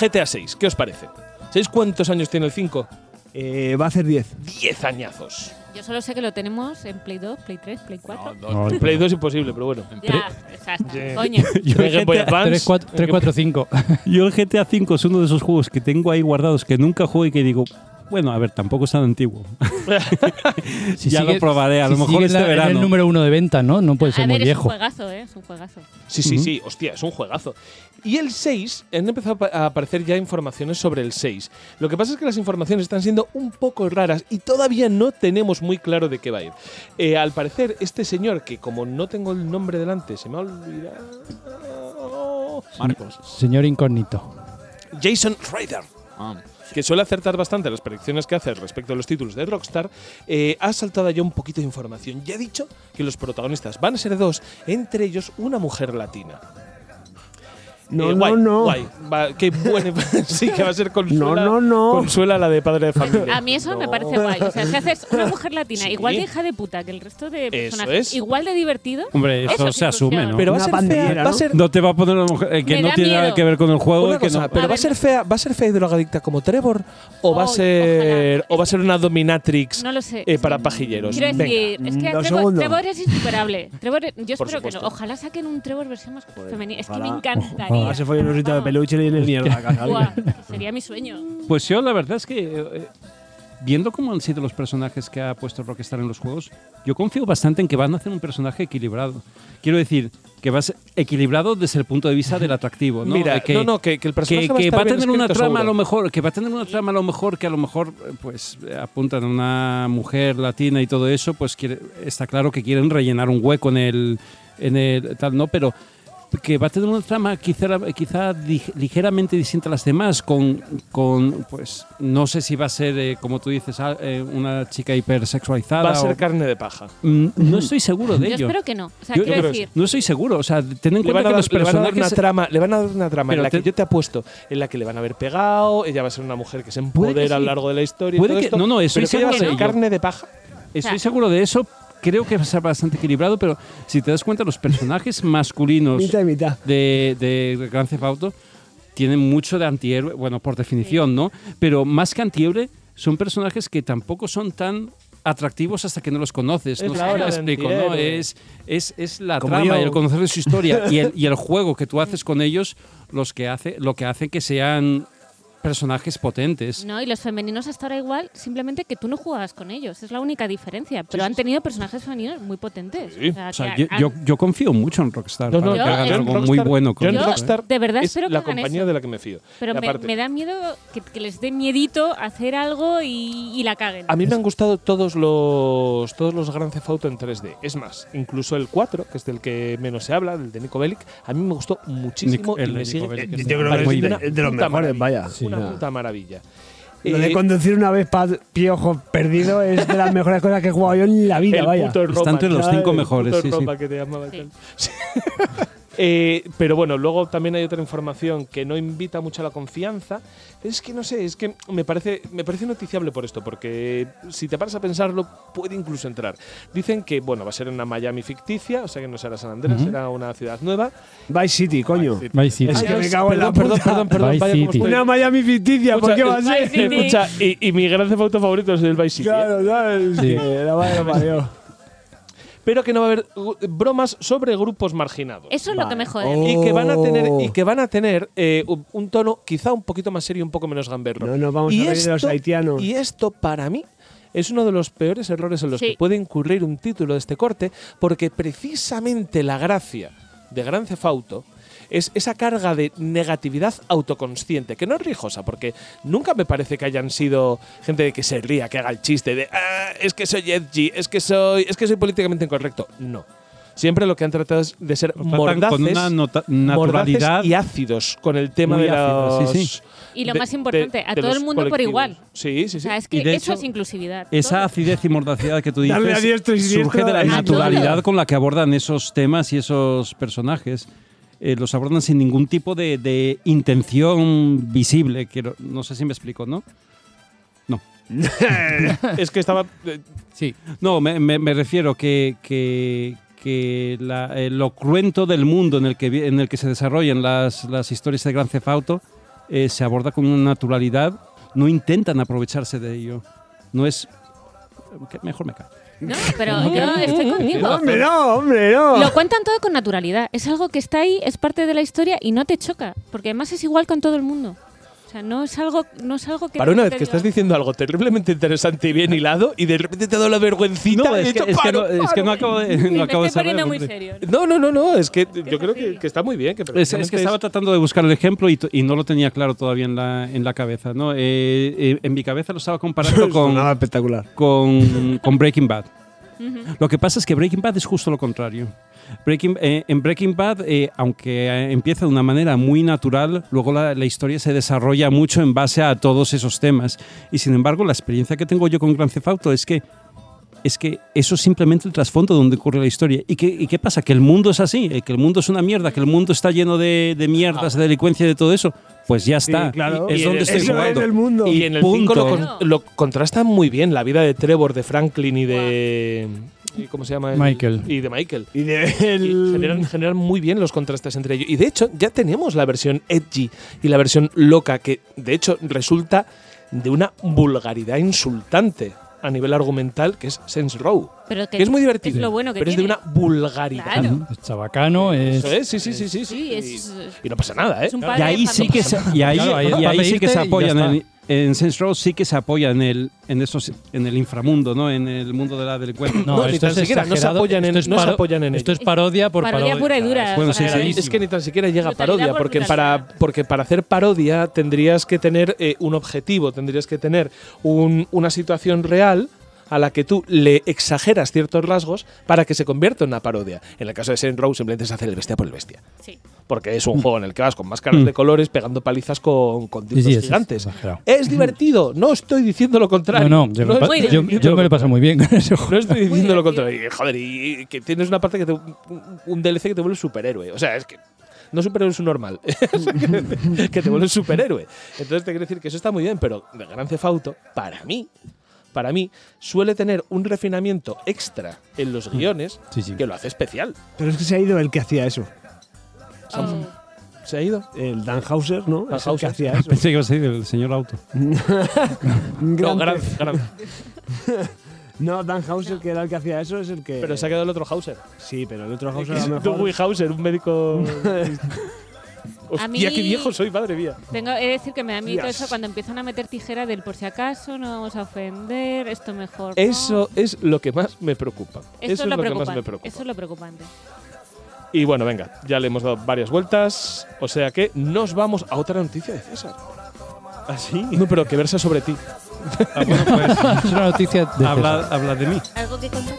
S1: GTA 6, ¿qué os parece? ¿Sabéis cuántos años tiene el 5?
S2: Eh, va a hacer 10.
S1: 10 añazos.
S4: Yo solo sé que lo tenemos en Play 2, Play 3, Play 4.
S5: No, dos.
S6: Ay,
S1: Play 2 imposible, pero bueno.
S4: ya, exacto. Coño.
S6: Yo
S1: En Game
S6: el,
S1: Boy
S6: GTA,
S1: Advance,
S3: 3, 4, 5.
S6: yo el GTA V es uno de esos juegos que tengo ahí guardados que nunca juego y que digo, bueno, a ver, tampoco es tan antiguo. Ya lo probaré, a lo mejor este
S3: Es
S6: verano.
S3: el número uno de venta, ¿no? No puede ser
S4: a
S3: muy
S4: ver, es un
S3: viejo.
S4: juegazo, ¿eh? Es un juegazo.
S1: Sí, sí, sí, hostia, es un juegazo. Y el 6, han empezado a pa- a aparecer ya informaciones sobre el 6. Lo que pasa es que las informaciones están siendo un poco raras y todavía no tenemos muy claro de qué va a ir. Eh, al parecer, este señor, que como no tengo el nombre delante, se me ha olvidado.
S5: Marcos.
S3: Señor incógnito.
S1: Jason Ryder.
S5: Ah,
S1: que suele acertar bastante las predicciones que hace respecto a los títulos de Rockstar, eh, ha saltado ya un poquito de información. Ya ha dicho que los protagonistas van a ser dos, entre ellos una mujer latina.
S2: No,
S1: Eh,
S2: no,
S1: guay,
S2: no.
S1: guay. Va- qué buena. sí, que va a ser
S2: No,
S1: Consuela.
S2: no, no. Ah,
S1: Consuela la de padre de familia.
S4: A mí eso me
S1: No.
S4: parece guay. O sea, si haces una mujer latina
S1: Sí.
S4: igual de hija de puta que el resto de
S1: Eso
S4: personajes,
S1: es.
S4: igual de divertido.
S6: Hombre, eso
S4: es
S6: se asume,
S4: inclusión.
S6: ¿no?
S1: Pero va a
S2: Una
S1: ser fea.
S2: bandillera,
S1: Va a
S2: ¿no?
S1: ser
S6: No te va a poner una mujer eh, que
S4: Me
S6: no
S4: da
S6: tiene nada
S4: miedo.
S6: que ver con el juego
S1: Una
S6: y que
S1: cosa,
S6: no.
S1: pero
S4: A
S1: va a
S4: ver.
S1: ser fea, va a ser fea y drogadicta como Trevor o va a
S4: Oy,
S1: ser
S4: ojalá.
S1: o va a ser una dominatrix
S4: No lo sé.
S1: eh, para pajilleros.
S4: Quiero
S1: Venga.
S4: decir, es que
S2: Dos
S4: Trevor,
S2: segundos.
S4: Trevor es insuperable. Trevor, yo
S1: Por
S4: espero que no.
S1: supuesto.
S4: Ojalá saquen un Trevor versión más femenina. Es que me
S2: ojalá.
S4: encantaría.
S2: Ahora Ah, se fue un osito de
S4: Vamos.
S2: peluche y le mierda a la casa.
S4: Buah, sería mi sueño.
S6: Pues yo la verdad es que eh, eh, viendo cómo han sido los personajes que ha puesto Rockstar en los juegos, yo confío bastante en que van a hacer un personaje equilibrado. Quiero decir, que va a ser equilibrado desde el punto de vista del atractivo, ¿no?
S1: Mira,
S6: Eh, que,
S1: no, no, que- que el personaje va a
S6: que
S1: estar
S6: va a
S1: bien
S6: tener una
S1: escrito,
S6: trama a
S1: seguro.
S6: lo mejor, que va a tener una trama a lo mejor que a lo mejor eh, pues eh, apuntan a una mujer latina y todo eso, pues quiere- está claro que quieren rellenar un hueco en el en el tal, ¿no? Pero que va a tener una trama quizá, quizá di- ligeramente distinta a las demás, con, con, pues, no sé si va a ser, eh, como tú dices, ah, eh, una chica hipersexualizada.
S1: Va a
S6: o-
S1: ser carne de paja.
S6: Mm, no estoy seguro de
S4: Yo
S6: ello.
S4: espero que no. O sea,
S6: Yo-
S4: quiero
S1: yo creo que
S4: decir,
S6: No estoy seguro, o sea, ten en
S1: Le
S6: cuenta
S1: van, a
S6: que
S1: dar,
S6: los
S1: le van a dar una
S6: personajes
S1: trama, le van a dar una trama en
S6: Pero
S1: la que
S6: te-
S1: yo te apuesto, en la que le van a haber pegado, ella va a ser una mujer que se
S6: Puede que
S1: empodera a lo
S6: sí.
S1: largo de la historia. y
S6: Puede
S1: todo
S6: que-
S1: esto,
S6: no, no, estoy
S1: pero que ella va a
S6: seguro
S1: ser
S6: de ello.
S1: carne de paja.
S6: Estoy
S4: O sea-
S6: seguro de eso. Creo que va a ser bastante equilibrado, pero si te das cuenta, los personajes masculinos
S2: Mitad y mitad.
S6: de, de Grand Theft Auto tienen mucho de antihéroe, bueno, por definición, ¿no? Pero más que antihéroe, son personajes que tampoco son tan atractivos hasta que no los conoces.
S1: Es la
S6: no sé si
S1: hora
S6: me
S1: de
S6: explico, ¿no?
S1: antihéroe.
S6: Es, es, es la
S2: Como
S6: trama
S2: yo.
S6: y el conocer de su historia y el, y el juego que tú haces con ellos los que hace, lo que hace que sean personajes potentes.
S4: no, y los femeninos hasta ahora igual, simplemente que tú no jugabas con ellos. Es la única diferencia. Pero han tenido personajes femeninos muy potentes.
S1: Sí.
S6: O sea,
S4: que
S6: yo,
S4: han-
S6: yo- yo confío mucho en Rockstar.
S1: No, no,
S6: para que
S4: yo
S6: hagan
S4: en
S6: algo muy bueno con
S1: yo en
S4: Yo
S6: esto, ¿eh?
S1: Rockstar
S4: de verdad
S1: es
S4: espero que
S1: la
S4: hagan
S1: compañía
S4: eso.
S1: de la que me fío.
S4: Pero
S1: Y
S4: me,
S1: aparte-
S4: me da miedo que, que les dé miedito hacer algo y, y la caguen.
S1: A mí me han gustado todos los todos los Grand Theft Auto en 3D. Es más, incluso el 4, que es del que menos se habla, el de Nico Bellic, a mí me gustó muchísimo
S6: Nico- el
S1: y
S6: de
S1: me
S6: Nico
S1: sigue
S6: Bellic
S1: eh,
S6: está
S2: Yo creo que
S1: pareciendo
S2: es de-
S1: una
S2: es de los
S1: puta
S2: mejores,
S1: maravilla.
S2: vaya.
S1: Una
S2: Sí, nada.
S1: puta maravilla.
S2: Lo de
S1: Eh,
S2: conducir una vez pa- piojo perdido es de las mejores cosas que he jugado yo en la vida,
S1: el
S2: vaya.
S1: puto Europa,
S6: Está entre los
S1: claro,
S6: cinco
S1: el
S6: mejores,
S1: puto
S6: sí,
S1: Europa que te llamaba tal. Eh, pero bueno, luego también hay otra información que no invita mucho a la confianza. Es que no sé, es que me parece, me parece noticiable por esto, porque si te paras a pensarlo, puede incluso entrar. Dicen que, bueno, va a ser una Miami ficticia, o sea que no será San Andrés, será una ciudad nueva.
S2: Vice City, coño.
S3: Vice City.
S2: Es que
S1: Ay,
S2: me cago en la
S1: perdón,
S2: puta.
S1: perdón, perdón, perdón,
S3: Vice
S1: vaya cómo
S3: City.
S1: estoy.
S2: Una Miami ficticia, ¿por
S1: Escucha,
S2: qué va a ser?
S4: Vice City.
S1: Escucha, y, y mi gran Auto favorito es el Vice City. ¿eh?
S2: Claro, ¿sabes?
S3: Sí.
S2: Que La madre lo parió.
S1: Pero que no va a haber uh, bromas sobre grupos marginados.
S4: Eso es lo que me jode. a mí.
S1: y que van a tener y
S2: Oh.
S1: que van a tener eh, un- un tono quizá un poquito más serio un poco menos gamberro
S2: No nos vamos a
S1: y
S2: reír de los haitianos.
S1: y esto para mí es uno de los peores errores en los
S4: Sí.
S1: que puede incurrir un título de este corte porque precisamente la gracia de Gran Cefauto es esa carga de negatividad autoconsciente, que no es rijosa, porque nunca me parece que hayan sido gente de que se ría, que haga el chiste de "Ah, es que soy edgy, es que soy, es que soy políticamente incorrecto. No. Siempre lo que han tratado es de ser
S6: Lo tratan
S1: mordaces,
S6: con una nota-
S1: mordaces
S6: naturalidad.
S1: y ácidos con el tema
S6: Muy
S1: de los…
S6: ácidos, sí, sí.
S4: Y lo
S1: de-
S4: más
S1: de-
S4: importante, a
S1: de
S4: todo
S1: los
S4: el mundo por
S1: colectivos.
S4: igual.
S1: Sí, sí, sí.
S4: O sea, es
S6: Y
S4: que
S6: de
S4: eso
S6: hecho,
S4: es inclusividad.
S6: Esa
S4: Todo.
S6: acidez y mordacidad que tú dices
S2: Darle a diestro y
S6: surge
S2: siniestro
S6: de la
S2: a todo.
S6: naturalidad con la que abordan esos temas y esos personajes. Eh, los abordan sin ningún tipo de, de intención visible. Quiero, no sé si me explico, ¿no?
S1: Es que estaba. eh,
S3: Sí.
S6: No, me, me- me refiero que, que- que la- eh, lo cruento del mundo en el que, vi- en el que se desarrollan las, las historias de Gran Theft Auto eh, se aborda con una naturalidad. No intentan aprovecharse de ello. No es... eh, que Mejor me callo.
S4: No, pero yo estoy contigo.
S2: ¡Hombre, no! ¡Hombre, no!
S1: Oh.
S4: Lo cuentan todo con naturalidad. Es algo que está ahí, es parte de la historia y no te choca. Porque además es igual con todo el mundo. O sea, no es algo, no es algo que.
S1: Para una
S4: te
S1: vez que
S4: diga-
S1: estás diciendo algo terriblemente interesante y bien hilado, y de repente te ha dado la vergüencita.
S6: No,
S1: y he
S6: es que,
S1: dicho,
S6: es que
S1: "Paro,
S6: no, es que no acabo de,
S1: eh,
S4: Me
S6: no
S4: estoy
S6: acabo de saber.
S4: poniendo muy
S6: hombre.
S4: serio. ¿no?
S1: No, no, no, no, es que yo creo
S4: así.
S1: que, que está muy bien. Que
S6: Es, es que
S1: precisamente
S6: estaba tratando de buscar el ejemplo y, to- y no lo tenía claro todavía en la, en la cabeza. ¿no? Eh, eh, en mi cabeza lo estaba comparando con,
S2: Nada espectacular.
S6: con, con Breaking Bad. Lo que pasa es que Breaking Bad es justo lo contrario. Breaking- eh, en Breaking Bad, eh, aunque eh, empieza de una manera muy natural, luego la, la historia se desarrolla mucho en base a todos esos temas. Y sin embargo, la experiencia que tengo yo con Grand Theft Auto es que es que eso es simplemente el trasfondo donde ocurre la historia. ¿Y qué, y qué pasa? Que el mundo es así, eh, que el mundo es una mierda, que el mundo está lleno de, de mierdas, de delincuencia y de todo eso. Pues ya está.
S1: claro.
S6: Es
S1: Y
S6: donde
S1: en-
S6: estoy
S1: eso es
S6: jugando.
S1: del mundo. Y en el 5
S6: Punto.
S1: lo, con- lo contrastan muy bien la vida de Trevor, de Franklin y de. y ¿Cómo se llama? el-
S3: Michael.
S1: Y de Michael. Y generan, generan muy bien los contrastes entre ellos. Y de hecho, ya tenemos la versión edgy y la versión loca, que de hecho resulta de una vulgaridad insultante a nivel argumental, que es Sense Row.
S4: Pero que
S1: es muy divertido.
S4: es lo bueno que
S1: pero es de
S4: tiene.
S1: una vulgaridad.
S4: Claro.
S3: Es chabacano, es.
S1: Eso es, sí, sí, sí, sí. sí.
S4: Sí, es-
S1: Y no pasa nada, ¿eh?
S4: Es un
S6: Y
S4: padre
S6: ahí
S4: de
S6: sí
S4: familia.
S6: que se, y ahí,
S3: Claro, ahí
S6: y
S3: es
S6: ahí
S3: para
S6: sí que
S3: pedirte y
S6: se
S3: ya
S6: apoyan en,
S3: está.
S6: en Saints Row sí que se apoyan en el en esos en el inframundo, ¿no? En el mundo de la delincuencia.
S3: No,
S1: No, ni
S3: esto
S1: tan
S3: es
S1: siquiera, no se
S3: exagerado,
S1: apoyan en-
S3: esto es
S1: no se
S3: paro-
S1: apoyan en
S3: Esto
S1: ello.
S3: es parodia por
S4: Parodia
S3: parodia.
S4: pura y dura.
S6: Bueno, sí,
S4: o sea,
S6: sí.
S1: Pues Es que ni tan siquiera llega a
S4: Brutalidad
S1: parodia,
S4: por
S1: porque para,
S4: brutalidad.
S1: porque para hacer parodia tendrías que tener eh, un objetivo, tendrías que tener un- una situación real a la que tú le exageras ciertos rasgos para que se convierta en una parodia. En el caso de Saint Row simplemente se hace el bestia por el bestia,
S4: Sí.
S1: porque es un juego en el que vas con máscaras de colores pegando palizas con, con
S3: Mm. Sí, sí,
S1: dildos
S3: es
S1: gigantes.
S3: exagerado.
S1: Es divertido, no estoy diciendo lo contrario.
S3: No, no, yo, me,
S1: estoy
S3: pa- yo-
S1: diciendo
S3: yo me lo he pasado muy bien con ese
S1: no
S3: juego.
S1: estoy diciendo
S4: Muy
S1: lo
S4: divertido.
S1: contrario. Y, joder, y y que tienes una parte que te. un- Un DLC que te vuelve superhéroe. O sea, es que. No superhéroe es un normal. O sea, que- que te vuelve superhéroe. Entonces te quiero decir que eso está muy bien, pero de Gran Theft Auto, para mí. Para mí, suele tener un refinamiento extra en los guiones
S3: Sí, sí.
S1: que lo hace especial.
S2: Pero es que se ha ido el que hacía eso.
S4: Oh.
S1: ¿Se ha ido?
S2: El Dan Hauser, ¿no? Es el que
S1: Hauser.
S2: hacía eso.
S6: Pensé que iba a ser el señor Auto.
S1: No,
S2: Gran-
S1: Gran- Gran-
S2: no, Dan Hauser, que era el que hacía eso, es el que.
S1: pero se ha quedado el otro Hauser.
S2: Sí, pero el otro Hauser a lo mejor.
S1: Dewey Hauser, un médico.
S4: A
S1: Hostia,
S4: mí-
S1: qué viejo soy, madre mía.
S4: Tengo, he de decir que me da miedo
S2: Hostias.
S4: eso cuando empiezan a meter tijera del por si acaso, no vamos a ofender, esto mejor. no.
S1: Eso es lo que más me preocupa.
S4: Esto
S1: eso es lo, que más me preocupa.
S4: Eso es lo preocupante.
S1: Y bueno, venga, ya le hemos dado varias vueltas, o sea que nos vamos a otra noticia de César.
S6: ¿Ah, sí?
S1: No, pero que versa sobre ti.
S3: Pues, es una noticia de
S6: habla, habla de mí.
S4: ¿Algo que contar?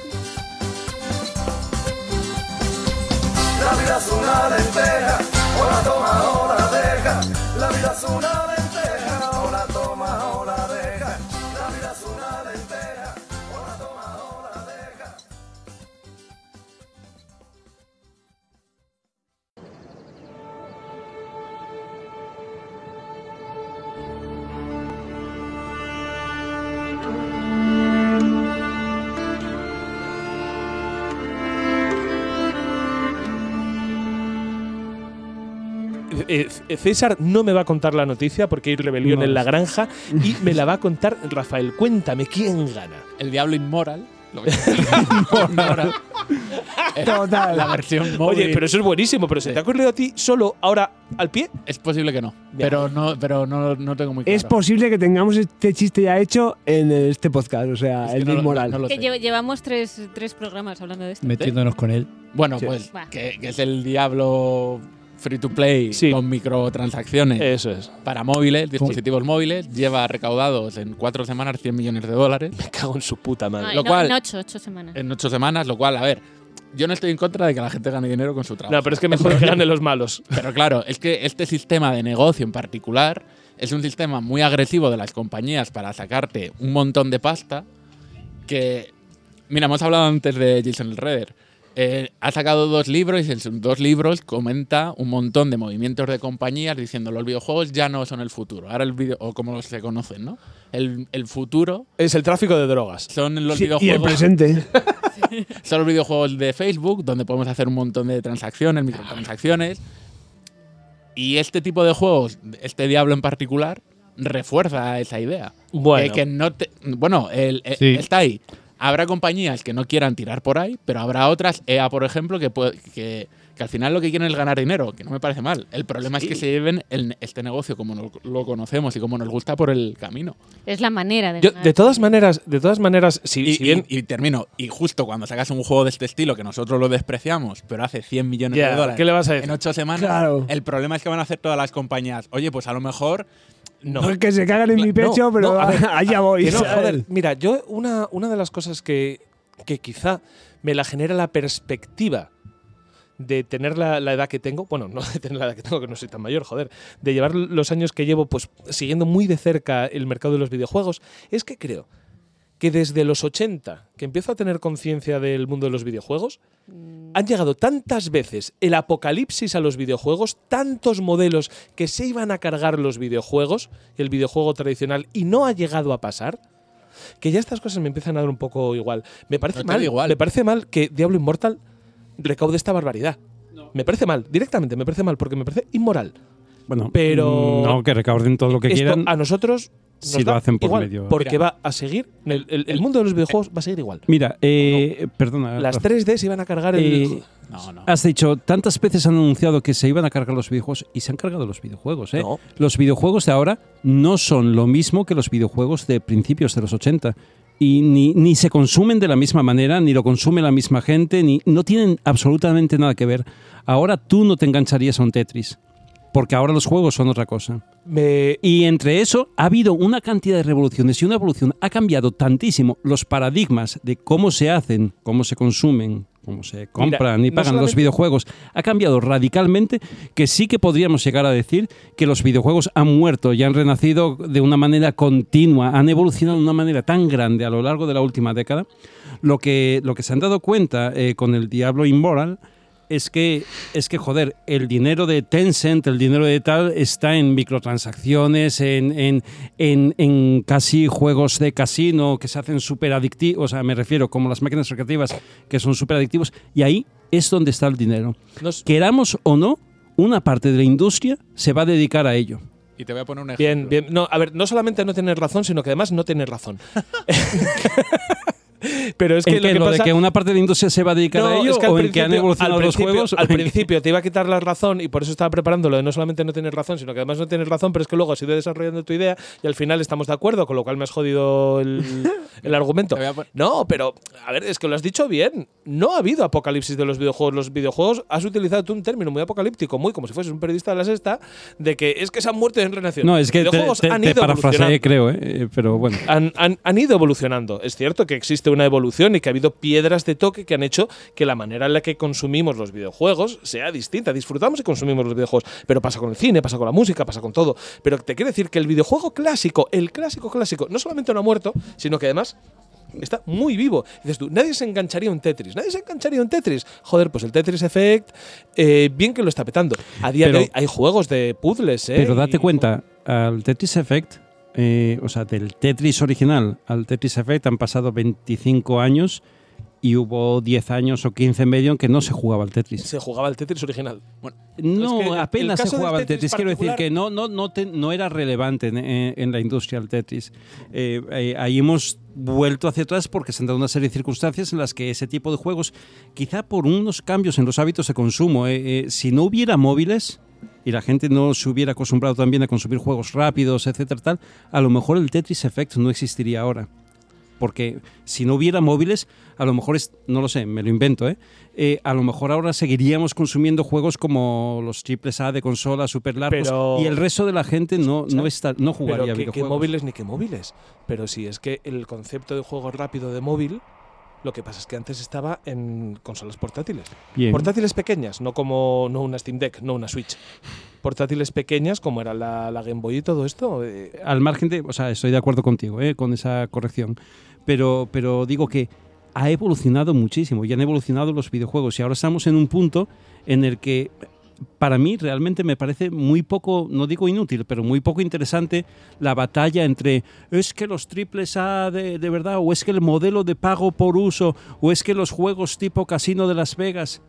S1: Eh, eh, César no me va a contar la noticia porque hay rebelión
S6: No.
S1: en la granja y me la va a contar Rafael. Cuéntame, ¿quién gana?
S5: El Diablo Inmoral. lo que- Inmoral.
S2: Total.
S5: La versión móvil.
S1: Oye, pero eso es buenísimo, pero ¿se
S5: Sí.
S1: te ha ocurrido a ti solo ahora al pie?
S5: Es posible que no.
S1: Ya.
S5: Pero no, pero no, no tengo muy claro.
S2: Es posible que tengamos este chiste ya hecho en este podcast, o sea,
S5: Es que
S2: el
S5: no lo-
S2: mismo moral.
S5: no lo
S4: Que
S5: sé.
S4: lle- llevamos tres, tres programas hablando de esto.
S3: metiéndonos con él.
S5: Bueno,
S1: Sí.
S5: pues
S4: Va.
S5: que, que es el Diablo Free to Play
S1: Sí. Eh.
S5: con microtransacciones
S1: Eso es.
S5: para móviles, dispositivos móviles. Lleva recaudados en cuatro semanas 100 millones de dólares.
S1: Me cago en su puta
S4: No,
S1: madre.
S5: Lo
S4: no,
S5: cual-
S4: en ocho, ocho
S1: Eh,
S4: semanas.
S5: En ocho semanas, lo cual, a ver, yo no estoy en contra de que la gente gane dinero con su trabajo.
S1: No, pero es que mejor que ganen los malos.
S5: Pero claro, es que este sistema de negocio en particular es un sistema muy agresivo de las compañías para sacarte un montón de pasta que, mira, hemos hablado antes de Jason el Redder. Eh, ha sacado dos libros y en sus dos libros comenta un montón de movimientos de compañías diciendo los videojuegos ya no son el futuro, ahora el video, o como se conocen, ¿no? El, el futuro
S1: Es el tráfico de drogas.
S5: son los
S2: Sí, y el
S5: videojuegos
S2: presente.
S5: son los videojuegos de Facebook, donde podemos hacer un montón de transacciones, microtransacciones. Y este tipo de juegos, este Diablo en particular, refuerza esa idea.
S1: Bueno.
S5: Eh, que no te- bueno, el- eh,
S3: Sí.
S5: está ahí. Habrá compañías que no quieran tirar por ahí, pero habrá otras, EA por ejemplo, que, pue- que, que al final lo que quieren es ganar dinero, que no me parece mal. El problema es que se lleven el- este negocio como no- lo conocemos y como nos gusta por el camino.
S4: Es la manera de.
S1: Yo,
S4: ganar.
S1: de todas maneras, de todas maneras, si,
S5: Y,
S1: si bien.
S5: y- y termino. Y justo cuando sacas un juego de este estilo que nosotros lo despreciamos, pero hace 100 millones
S1: Ya,
S5: de dólares
S1: ¿qué le vas a decir?
S5: en 8 semanas,
S2: Claro.
S5: el problema es que van a hacer todas las compañías. Oye, pues a lo mejor.
S1: No.
S2: Porque se cagan en mi
S1: Cla- no,
S2: pecho, pero
S1: no, a ver,
S2: allá voy.
S1: Que no,
S2: ¿sabes?
S1: joder, mira, yo una, una de las cosas que, que quizá me la genera la perspectiva de tener la, la edad que tengo, bueno, no de tener la edad que tengo, que no soy tan mayor, joder, de llevar los años que llevo, pues siguiendo muy de cerca el mercado de los videojuegos, es que creo que desde los 80, que empiezo a tener conciencia del mundo de los videojuegos, han llegado tantas veces el apocalipsis a los videojuegos, tantos modelos que se iban a cargar los videojuegos, el videojuego tradicional, y no ha llegado a pasar, que ya estas cosas me empiezan a dar un poco igual. Me parece
S5: No te da
S1: mal,
S5: igual.
S1: me parece mal que Diablo Immortal recaude esta barbaridad. Me parece mal, directamente me parece mal, porque me parece inmoral.
S6: Bueno,
S1: Pero-
S6: No, que recauden todo lo que
S1: Esto
S6: quieran.
S1: a nosotros nos
S6: si lo
S1: da
S6: hacen por
S1: igual,
S6: medio.
S1: porque
S5: Mira.
S1: va a seguir, el, el- el mundo de los videojuegos va a seguir igual.
S6: Mira, eh, perdona.
S1: Las
S6: Rafa.
S1: 3D se iban a cargar
S6: Eh,
S1: el...
S5: No, no.
S6: Has dicho, tantas veces han anunciado que se iban a cargar los videojuegos y se han cargado los videojuegos. ¿eh?
S1: No.
S6: Los videojuegos de ahora no son lo mismo que los videojuegos de principios de los 80. Y ni, ni se consumen de la misma manera, ni lo consume la misma gente, ni no tienen absolutamente nada que ver. Ahora tú no te engancharías a un Tetris, porque ahora los juegos son otra cosa.
S1: Me,
S6: Eh, Y entre eso ha habido una cantidad de revoluciones y una evolución ha cambiado tantísimo los paradigmas de cómo se hacen, cómo se consumen, cómo se compran y
S1: no
S6: pagan los
S1: solamente-
S6: videojuegos. Ha cambiado radicalmente que sí que podríamos llegar a decir que los videojuegos han muerto y han renacido de una manera continua, han evolucionado de una manera tan grande a lo largo de la última década. Lo que, lo que se han dado cuenta eh, con el Diablo Immoral es que, es que, joder, el dinero de Tencent, el dinero de tal, está en microtransacciones, en, en, en- en casi juegos de casino que se hacen súper adictivos, o sea, me refiero como las máquinas recreativas que son súper adictivos, y ahí es donde está el dinero.
S1: nos-
S6: Queramos o no, una parte de la industria se va a dedicar a ello.
S5: Y te voy a poner un
S1: Bien,
S5: ejemplo.
S1: bien. No, a ver, no solamente no tener razón, sino que además no tener razón. Pero es que
S6: ¿En
S1: lo
S6: qué?
S1: que
S6: ¿Lo
S1: pasa
S6: de que una parte de la industria se va a dedicar a
S1: No,
S6: ello
S1: es que al
S6: o en que han
S1: principio-
S6: evolucionado
S1: al
S6: los
S1: principio-
S6: juegos?
S1: Al principio te iba a quitar la razón y por eso estaba preparando lo de no solamente no tener razón, sino que además no tienes razón, pero es que luego has ido desarrollando tu idea y al final estamos de acuerdo, con lo cual me has jodido el, el argumento.
S5: Te voy a pon-
S1: No, pero a ver, es que lo has dicho bien. No ha habido apocalipsis de los videojuegos. Los videojuegos has utilizado tú un término muy apocalíptico, muy como si fueses un periodista de la sexta, de que es que se han muerto en renacido.
S6: no, es que
S1: los
S6: te,
S1: videojuegos
S6: te-
S1: han
S6: te
S1: ido evolucionando Ah,
S6: parafraseé, creo, ¿eh? Eh, pero bueno.
S1: han, han- han ido evolucionando. Es cierto que existe una evolución y que ha habido piedras de toque que han hecho que la manera en la que consumimos los videojuegos sea distinta. Disfrutamos y consumimos los videojuegos. Pero pasa con el cine, pasa con la música, pasa con todo. Pero te quiero decir que el videojuego clásico, el clásico clásico, no solamente no ha muerto, sino que además está muy vivo. Dices tú, nadie se engancharía a un Tetris. Nadie se engancharía a un Tetris. Joder, pues el Tetris Effect, eh, bien que lo está petando. A día
S6: Pero-
S1: de hoy hay juegos de puzzles, ¿eh?
S6: Pero date
S1: Y-
S6: cuenta, al Tetris Effect, eh, o sea, del Tetris original al Tetris Effect han pasado 25 años y hubo 10 años o 15 en medio en que no se jugaba al Tetris.
S1: Se jugaba el Tetris original.
S6: No,
S1: es que el
S6: apenas se
S1: caso del
S6: jugaba al
S1: Tetris
S6: Tetris. Quiero decir
S1: particular-
S6: que no, no, no, te- no era relevante en, en- en la industria el Tetris. Eh, eh, ahí hemos vuelto hacia atrás porque se han dado una serie de circunstancias en las que ese tipo de juegos, quizá por unos cambios en los hábitos de consumo, eh, eh, si no hubiera móviles y la gente no se hubiera acostumbrado también a consumir juegos rápidos, etcétera, tal, a lo mejor el Tetris Effect no existiría ahora. Porque si no hubiera móviles, a lo mejor, es, no lo sé, me lo invento, ¿eh? Eh, a lo mejor ahora seguiríamos consumiendo juegos como los triples A de consola super largos
S1: Pero-
S6: y el resto de la gente no, no, está, no jugaría
S1: Pero que- que,
S6: videojuegos.
S1: móviles ni que móviles. Pero sí, es que el concepto de juego rápido de móvil, lo que pasa es que antes estaba en consolas portátiles.
S6: Bien.
S1: Portátiles pequeñas, no como no una Steam Deck, no una Switch. Portátiles pequeñas como era la, la Game Boy y todo esto. eh,
S6: Al margen de, o sea, estoy de acuerdo contigo, ¿eh? con esa corrección. Pero, pero digo que ha evolucionado muchísimo y han evolucionado los videojuegos y ahora estamos en un punto en el que para mí realmente me parece muy poco, no digo inútil, pero muy poco interesante la batalla entre es que los triples A de, de verdad o es que el modelo de pago por uso o es que los juegos tipo Casino de Las Vegas.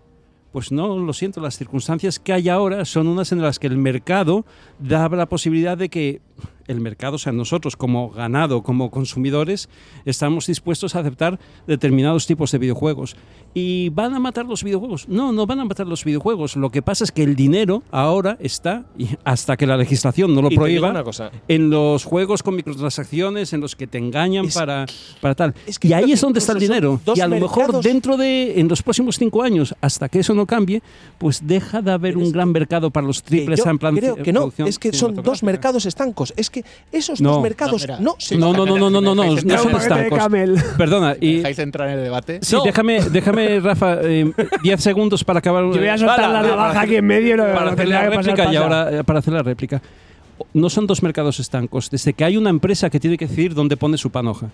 S6: Pues no, lo siento, las circunstancias que hay ahora son unas en las que el mercado da la posibilidad de que el mercado, o sea, nosotros como ganado, como consumidores, estamos dispuestos a aceptar determinados tipos de videojuegos. ¿Y van a matar los videojuegos? No, no van a matar los videojuegos. Lo que pasa es que el dinero ahora está, y hasta que la legislación no
S1: y
S6: lo
S1: te digo
S6: prohíba,
S1: una cosa.
S6: en los juegos con microtransacciones, en los que te engañan
S1: Es
S6: para, para tal.
S1: es que
S6: y
S1: creo
S6: ahí
S1: que
S6: es donde está el
S1: incluso son
S6: dinero.
S1: dos
S6: Y a lo mejor
S1: mercados-
S6: dentro de, en los próximos cinco años, hasta que eso no cambie, pues deja de haber
S1: Pero
S6: un
S1: es
S6: gran mercado para los
S1: que
S6: triples
S1: yo
S6: A en plan
S1: creo
S6: eh,
S1: que no,
S6: producción
S1: es que son dos
S6: cinematográfica.
S1: mercados estancos. Es que esos
S6: No.
S1: dos mercados no, se
S6: no,
S1: tocan.
S6: no, no, no, no, no, no, no,
S1: Espera,
S6: son
S1: espera,
S6: estancos.
S1: espera,
S6: Perdona, y
S5: ¿Dejáis entrar en el debate?
S6: sí, déjame, déjame, Rafa, eh, 10 segundos para acabar.
S2: Yo voy a soltar
S6: Para-
S2: la
S6: para-
S2: navaja aquí en medio y lo-
S6: para
S2: lo
S6: hacer la
S2: tendrá que pasar,
S6: réplica y
S2: pasa.
S6: ahora eh, para hacer la réplica. No son dos mercados estancos. Desde que hay una empresa que tiene que decidir dónde pone su panoja.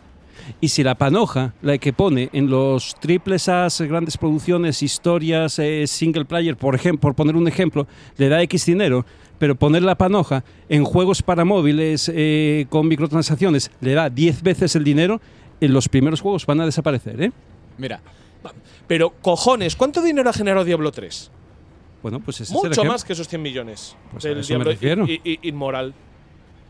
S6: Y si la panoja, la que pone en los triples As, eh, grandes producciones, historias, eh, single player, por ejemplo, por poner un ejemplo, le da X dinero, pero poner la panoja en juegos para móviles eh, con microtransacciones le da 10 veces el dinero, en los primeros juegos van a desaparecer, ¿eh?
S5: Mira,
S1: Pero cojones, ¿cuánto dinero ha generado Diablo 3?
S6: Bueno, pues ese es el
S1: Mucho
S6: ejemplo.
S1: más que esos 100 millones
S6: Pues a
S1: del
S6: eso me
S1: Diablo
S6: refiero.
S1: i- i- inmoral.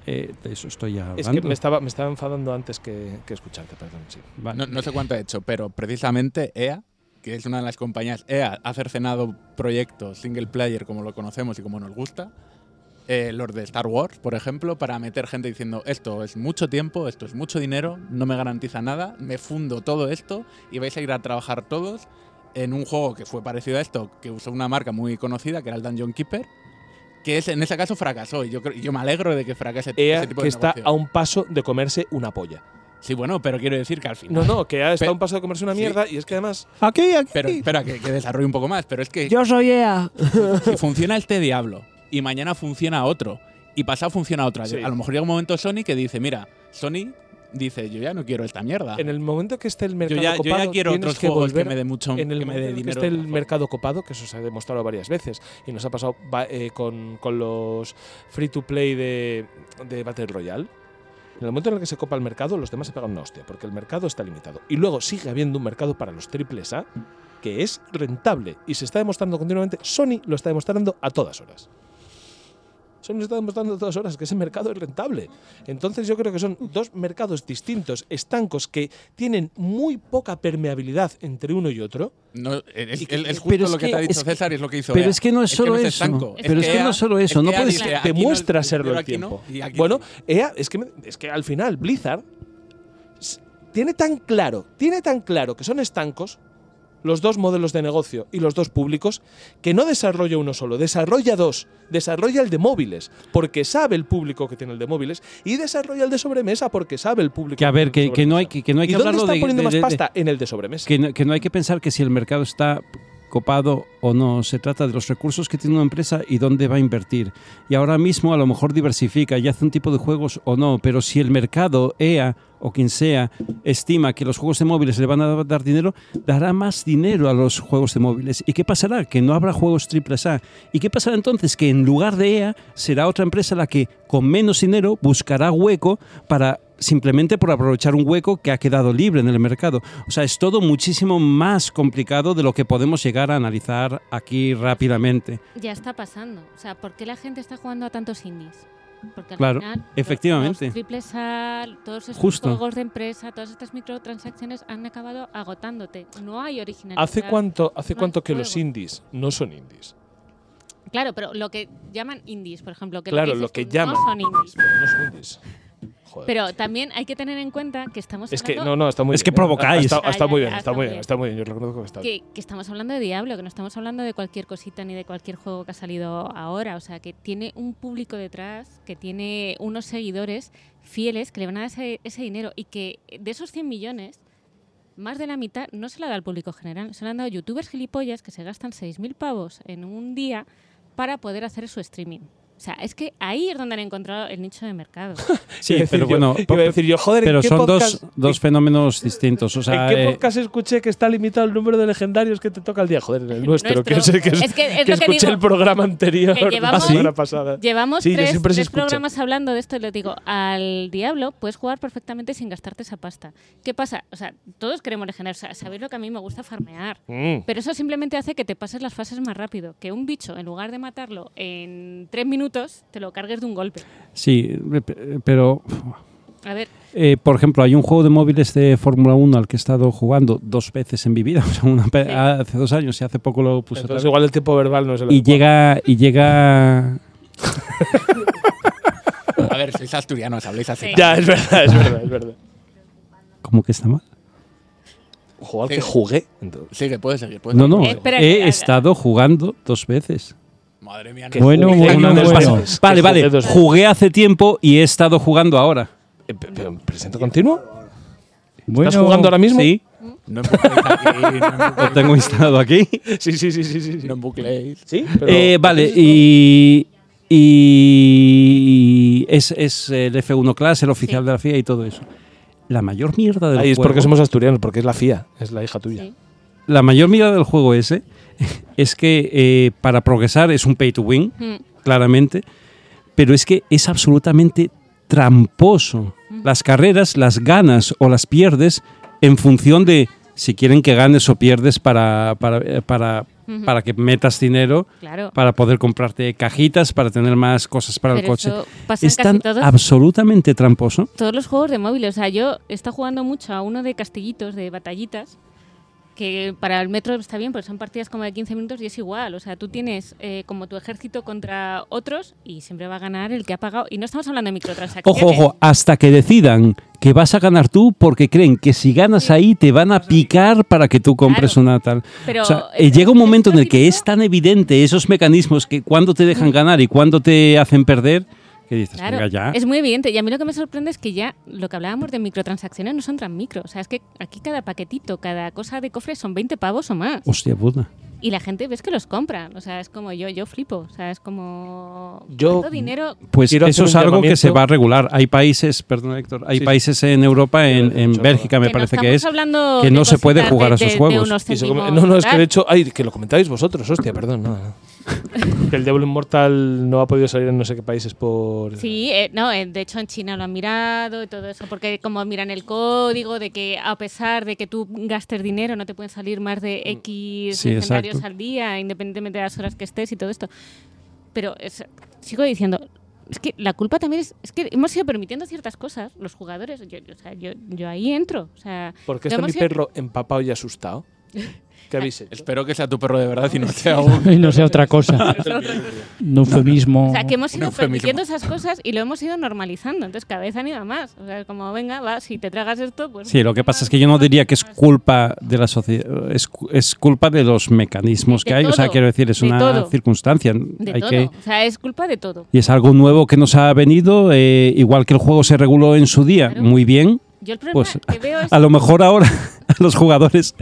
S6: Eh, de eso estoy ya hablando.
S1: Es que me estaba, me estaba enfadando antes que, que escucharte, perdón. sí.
S6: Vale.
S5: no, no sé cuánto ha hecho, pero precisamente EA, que es una de las compañías, EA ha cercenado proyectos single player como lo conocemos y como nos gusta. eh, los de Star Wars, por ejemplo, para meter gente diciendo esto es mucho tiempo, esto es mucho dinero, no me garantiza nada, me fundo todo esto y vais a ir a trabajar todos en un juego que fue parecido a esto, que usó una marca muy conocida, que era el Dungeon Keeper, que es, en ese caso fracasó y yo, creo, yo me alegro de que fracase
S1: EA
S5: ese tipo
S1: que
S5: de
S1: está
S5: negocio.
S1: E a un paso de comerse una polla.
S5: Sí, bueno, pero quiero decir que al final...
S1: No, no, que EA está
S5: Pe-
S1: a un paso de comerse una
S5: Sí.
S1: mierda y es que además.
S2: Aquí, aquí.
S5: Pero espera, que, que desarrolle un poco más. Pero es que
S2: Yo soy EA.
S5: si funciona este diablo y mañana funciona otro y pasado funciona otro,
S1: Sí.
S5: a lo mejor llega un momento Sony que dice, mira, Sony dice, yo ya no quiero esta mierda.
S1: En el momento que esté el
S5: Yo
S1: mercado
S5: ya, yo ya
S1: copado,
S5: quiero
S1: tienes
S5: otros
S1: que
S5: juegos que
S1: volver
S5: me den mucho
S1: en el
S5: que me
S1: momento
S5: dé
S1: en que
S5: dinero.
S1: esté
S5: por
S1: el
S5: favor.
S1: mercado copado, que eso se ha demostrado varias veces y nos ha pasado va- eh, con, con los free to play de, de Battle Royale. En el momento en el que se copa el mercado, los demás se pegan una hostia, porque el mercado está limitado. Y luego sigue habiendo un mercado para los triples A que es rentable y se está demostrando continuamente. Sony lo está demostrando a todas horas. Sony está demostrando a todas horas que ese mercado es rentable. Entonces yo creo que son dos mercados distintos, estancos, que tienen muy poca permeabilidad entre uno y otro.
S5: No, es,
S1: Y que-
S5: es justo
S6: pero es
S5: lo que,
S6: que-
S5: te ha dicho
S6: es que-
S5: César y es lo que hizo.
S6: pero
S5: EA.
S6: es que no es solo
S5: es
S6: eso.
S5: estanco.
S6: Pero es que no es solo eso, no
S5: EA
S6: puedes-
S5: dice,
S1: te
S5: "Aquí no-
S1: muestra
S5: yo
S1: serlo el
S5: aquí no,
S1: tiempo.
S5: y aquí
S1: bueno,
S5: no".
S1: EA, es que, me- es que al final Blizzard s- tiene tan claro, tiene tan claro que son estancos los dos modelos de negocio y los dos públicos, que no desarrolla uno solo, desarrolla dos, desarrolla el de móviles, porque sabe el público que tiene el de móviles, y desarrolla el de sobremesa porque sabe el público
S6: Que a ver,
S1: tiene
S6: que,
S1: el de
S6: que no hay
S1: sobremesa.
S6: que, que no hay
S1: ¿Y
S6: que
S1: dónde
S6: hablarlo
S1: están
S6: de,
S1: poniendo
S6: de-
S1: más
S6: de-
S1: pasta? en el de sobremesa.
S6: que, no, que no hay que pensar que si el mercado está copado o no, se trata de los recursos que tiene una empresa y dónde va a invertir. Y ahora mismo a lo mejor diversifica y hace un tipo de juegos o no, pero si el mercado, EA o quien sea, estima que los juegos de móviles le van a dar dinero, dará más dinero a los juegos de móviles. ¿Y qué pasará? Que no habrá juegos triples A. ¿Y qué pasará entonces? Que en lugar de EA será otra empresa la que con menos dinero buscará hueco para simplemente por aprovechar un hueco que ha quedado libre en el mercado. O sea, es todo muchísimo más complicado de lo que podemos llegar a analizar aquí rápidamente.
S4: Ya está pasando. O sea, ¿por qué la gente está jugando a tantos indies? Porque al
S6: Claro,
S4: final, los-
S6: efectivamente.
S4: los triples A, todos estos
S6: Justo.
S4: juegos de empresa, todas estas microtransacciones han acabado agotándote. No hay originalidad.
S1: ¿Hace cuánto, hace
S4: no hay
S1: cuánto que los
S4: juego.
S1: indies no son indies?
S4: Claro, pero lo que llaman indies, por ejemplo. Que
S1: claro,
S4: dices
S1: lo que
S4: tú,
S1: llaman
S4: No son indies.
S1: pero no son indies. Joder.
S4: Pero también hay que tener en cuenta que estamos
S1: Es que
S4: Pues hablando
S1: no, no, está muy
S6: Es
S1: bien.
S6: que
S1: ¿eh?
S6: provocáis.
S1: Ha estado, ha
S4: Ah,
S1: estado
S4: ya,
S1: muy
S4: ya,
S1: bien,
S4: ha
S1: está
S4: estado
S1: muy bien,
S4: bien.
S1: está muy bien. Yo reconozco que está bien.
S4: que, que estamos hablando de Diablo, que no estamos hablando de cualquier cosita ni de cualquier juego que ha salido ahora. O sea, que tiene un público detrás, que tiene unos seguidores fieles que le van a dar ese, ese dinero y que de esos 100 millones, más de la mitad no se la da al público general. Se la han dado youtubers gilipollas que se gastan 6.000 pavos en un día para poder hacer su streaming. O sea, es que ahí es donde han encontrado el nicho de mercado.
S6: Sí,
S1: Iba a decir
S6: pero
S1: yo-
S6: bueno,
S1: iba a decir yo, joder, ¿en
S6: pero
S1: qué
S6: son dos,
S1: podcast-
S6: dos fenómenos distintos. O sea,
S1: ¿En qué
S6: eh,
S1: podcast escuché que está limitado el número de legendarios que te toca al día? Joder, en el nuestro, que es el que,
S4: Es que es lo que
S1: escuché
S4: digo.
S1: el programa anterior
S4: Que
S1: la
S4: llevamos-
S1: semana pasada.
S4: Llevamos
S1: Sí, yo
S4: tres,
S1: siempre se
S4: tres
S1: escucha.
S4: programas hablando de esto y les digo, al diablo puedes jugar perfectamente sin gastarte esa pasta. ¿Qué pasa? O sea, todos queremos legendar, o sea, sabéis lo que a mí me gusta farmear.
S1: Mm.
S4: Pero eso simplemente hace que te pases las fases más rápido. Que un bicho, en lugar de matarlo en tres minutos, te lo cargues de un golpe.
S6: sí, pe- pero
S4: A ver,
S6: eh, por ejemplo, hay un juego de móviles de Fórmula 1 al que he estado jugando dos veces en mi vida, o sea, una pe-
S4: Sí.
S6: hace dos años y hace poco lo puse otra
S1: Entonces
S6: vez.
S1: igual el tiempo verbal no es el
S6: y
S1: adecuado.
S6: llega y llega
S5: A ver, sois asturianos, habléis así.
S4: Sí.
S1: Ya, es verdad, es verdad, es verdad.
S6: como que está mal.
S1: Jugar que jugué. entonces.
S5: Sigue, puedes seguir. Puedes
S6: No, Eh, no,
S5: seguir.
S4: Espera,
S6: he
S4: espera.
S6: estado jugando dos veces.
S5: madre mía.
S6: Bueno, bueno, bueno. Vale, vale. Jugué hace tiempo y he estado jugando ahora.
S1: ¿Presento continuo? ¿Estás jugando ahora mismo?
S6: Sí.
S5: No embucléis aquí, no
S6: Lo tengo instalado aquí.
S1: Sí, sí, sí, sí, sí.
S5: No embucléis.
S1: Sí,
S6: Eh, vale, y. Y. Es, es el F1 Class, el oficial de la FIA y todo eso. La mayor mierda del
S1: Ahí es
S6: juego.
S1: porque somos asturianos, porque es la FIA, es la hija tuya.
S6: La mayor mierda del juego ese es que eh, para progresar es un pay to win,
S4: Mm,
S6: claramente. Pero es que es absolutamente tramposo. Las carreras las ganas o las pierdes en función de si quieren que ganes o pierdes para, para, para,
S4: Ujú.
S6: para que metas dinero
S4: Claro.
S6: para poder comprarte cajitas, para tener más cosas para el
S4: Pero
S6: coche.
S4: eso pasa en
S6: Es tan
S4: casi todos.
S6: absolutamente tramposo.
S4: Todos los juegos de móvil. O sea, yo está jugando mucho a uno de castillitos, de batallitas, que para el metro está bien, porque son partidas como de 15 minutos y es igual. O sea, tú tienes eh, como tu ejército contra otros y siempre va a ganar el que ha pagado. Y no estamos hablando de microtransacciones.
S6: Ojo, ojo, hasta que decidan que vas a ganar tú porque creen que si ganas ahí te van a picar para que tú compres una tal.
S4: Pues Pero
S6: o sea,
S4: es-
S6: eh, llega un
S4: es
S6: momento en el que
S4: típico.
S6: es tan evidente esos mecanismos que cuando te dejan ganar y cuando te hacen perder, que dices,
S4: Claro,
S6: venga ya.
S4: es muy evidente. Y a mí lo que me sorprende es que ya lo que hablábamos de microtransacciones no son tan micro. O sea, es que aquí cada paquetito, cada cosa de cofre son 20 pavos o más.
S6: Hostia puta.
S4: Y la gente ves que los compra. O sea, es como yo, yo flipo. O sea, es como.
S1: Yo-
S4: ¿Cuánto dinero?
S6: Pues
S1: Quiero
S6: eso
S1: hacer
S6: es
S1: un
S6: algo que se
S1: llamamiento.
S6: va a regular. Hay países, perdón Héctor, hay
S1: Sí, sí.
S6: países en Europa, en, en Bélgica me
S4: Que no
S6: parece
S4: estamos
S6: que es,
S4: hablando
S6: que
S4: de
S6: no se puede
S4: cositas de-
S6: jugar a
S4: de-
S6: esos
S4: de
S6: juegos.
S4: unos
S1: Y se come-
S4: céntimos,
S1: no, no, es que
S4: Este tal.
S1: de hecho, ay, que lo comentáis vosotros, hostia, perdón, no, no. Que el Diablo Inmortal no ha podido salir en no sé qué países por.
S4: Sí, eh, no, eh, de hecho en China lo han mirado y todo eso, porque como miran el código de que a pesar de que tú gastes dinero no te pueden salir más de
S1: Mm.
S4: X
S6: Sí,
S4: escenarios
S6: exacto.
S4: al día, independientemente de las horas que estés y todo esto. Pero es- sigo diciendo, es que la culpa también es, es que hemos ido permitiendo ciertas cosas, los jugadores, yo, yo- o sea, yo- yo ahí entro. O sea,
S1: ¿Por qué está
S4: lo
S1: este mi
S4: hemos ido-
S1: perro empapado y asustado? ¿Qué habéis hecho?
S5: Espero que sea tu perro de verdad y no sea un.
S3: Y no sea otra cosa. Un eufemismo.
S4: O sea, que hemos
S5: Un
S4: ido
S5: eufemismo.
S4: permitiendo esas cosas y lo hemos ido normalizando. Entonces, cada vez han ido a más. O sea, como, venga, va, si te tragas esto, pues.
S6: Sí, lo que pasa es que yo no diría que es culpa de la sociedad, es, cu- es culpa de los mecanismos
S4: De
S6: que hay. o sea,
S4: todo,
S6: quiero decir, es
S4: de
S6: una
S4: todo.
S6: circunstancia.
S4: De
S6: hay
S4: todo.
S6: que-
S4: O sea, es culpa de todo.
S6: y es algo nuevo que nos ha venido, eh, igual que el juego se reguló en su día
S4: Claro.
S6: muy bien.
S4: Yo el problema
S6: Pues
S4: que veo es.
S6: a lo mejor ahora a los jugadores,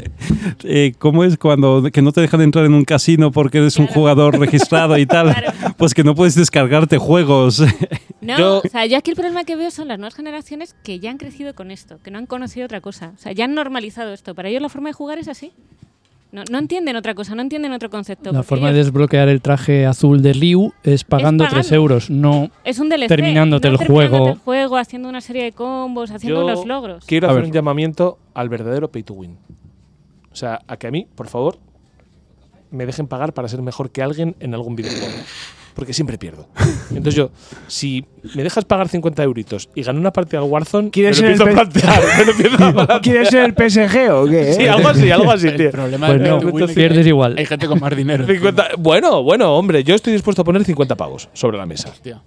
S6: eh, ¿cómo es cuando que no te dejan entrar en un casino porque eres un
S4: Claro.
S6: jugador registrado y tal?
S4: Claro.
S6: Pues que no puedes descargarte juegos.
S4: No,
S1: Yo-
S4: o sea, yo aquí el problema que veo son las nuevas generaciones que ya han crecido con esto, que no han conocido otra cosa. O sea, ya han normalizado esto. Para ellos la forma de jugar es así. No, no entienden otra cosa, no entienden otro concepto.
S3: La
S4: porque
S3: forma de
S4: ellos-
S3: desbloquear el traje azul de Ryu es pagando
S4: pagando.
S3: 3 euros, no
S4: es un DLC.
S3: terminándote
S4: no
S3: el
S4: terminándote
S3: juego.
S4: el juego, haciendo una serie de combos, haciendo
S1: Yo
S4: los logros.
S1: Quiero
S6: A
S1: hacer
S6: ver.
S1: un llamamiento al verdadero pay to win. O sea, a que a mí, por favor, me dejen pagar para ser mejor que alguien en algún videojuego. Porque siempre pierdo. Entonces yo, si me dejas pagar 50 euritos y gano una partida al Warzone, me lo
S2: ¿Quieres ser
S1: empiezo a
S2: el pe-
S1: plantear. Me lo empiezo a plantear.
S2: ¿Quieres ser el PSG o qué? eh?
S1: Sí, algo así, algo así, tío.
S5: El problema
S3: Pues
S5: del
S3: no,
S5: pay to win es que
S3: pierdes igual.
S5: Hay gente con más dinero.
S1: 50 bueno, bueno, hombre, yo estoy dispuesto a poner 50 pavos sobre la mesa.
S5: Hostia.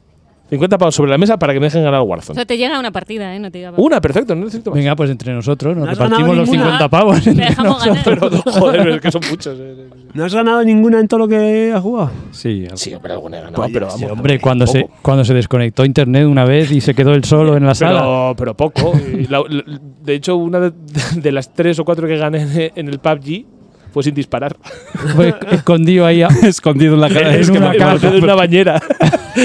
S1: 50 pavos sobre la mesa para que me dejen ganar al Warzone.
S4: O sea, te llega una partida, ¿eh? No te diga.
S1: Una, perfecto, no necesito más.
S3: Venga, pues entre nosotros nos
S2: No has
S3: repartimos
S2: ganado
S3: los
S2: ninguna.
S3: 50 pavos.
S4: Te dejamos ganar.
S1: Pero, joder, es que son muchos. eh.
S2: ¿No has ganado ninguna en todo lo que has jugado?
S6: Sí,
S1: Sí, pero alguna he ganado, pero vamos.
S3: Hombre, cuando se,
S1: poco.
S3: cuando se desconectó internet una vez y se quedó él solo en la sala.
S1: Pero, pero poco. Y la- la- de hecho, una de, de las tres o cuatro que gané en el PUBG fue sin disparar.
S3: Fue escondido ahí. a-
S6: escondido en la cara.
S3: Es que
S1: me
S3: una caja.
S1: escondí en una bañera.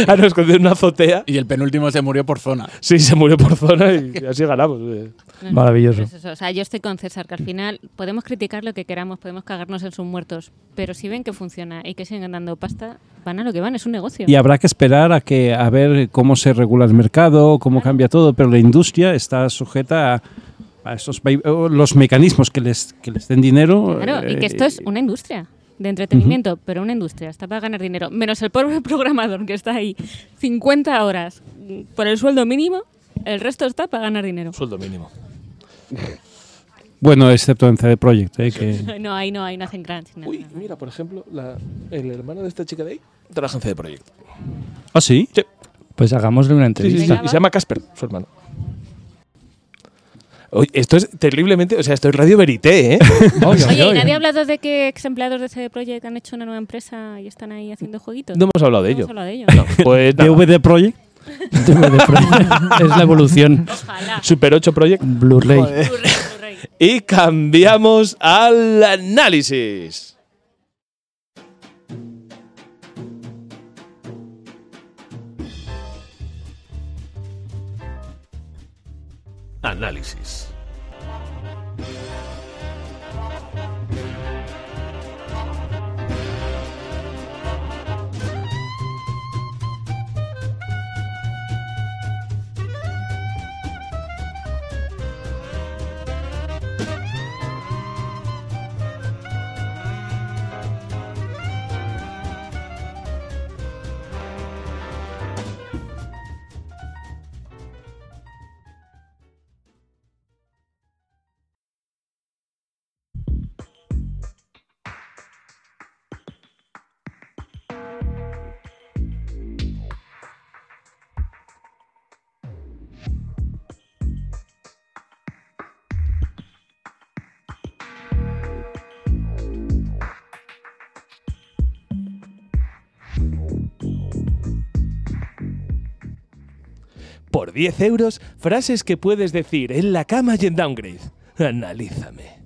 S1: ah, no, escondí en una azotea.
S5: Y el penúltimo se murió por zona.
S1: Sí, se murió por zona y así ganamos. eh.
S4: No, no,
S3: Maravilloso.
S4: pues eso, o sea, yo estoy con César, que al final podemos criticar lo que queramos, podemos cagarnos en sus muertos, pero si ven que funciona y que siguen dando pasta, van a lo que van, es un negocio.
S6: Y habrá que esperar a que a ver cómo se regula el mercado, cómo cambia todo, pero la industria está sujeta a, a esos vai- o los mecanismos que les que les den dinero.
S4: Claro, y
S6: eh,
S4: que esto es una industria de entretenimiento, pero una industria, está para ganar dinero. Menos el pobre programador que está ahí 50 horas mm, por el sueldo mínimo, el resto está para ganar dinero.
S1: Sueldo mínimo.
S6: bueno, excepto en CD Projekt, eh, que
S4: No, ahí no, ahí no hacen crunch. no,
S1: Uy,
S4: no.
S1: mira, por ejemplo, la, el hermano de esta chica de ahí trabaja en CD Proyecto.
S6: Ah, sí.
S3: Pues hagámosle una
S1: Sí, sí, sí.
S3: entrevista.
S1: Y se llama Casper, su hermano. Oye, esto es terriblemente. O sea, esto es Radio Verité, ¿eh?
S4: Oye, ¿y nadie ha hablado de que ex empleados de ese proyecto han hecho una nueva empresa y están ahí haciendo jueguitos?
S1: No hemos hablado de ello.
S4: No hemos hablado de ello.
S1: No, pues nada.
S6: DVD Project.
S3: es la evolución.
S1: Super 8 Project.
S3: Blu-ray.
S1: Y cambiamos al análisis.
S8: Análisis.
S1: Por 10 euros, frases que puedes decir en la cama y en downgrade. Analízame.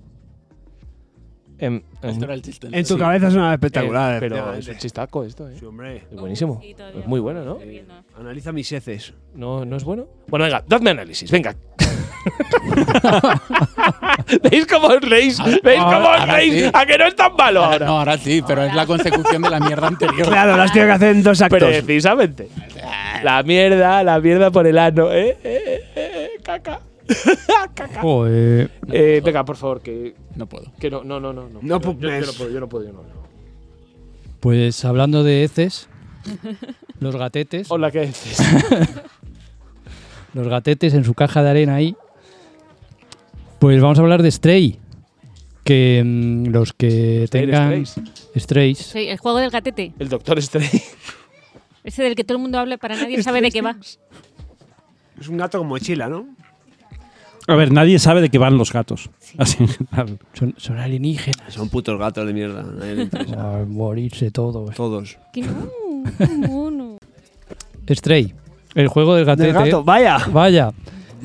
S1: Em, em,
S5: Esto era el chiste.
S2: En tu cabeza suena espectacular,
S1: eh, pero es
S2: efectivamente.
S1: un chistaco esto, ¿eh?
S2: Sí, hombre.
S1: Es buenísimo. es muy bueno, ¿no?
S2: Analiza mis heces.
S1: ¿no? ¿No es bueno? Bueno, venga, dadme análisis, venga. ¿Veis cómo os reís? ¿Veis
S5: ahora-
S1: cómo os
S5: ahora
S1: reís?
S5: sí.
S1: ¿A que no es tan malo ahora?
S5: No, ahora sí, pero es la consecución de la mierda anterior.
S2: Claro, las tengo que hacer en dos actos.
S1: Precisamente. La mierda, la mierda por el ano, ¿eh? Eh, eh, eh, caca. caca.
S3: Joder.
S1: Eh, venga, por favor, que,
S5: No puedo.
S1: que no, no, no, no. No, yo, yo-
S2: No
S1: yo no
S2: puedes.
S1: puedo, yo no puedo, yo no. no.
S3: Pues hablando de heces, los gatetes,
S1: Hola, ¿qué dices?
S3: los gatetes en su caja de arena ahí. Pues vamos a hablar de Stray. Que mm, los que
S1: Stray,
S3: tengan Strays,
S4: Sí, el juego del gatete.
S1: El doctor Stray.
S4: Ese del que todo el mundo habla para nadie sabe de qué va.
S2: Es un gato con mochila, ¿no?
S6: A ver, nadie sabe de qué van los gatos. Así en general.
S3: son, son alienígenas.
S2: Son putos gatos de mierda. a nadie le interesa.
S3: A morirse todos.
S2: Todos.
S4: Que no, qué mono.
S3: Stray, el juego del gatete.
S2: Del gato, vaya.
S3: Vaya.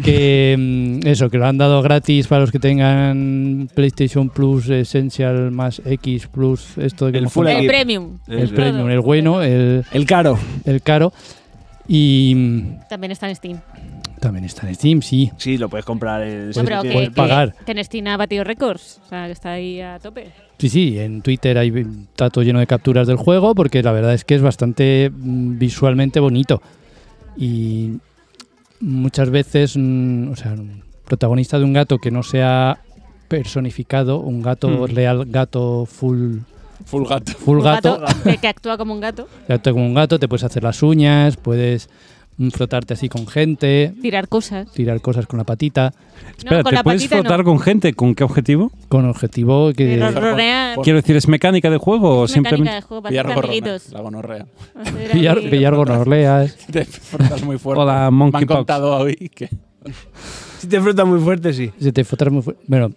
S3: Que mm, eso, que lo han dado gratis para los que tengan PlayStation Plus Essential más X Plus, esto que
S2: El
S3: hemos
S2: full
S3: contado.
S4: El
S2: Equip.
S4: premium.
S3: el
S2: Eso.
S3: premium, el bueno, el,
S2: El caro.
S3: el caro. Y mm,
S4: También está en Steam.
S3: también está en Steam, sí.
S2: Sí, lo puedes comprar en.
S4: No, pero
S2: sí,
S4: que,
S2: sí.
S4: que-
S3: pagar.
S4: que en Steam ha batido récords. O sea, que está ahí a tope.
S3: Sí, sí, en Twitter hay un tato lleno de capturas del juego porque la verdad es que es bastante mm, visualmente bonito. Y muchas veces, mm, o sea, un protagonista de un gato que no sea personificado, un gato real, gato full,
S5: Hmm. Full gato.
S3: full
S4: Un
S3: gato,
S4: que, que actúa como un gato.
S3: gato como un gato, te puedes hacer las uñas, puedes mm, frotarte así con gente,
S4: Tirar cosas.
S3: tirar cosas con la patita,
S6: Espera,
S4: no, con
S6: ¿te
S4: la
S6: puedes
S4: patita
S6: frotar
S4: no.
S6: con gente? ¿Con qué objetivo?
S3: con objetivo que...
S4: Pero ronear.
S5: Por-
S6: Quiero decir, ¿es mecánica de juego o
S4: Mecánica
S6: simplemente.?
S4: de juego,
S5: Pillar
S4: patita,
S5: gorrona,
S4: amiguitos.
S5: la gonorrea.
S4: Hacer
S3: Pillar,
S4: ahí-
S3: pillar gonorleas.
S5: Te frotas muy fuerte.
S6: Hola,
S5: Me han
S6: monkeypox.
S5: contado hoy que
S2: Si te frota muy fuerte, sí.
S3: Se te frotan muy fu- Bueno,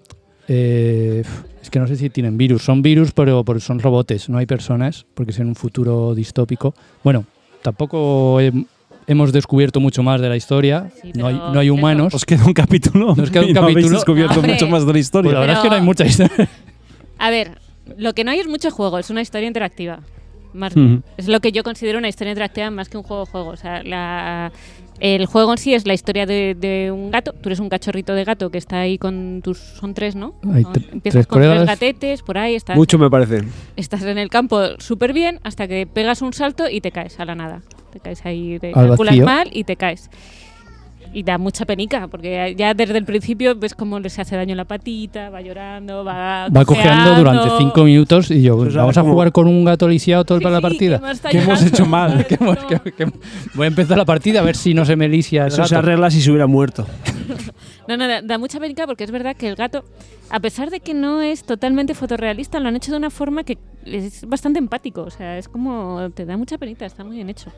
S3: eh, es que no sé si tienen virus. Son virus, pero, pero son robots. No hay personas, porque es en un futuro distópico. Bueno, tampoco he- hemos descubierto mucho más de la historia.
S4: Sí,
S3: no, hay,
S4: pero
S3: no hay
S4: eso.
S3: humanos.
S6: Os queda un capítulo.
S3: Nos queda un
S6: y no habéis
S3: capítulo.
S6: descubierto
S4: Hombre.
S6: mucho más de la
S3: Pues
S6: historia.
S3: la verdad es que no hay
S4: Pero-
S3: mucha historia.
S4: A ver, lo que no hay es mucho juego, es una historia interactiva. Más
S6: Ujú.
S4: Es lo que yo considero una historia interactiva más que un juego-juego. O sea, la- el juego en sí es la historia de, de un gato. Tú eres un cachorrito de gato que está ahí con tus... Son tres, ¿no?
S3: Hay
S4: Con-
S3: tre-
S4: Empiezas
S3: tres
S4: con
S3: colegas.
S4: tres gatetes, por ahí, estás,
S2: Mucho me parece.
S4: estás en el campo súper bien hasta que pegas un salto y te caes a la nada. Te caes ahí, te
S3: Al
S4: calculas
S3: vacío.
S4: mal y te caes. Y da mucha penica, porque ya desde el principio ves cómo le se hace daño la patita, va llorando, va...
S3: Va cojeando durante
S4: cojeando.
S3: cinco minutos y yo,
S2: Pues
S3: vamos a
S2: sabes cómo-
S3: jugar con un gato lisiado todo
S4: Sí,
S3: para la
S4: sí,
S3: partida.
S4: más está
S6: ¿Qué hemos
S4: llorando?
S6: hecho mal?
S3: Que hemos- que- que- voy a empezar la partida a ver si no se me lisia el
S2: Eso se
S3: gato.
S2: arregla si se hubiera muerto.
S4: No, no, da, da mucha penica porque es verdad que el gato, a pesar de que no es totalmente fotorrealista, lo han hecho de una forma que es bastante empático. O sea, es como. te da mucha penita, está muy bien hecho.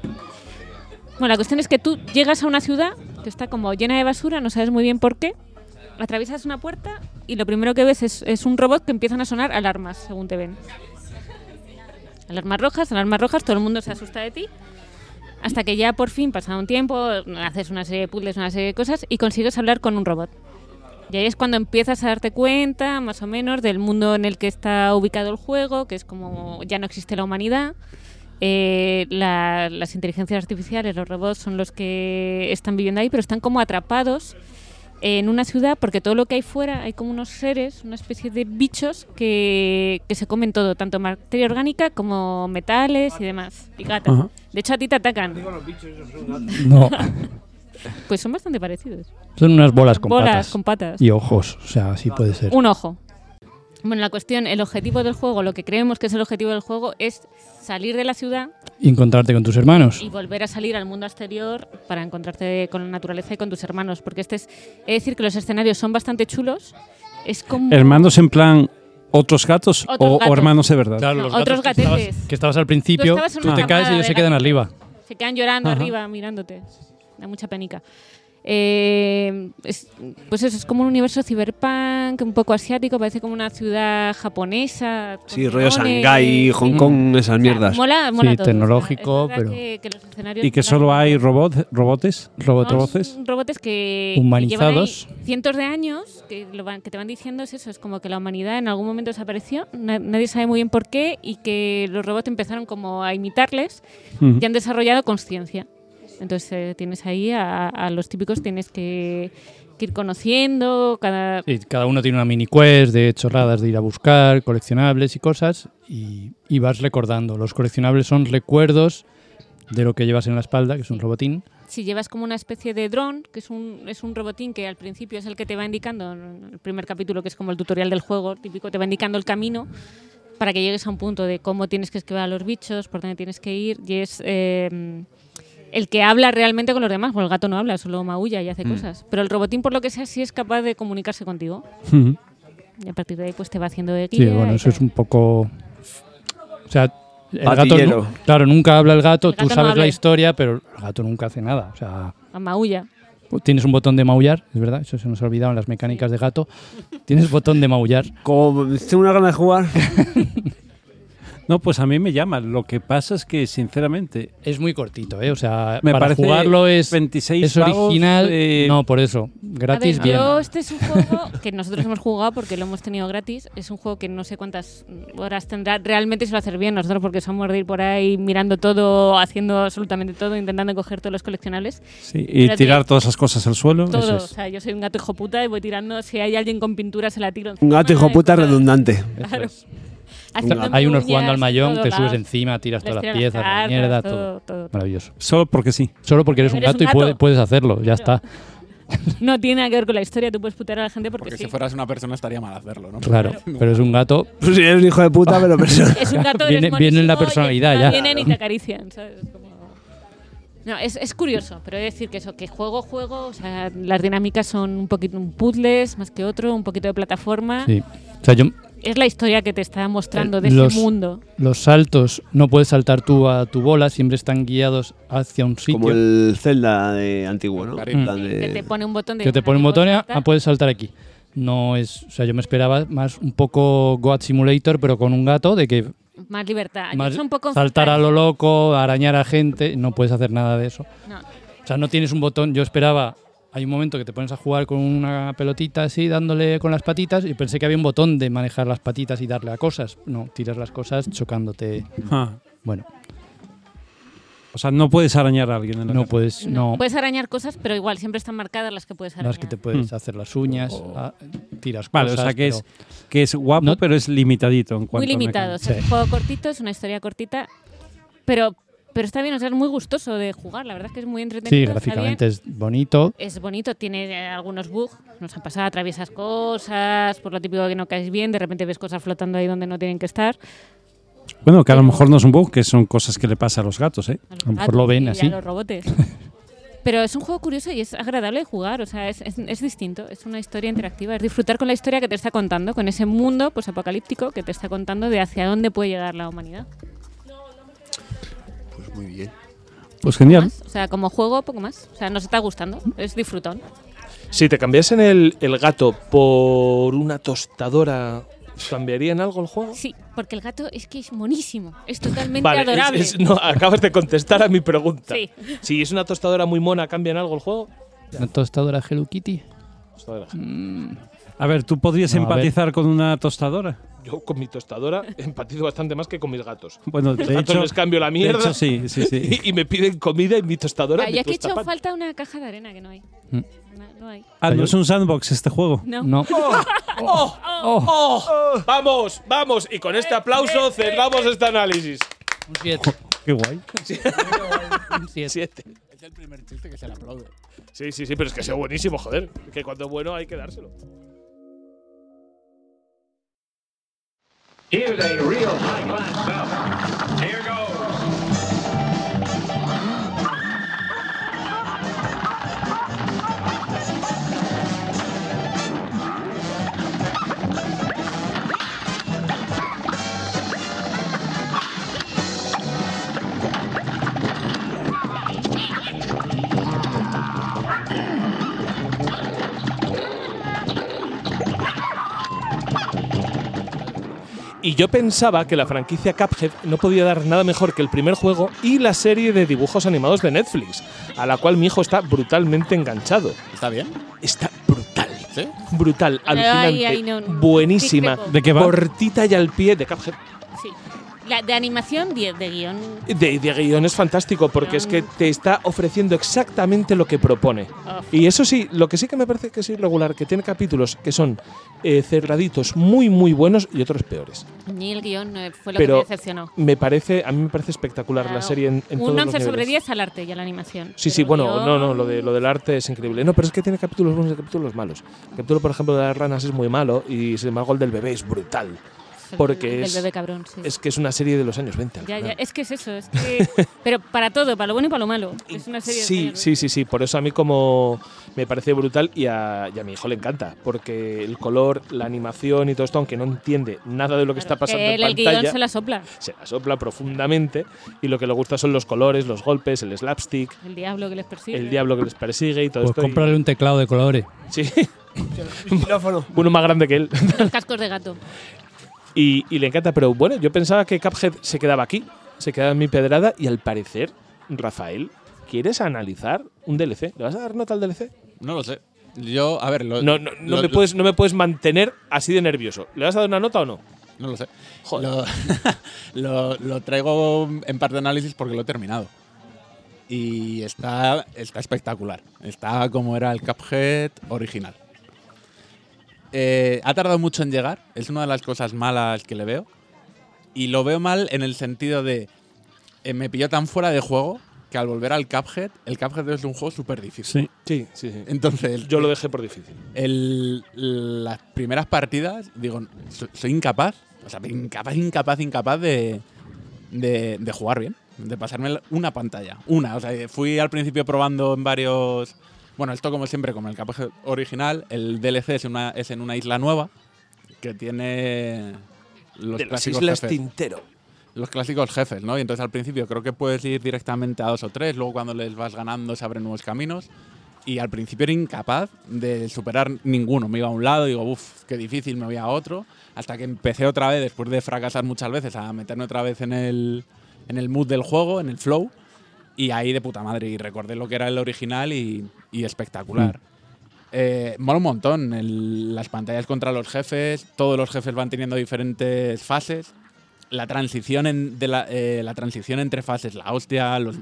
S4: Bueno, la cuestión es que tú llegas a una ciudad que está como llena de basura, no sabes muy bien por qué. atraviesas una puerta y lo primero que ves es, es un robot que empiezan a sonar alarmas según te ven. Alarmas rojas, alarmas rojas, todo el mundo se asusta de ti. Hasta que ya por fin, pasado un tiempo, haces una serie de puzzles, una serie de cosas y consigues hablar con un robot. Y ahí es cuando empiezas a darte cuenta, más o menos, del mundo en el que está ubicado el juego, que es como ya no existe la humanidad. Eh, la- las inteligencias artificiales, los robots son los que están viviendo ahí, pero están como atrapados en una ciudad porque todo lo que hay fuera hay como unos seres, una especie de bichos que, que se comen todo, tanto materia orgánica como metales y demás. Y gatas.
S3: Ajá.
S4: De hecho, a ti te atacan.
S3: No.
S4: Pues son bastante parecidos.
S3: Son unas bolas con
S4: Bolas
S3: patas.
S4: con patas.
S3: Y ojos. O sea, sí puede ser.
S4: Un ojo. Bueno, la cuestión, el objetivo del juego, lo que creemos que es el objetivo del juego, es salir de la ciudad
S3: Y encontrarte con tus hermanos.
S4: y volver a salir al mundo exterior para encontrarte con la naturaleza y con tus hermanos. Porque este es. He de decir que los escenarios son bastante chulos. Es como.
S6: Hermanos en plan otros gatos
S4: Otros
S6: o, o
S4: gatos.
S6: hermanos de verdad.
S3: Claro,
S4: No, otros
S3: que estabas-
S4: gatetes.
S3: que estabas al principio,
S4: Tú estabas en
S3: tú
S4: una
S3: te caes y
S4: camada
S3: ellos
S4: de
S3: se quedan
S4: gatos.
S3: arriba.
S4: Se quedan llorando
S6: Ajá.
S4: arriba, mirándote. Da mucha penica. Eh, es- pues eso, es como un universo cyberpunk, un poco asiático, parece como una ciudad japonesa. con
S2: Sí, rollo
S4: neones.
S2: Shanghái, Hong Kong, esas mierdas.
S4: Mola, mola
S3: Sí,
S4: todo.
S3: tecnológico,
S4: Es verdad
S3: pero-
S4: que- que los escenarios
S6: Y que
S4: molan
S6: solo
S4: mucho.
S6: hay robot, robotes.
S4: Ah,
S3: Robots.
S6: Roboces.
S4: Son robotes que
S3: Humanizados.
S4: que llevan ahí cientos de años que, lo van- que te van diciendo es eso, es como que la humanidad en algún momento desapareció, na- nadie sabe muy bien por qué y que los robots empezaron como a imitarles
S6: Ujú.
S4: y han desarrollado conciencia. Entonces eh, tienes ahí a, a los típicos tienes que, que ir conociendo cada
S3: Sí, cada uno tiene una mini quest de chorradas de ir a buscar, coleccionables y cosas, y, y vas recordando. Los coleccionables son recuerdos de lo que llevas en la espalda, que es un robotín.
S4: si llevas como una especie de dron, que es un, es un robotín que al principio es el que te va indicando, en el primer capítulo que es como el tutorial del juego típico, te va indicando el camino para que llegues a un punto de cómo tienes que esquivar a los bichos, por dónde tienes que ir, y es eh, el que habla realmente con los demás, porque el gato no habla, solo maulla y
S3: Mm.
S4: hace cosas, pero el robotín por lo que sea sí es capaz de comunicarse contigo,
S6: Ujú.
S4: y a partir de ahí pues te va haciendo de
S3: Sí,
S4: guía
S3: bueno,
S4: y
S3: eso es
S4: tal.
S3: un poco... O sea, el gato...
S2: Patillero.
S3: nu- Claro, nunca habla el gato,
S4: El
S3: tú
S4: gato no
S3: sabes
S4: habla.
S3: la historia, pero el gato nunca hace nada. O sea,
S4: maulla.
S3: tienes un botón de maullar, es verdad, eso se nos ha olvidado en las mecánicas de gato. Tienes botón de maullar.
S2: Como tengo una ganas de jugar.
S6: No, pues a mí me llama. Lo que pasa es que, sinceramente,
S3: Es muy cortito, ¿eh? O sea,
S6: Me
S3: para
S6: parece
S3: jugarlo es,
S6: 26
S3: es
S6: pavos,
S3: original.
S6: eh,
S3: No, por eso.
S4: A ver,
S3: Gratis, bien.
S4: Yo, este es un juego que nosotros hemos jugado porque lo hemos tenido gratis. Es un juego que no sé cuántas horas tendrá. Realmente se lo hacer bien nosotros porque somos de ir por ahí mirando todo, haciendo absolutamente todo, intentando coger todos los coleccionables.
S6: sí, y
S4: Pero
S6: tirar
S4: tío,
S6: todas esas cosas al suelo.
S4: Todo.
S6: eso
S4: O
S6: es.
S4: sea, yo soy un gato hijo puta y voy tirando. Si hay alguien con pintura, se la tiro.
S2: Un
S4: encima,
S2: gato hijo puta
S4: cosas.
S2: redundante.
S4: Claro.
S2: Un gato.
S3: Hay unos jugando al mayón, te subes
S4: encima
S3: encima, tiras
S4: Les
S3: todas las
S4: tiran las
S3: piezas, la
S4: cartas,
S3: mierda,
S4: todo,
S3: todo.
S4: todo, todo.
S3: Maravilloso.
S6: Solo porque sí.
S3: Solo porque eres un
S4: Eres
S3: gato
S4: un
S3: y puede-
S4: gato.
S3: puedes hacerlo, ya está.
S4: No tiene nada que ver con la historia, tú puedes putear a la gente porque,
S5: Porque
S4: sí.
S5: si fueras una persona estaría mal hacerlo, ¿no?
S3: Claro, pero es un gato.
S2: Pues si eres un hijo de puta, pero persona.
S4: Es un gato
S3: Viene-
S4: eres
S3: viene en la
S4: monísimo y
S3: personalidad,
S4: encima
S3: ya.
S4: Vienen y te acarician, ¿sabes? Es como- No, es, es curioso, pero he de decir que eso, que juego, juego, o sea, las dinámicas son un poquito un puzzles más que otro, un poquito de plataforma.
S3: Sí. O sea, yo,
S4: Es la historia que te está mostrando de
S3: Los-
S4: ese mundo.
S3: los saltos no puedes saltar tú a tu bola, siempre están guiados hacia un sitio.
S2: Como el Zelda de antiguo, ¿no?
S5: Claro.
S2: En plan
S4: Que te
S2: de-
S4: pone un botón de.
S3: que te pone un botón y ah,
S4: salta.
S3: puedes saltar aquí. No es, o sea, yo me esperaba más un poco Goat Simulator, pero con un gato, de que
S4: Más libertad. Aquí
S3: Más
S4: es un poco
S3: saltar a
S4: freestyle.
S3: lo loco, arañar a gente, no puedes hacer nada de eso.
S4: No.
S3: O sea, no tienes un botón. Yo esperaba, hay un momento que te pones a jugar con una pelotita así, dándole con las patitas, y pensé que había un botón de manejar las patitas y darle a cosas. No, tiras las cosas chocándote.
S6: Ah.
S3: Bueno,
S6: O sea, no puedes arañar a alguien. En la
S3: no
S6: cara.
S3: puedes, no,
S4: Puedes arañar cosas, pero igual siempre están marcadas las que puedes arañar.
S3: las que te puedes hacer las uñas, a- tiras
S6: Hmm. Oh. Vale,
S3: cosas.
S6: o sea, que
S3: pero-
S6: es, que es guapo,
S3: No-
S6: pero es limitadito en cuanto
S4: muy
S6: a
S4: limitado. O sea,
S3: Sí.
S4: es un juego cortito, es una historia cortita, pero, pero está bien, o sea, es muy gustoso de jugar, la verdad es que es muy entretenido.
S3: Sí,
S4: está
S3: gráficamente
S4: bien.
S3: es bonito.
S4: Es bonito, tiene eh, algunos bugs, nos han pasado, atraviesas cosas, por lo típico que no caes bien, de repente ves cosas flotando ahí donde no tienen que estar.
S6: mecánica. Bueno, que a lo mejor no es un bug, que son cosas que le pasa a los gatos, ¿eh?
S4: A, los
S3: A lo mejor
S4: gatos
S3: lo ven
S4: y
S3: así.
S4: A los robotes. Pero es un juego curioso y es agradable de jugar, o sea, es, es- es distinto, es una historia interactiva, es disfrutar con la historia que te está contando, con ese mundo pues apocalíptico que te está contando de hacia dónde puede llegar la humanidad.
S9: Pues muy bien.
S6: Pues genial.
S4: más. O sea, como juego, poco más. O sea, nos está gustando. Es disfrutón.
S1: Si te cambiasen el, el gato por una tostadora, ¿cambiaría en algo el juego?
S4: Sí, porque el gato es que es monísimo. Es totalmente
S1: Vale, es-
S4: adorable.
S1: es- no, acabas de contestar a mi pregunta.
S4: Sí.
S1: Si es una tostadora muy mona, ¿cambia en algo el juego?
S3: ¿Una tostadora Hello Kitty?
S1: Tostadora.
S3: Mm,
S6: A ver, ¿tú podrías
S3: No, a ver.
S6: empatizar con una tostadora?
S1: Yo con mi tostadora empatizo bastante más que con mis gatos.
S6: Bueno,
S1: Los
S6: de
S1: gatos
S6: hecho-
S1: les cambio la
S6: de
S1: mierda.
S6: hecho, sí, sí, sí.
S1: Y, y me piden comida y mi tostadora.
S4: Ah,
S1: me
S4: ya que he
S1: tosta
S4: hecho
S1: pan.
S4: falta una caja de arena que no hay.
S3: Mm.
S4: No, no hay.
S6: Ah, no es un sandbox este juego.
S4: No.
S3: no.
S1: ¡Oh! ¡Oh! ¡Vamos! ¡Vamos! Y con
S4: Eh,
S1: este aplauso cerramos este análisis.
S3: Un 7.
S6: Qué guay.
S3: Un 7.
S1: Siete.
S5: Es el primer chiste que se le aplaude.
S1: Sí, sí, sí, pero es que sea buenísimo, joder. Que cuando es bueno hay que dárselo. Y yo pensaba que la franquicia Cuphead no podía dar nada mejor que el primer juego y la serie de dibujos animados de Netflix, a la cual mi hijo está brutalmente enganchado.
S5: ¿Está bien?
S1: Está brutal.
S5: ¿Sí?
S1: Brutal, alucinante,
S4: ay, ay, no, no.
S1: buenísima,
S4: Discrepo.
S6: ¿De qué va?
S1: cortita y al pie de Cuphead.
S4: Sí. La de animación, 10 de guión.
S1: De, de guión es fantástico porque es que te está ofreciendo exactamente lo que propone.
S4: Of.
S1: Y eso sí, lo que sí que me parece que es irregular, que tiene capítulos que son eh, cerraditos muy muy buenos y otros peores.
S4: A mí el guión eh, fue lo
S1: Pero
S4: que me decepcionó.
S1: Me parece, a mí me parece espectacular la
S4: Claro.
S1: serie en, en todos
S4: un
S1: los
S4: 11 sobre
S1: niveles.
S4: 10 al arte y a la animación.
S1: Sí, sí,
S4: Pero
S1: bueno,
S4: guión-
S1: no, no, lo, de, lo del arte es increíble. No, pero es que tiene capítulos buenos y capítulos malos. El capítulo, por ejemplo, de las ranas es muy malo y sin embargo el del bebé es brutal.
S4: El-
S1: porque
S4: el
S1: es-
S4: bebé cabrón, sí.
S1: Es que es una serie de los años 20. al
S4: Ya, ya,
S1: final.
S4: es que es eso, es que. pero para todo, para lo bueno y para lo malo. Es una serie
S1: Sí,
S4: de.
S1: sí, sí, sí. Por eso a mí como me parece brutal y a, y a mi hijo le encanta. Porque el color, la animación y todo esto, aunque no entiende nada de lo que está pasando
S4: que
S1: en
S4: él, el guión
S1: pantalla,
S4: se la sopla.
S1: se la sopla profundamente y lo que le gusta son los colores, los golpes, el slapstick,
S4: El diablo que les persigue.
S1: el diablo que les persigue y todo
S3: Pues
S1: esto. y-
S3: cómprale un teclado de colores.
S1: Sí. Uno más grande que él.
S4: Los cascos de gato.
S1: Y, y le encanta, pero bueno, yo pensaba que Cuphead se quedaba aquí, se quedaba en mi pedrada y al parecer, Rafael, ¿quieres analizar un DLC? ¿Le vas a dar nota al DLC?
S5: No lo sé. Yo, a ver, lo-
S1: No, no, no
S5: lo-
S1: me puedes, no me puedes mantener así de nervioso. ¿Le vas a dar una nota o no?
S5: No lo sé.
S1: Joder.
S5: Lo, lo- lo traigo en parte de análisis porque lo he terminado. Y está, está espectacular. Está como era el Cuphead original. Eh, ha tardado mucho en llegar. Es una de las cosas malas que le veo. Y lo veo mal en el sentido de. eh, me pilló tan fuera de juego que al volver al Cuphead, el Cuphead es un juego súper difícil.
S6: Sí.
S1: Sí, sí, sí.
S5: Entonces,
S1: Yo lo dejé por difícil.
S5: el- las primeras partidas, digo, so- soy, incapaz, o sea, incapaz, incapaz, incapaz de, de, de jugar bien, de pasarme la- una pantalla, una. O sea, fui al principio probando en varios. Bueno, esto como siempre, como el Cuphead original, el DLC es, una, es en una isla nueva que tiene los
S1: de las
S5: clásicos
S1: Islas
S5: jefes
S1: Tintero.
S5: los clásicos jefes, ¿no? Y entonces al principio creo que puedes ir directamente a dos o tres, luego cuando les vas ganando se abren nuevos caminos. Y al principio era incapaz de superar ninguno. Me iba a un lado, digo, uff, qué difícil, me voy a otro. Hasta que empecé otra vez, después de fracasar muchas veces, a meterme otra vez en el, en el mood del juego, en el flow. Y ahí de puta madre, y recordé lo que era el original y, y espectacular. Eh, mola un montón el- las pantallas contra los jefes, todos los jefes van teniendo diferentes fases. La transición, en- de la, eh, la transición entre fases, la hostia, los,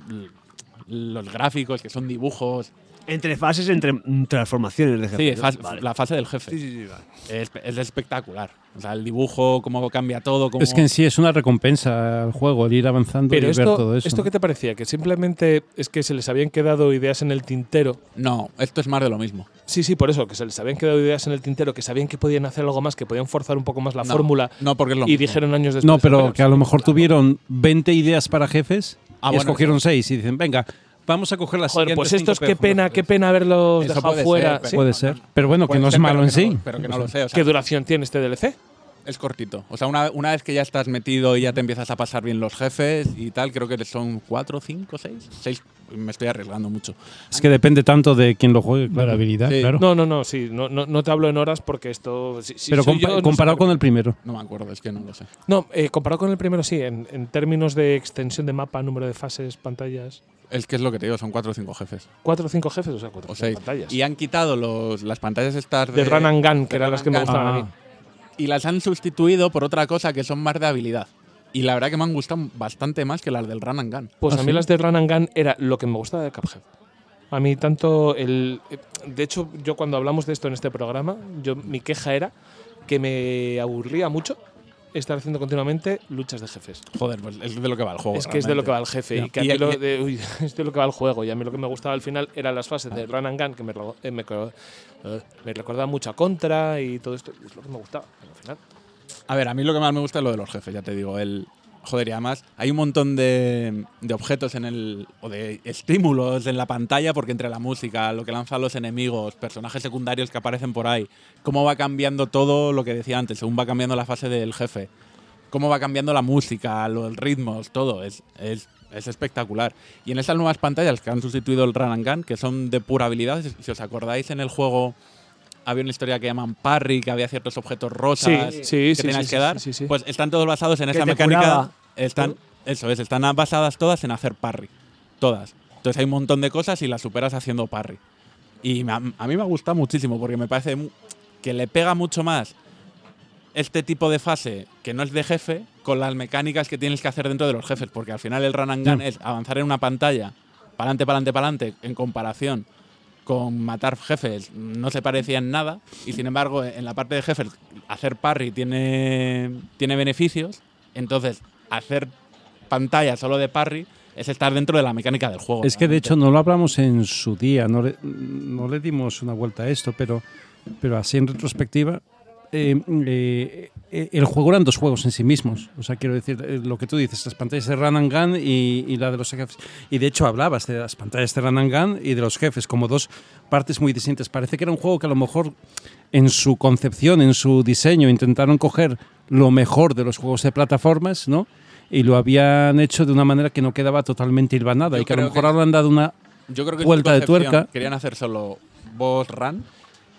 S5: los gráficos que son dibujos.
S2: Entre fases, entre mm, transformaciones de
S5: Sí,
S2: jefe.
S5: fas-
S2: Vale.
S5: la fase del jefe.
S2: Sí, sí, sí, vale.
S5: Es, es espectacular. O sea, el dibujo, cómo cambia todo. Cómo
S6: Es que en sí es una recompensa al juego, el ir avanzando
S1: Pero
S6: y ver
S1: esto,
S6: todo eso.
S1: ¿esto qué te parecía? ¿Que simplemente es que se les habían quedado ideas en el tintero?
S5: No, esto es más de lo mismo.
S1: Sí, sí, por eso, que se les habían quedado ideas en el tintero, que sabían que podían hacer algo más, que podían forzar un poco más la
S5: No,
S1: fórmula
S5: No, porque es lo
S1: y
S5: mismo.
S1: dijeron años después. pues
S6: No, pero que a lo mejor
S1: Claro.
S6: tuvieron 20 ideas para jefes
S5: Ah,
S6: y
S5: bueno.
S6: escogieron 6 y dicen, venga, vamos a coger las
S1: Joder,
S6: siguientes
S1: pues
S6: cinco
S1: estos, qué
S6: personas".
S1: pena, qué pena haberlos
S5: Eso
S1: dejado
S5: puede
S1: fuera.
S5: ser,
S1: Sí.
S6: Puede
S5: No,
S6: ser.
S5: no, no.
S6: Pero bueno, que
S5: Puede
S6: no es
S5: ser,
S6: malo
S5: pero
S6: en
S5: que no
S6: sí.
S5: lo- pero que no lo sé. o sea,
S1: ¿Qué duración tiene este DLC?
S5: es cortito. O sea, una, una vez que ya estás metido y ya te empiezas a pasar bien los jefes y tal, creo que son cuatro, cinco, seis. Seis, me estoy arriesgando mucho.
S6: Es que depende tanto de quién lo juegue. claro.
S5: Sí.
S6: claro.
S1: No, no, no, sí, no, no, no te hablo en horas porque esto. si- si
S6: Pero
S1: soy
S6: compa-
S1: yo, no
S6: comparado
S1: sé-
S6: con el primero.
S5: No me acuerdo, es que no lo sé.
S1: No, eh, comparado con el primero, sí, en, en términos de extensión de mapa, número de fases, pantallas.
S5: Es que es lo que te digo, son cuatro o cinco jefes.
S1: Cuatro o cinco jefes, o sea, cuatro
S5: O
S1: o cinco
S5: seis.
S1: pantallas.
S5: Y han quitado los, las pantallas estas
S1: de Run and Gun, que
S5: de
S1: eran
S5: Run
S1: las
S5: and
S1: que me
S5: Gun. Ah.
S1: gustaban a mí.
S5: Y las han sustituido por otra cosa que son más de habilidad. Y la verdad que me han gustado bastante más que las del Run and Gun.
S1: Pues
S5: Ah,
S1: a mí
S5: ¿sí?
S1: las de Run and Gun era lo que me gustaba de Cuphead. A mí tanto el... De hecho, yo cuando hablamos de esto en este programa, yo mi queja era que me aburría mucho estar haciendo continuamente luchas de jefes.
S5: Joder, pues es de lo que va el
S2: Oh,
S5: juego.
S1: Es que es de lo que va el jefe.
S5: Ya.
S1: Y que a
S5: Y-
S1: mí lo
S5: y-
S1: de- uy, es de lo que va el juego. Y a mí lo que me gustaba al final eran las fases de Run and Gun, que me, rego- eh, me, co- eh, me recordaba mucho a Contra y todo esto. Es lo que me gustaba al final.
S5: A ver, a mí lo que más me gusta es lo de los jefes, ya te digo. El, joder, y además hay un montón de, de objetos en el. o de estímulos en la pantalla, porque entre la música, lo que lanzan los enemigos, personajes secundarios que aparecen por ahí, cómo va cambiando todo lo que decía antes, según va cambiando la fase del jefe, cómo va cambiando la música, los ritmos, todo. Es. es es espectacular. Y en esas nuevas pantallas que han sustituido el Run and Gun, que son de pura habilidad, si- si os acordáis en el juego había una historia que llaman parry, que había ciertos objetos rosas
S1: Sí, sí,
S5: que
S1: sí,
S5: tenías
S1: sí,
S5: que
S1: sí,
S5: dar.
S1: sí, sí.
S5: Pues están todos basados en
S1: Que te
S5: esa mecánica.
S1: curaba.
S5: Están, eso es, están basadas todas en hacer parry. Todas. Entonces hay un montón de cosas y las superas haciendo parry. Y me ha- a mí me gusta muchísimo porque me parece mu- que le pega mucho más este tipo de fase que no es de jefe con las mecánicas que tienes que hacer dentro de los jefes, porque al final el run and gun
S6: Ya.
S5: es avanzar en una pantalla, para adelante, para adelante, para adelante, en comparación con matar jefes no se parecía en nada y sin embargo en la parte de jefes hacer parry tiene, tiene beneficios, entonces hacer pantalla solo de parry es estar dentro de la mecánica del juego.
S6: Es que de
S5: realmente.
S6: hecho no lo hablamos en su día, no le, no le dimos una vuelta a esto, pero, pero así en retrospectiva, eh, eh, eh, el juego eran dos juegos en sí mismos. O sea, quiero decir, eh, lo que tú dices, las pantallas de Run and Gun y, y la de los jefes. Y de hecho hablabas de las pantallas de Run and Gun y de los jefes como dos partes muy distintas. Parece que era un juego que a lo mejor en su concepción, en su diseño, intentaron coger lo mejor de los juegos de plataformas, ¿no? Y lo habían hecho de una manera que no quedaba totalmente hilvanada
S5: Yo
S6: y que a lo
S5: creo
S6: mejor
S5: que-
S6: ahora han dado una
S5: Yo creo que en su
S6: vuelta de
S5: concepción
S6: tuerca.
S5: Querían hacer solo boss run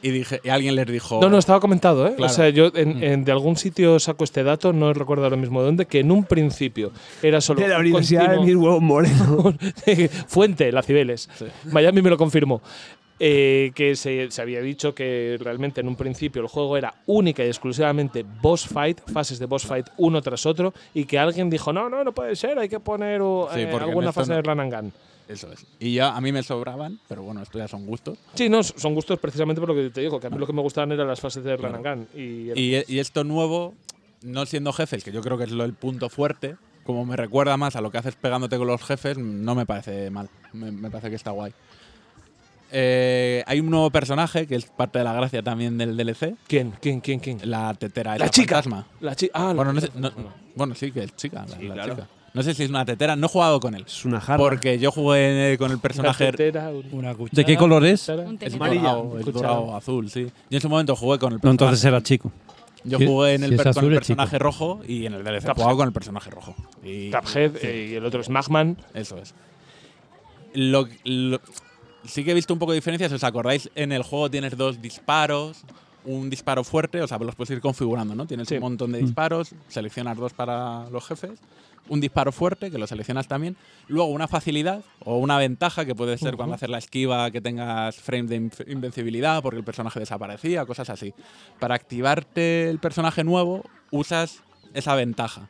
S5: y, dije, y alguien les dijo...
S2: Oh.
S1: No, no, estaba comentado, ¿eh?
S5: Claro.
S1: O sea, yo
S2: Mm.
S1: en, en- de algún sitio saco este dato, no recuerdo ahora mismo dónde, que en un principio era solo.
S2: De la
S1: un
S2: Universidad de
S1: continuo-
S2: Mil Huevos Moreno.
S1: Fuente, la Cibeles. Miami me lo confirmó. Eh, que se, se había dicho que realmente en un principio el juego era única y exclusivamente boss fight, fases de boss fight uno tras otro, y que alguien dijo, no, no, no puede ser, hay que poner uh,
S5: Sí,
S1: eh,
S5: porque en
S1: alguna
S5: esto
S1: fase
S5: no-
S1: de run and gun.
S5: Eso es. Y ya a mí me sobraban, pero bueno, esto ya son gustos.
S1: Sí, no, son gustos precisamente por lo que te digo, que a mí lo que me gustaban eran las fases de run and gun. Y, era-
S5: Y, y esto nuevo, no siendo jefes, que yo creo que es lo, el punto fuerte, como me recuerda más a lo que haces pegándote con los jefes, no me parece mal. Me, me parece que está guay. Eh, hay un nuevo personaje que es parte de la gracia también del DLC,
S1: ¿Quién? ¿Quién? ¿Quién? ¿Quién?
S5: la tetera.
S1: La
S5: esa
S1: chica.
S5: fantasma.
S1: La chica. Ah, la-
S5: Bueno, no sé- no- bueno, sí, que es chica. la- la
S1: claro.
S5: chica. No sé si es una tetera, no he jugado con él.
S2: Es una jarra.
S5: Porque yo jugué eh, con el personaje
S1: Tetera, un-
S3: Una cuchara.
S6: ¿De qué color es?
S1: tetera.
S4: Un
S5: es
S4: teléfono.
S5: dorado, es
S1: Cuchara.
S5: dorado, azul, sí. Yo en su momento jugué con el
S6: No,
S5: personaje.
S6: entonces era chico.
S5: Yo
S3: Si-
S5: jugué en
S3: eh, si
S5: el
S3: es
S5: per- con
S3: azul,
S5: el
S3: es
S5: personaje rojo y en el DLC
S1: Cuphead.
S5: jugaba con el personaje rojo. Y
S1: Cuphead eh, y el otro es Magman.
S5: eso es. Lo, lo- sí que he visto un poco de diferencias. ¿Os acordáis? En el juego tienes dos disparos, un disparo fuerte, o sea, los puedes ir configurando, ¿no? Tienes
S1: Sí.
S5: un montón de disparos, seleccionas dos para los jefes, un disparo fuerte, que lo seleccionas también, luego una facilidad o una ventaja, que puede ser cuando haces la esquiva, que tengas frame de inf- invencibilidad, porque el personaje desaparecía, cosas así. Para activarte el personaje nuevo, usas esa ventaja.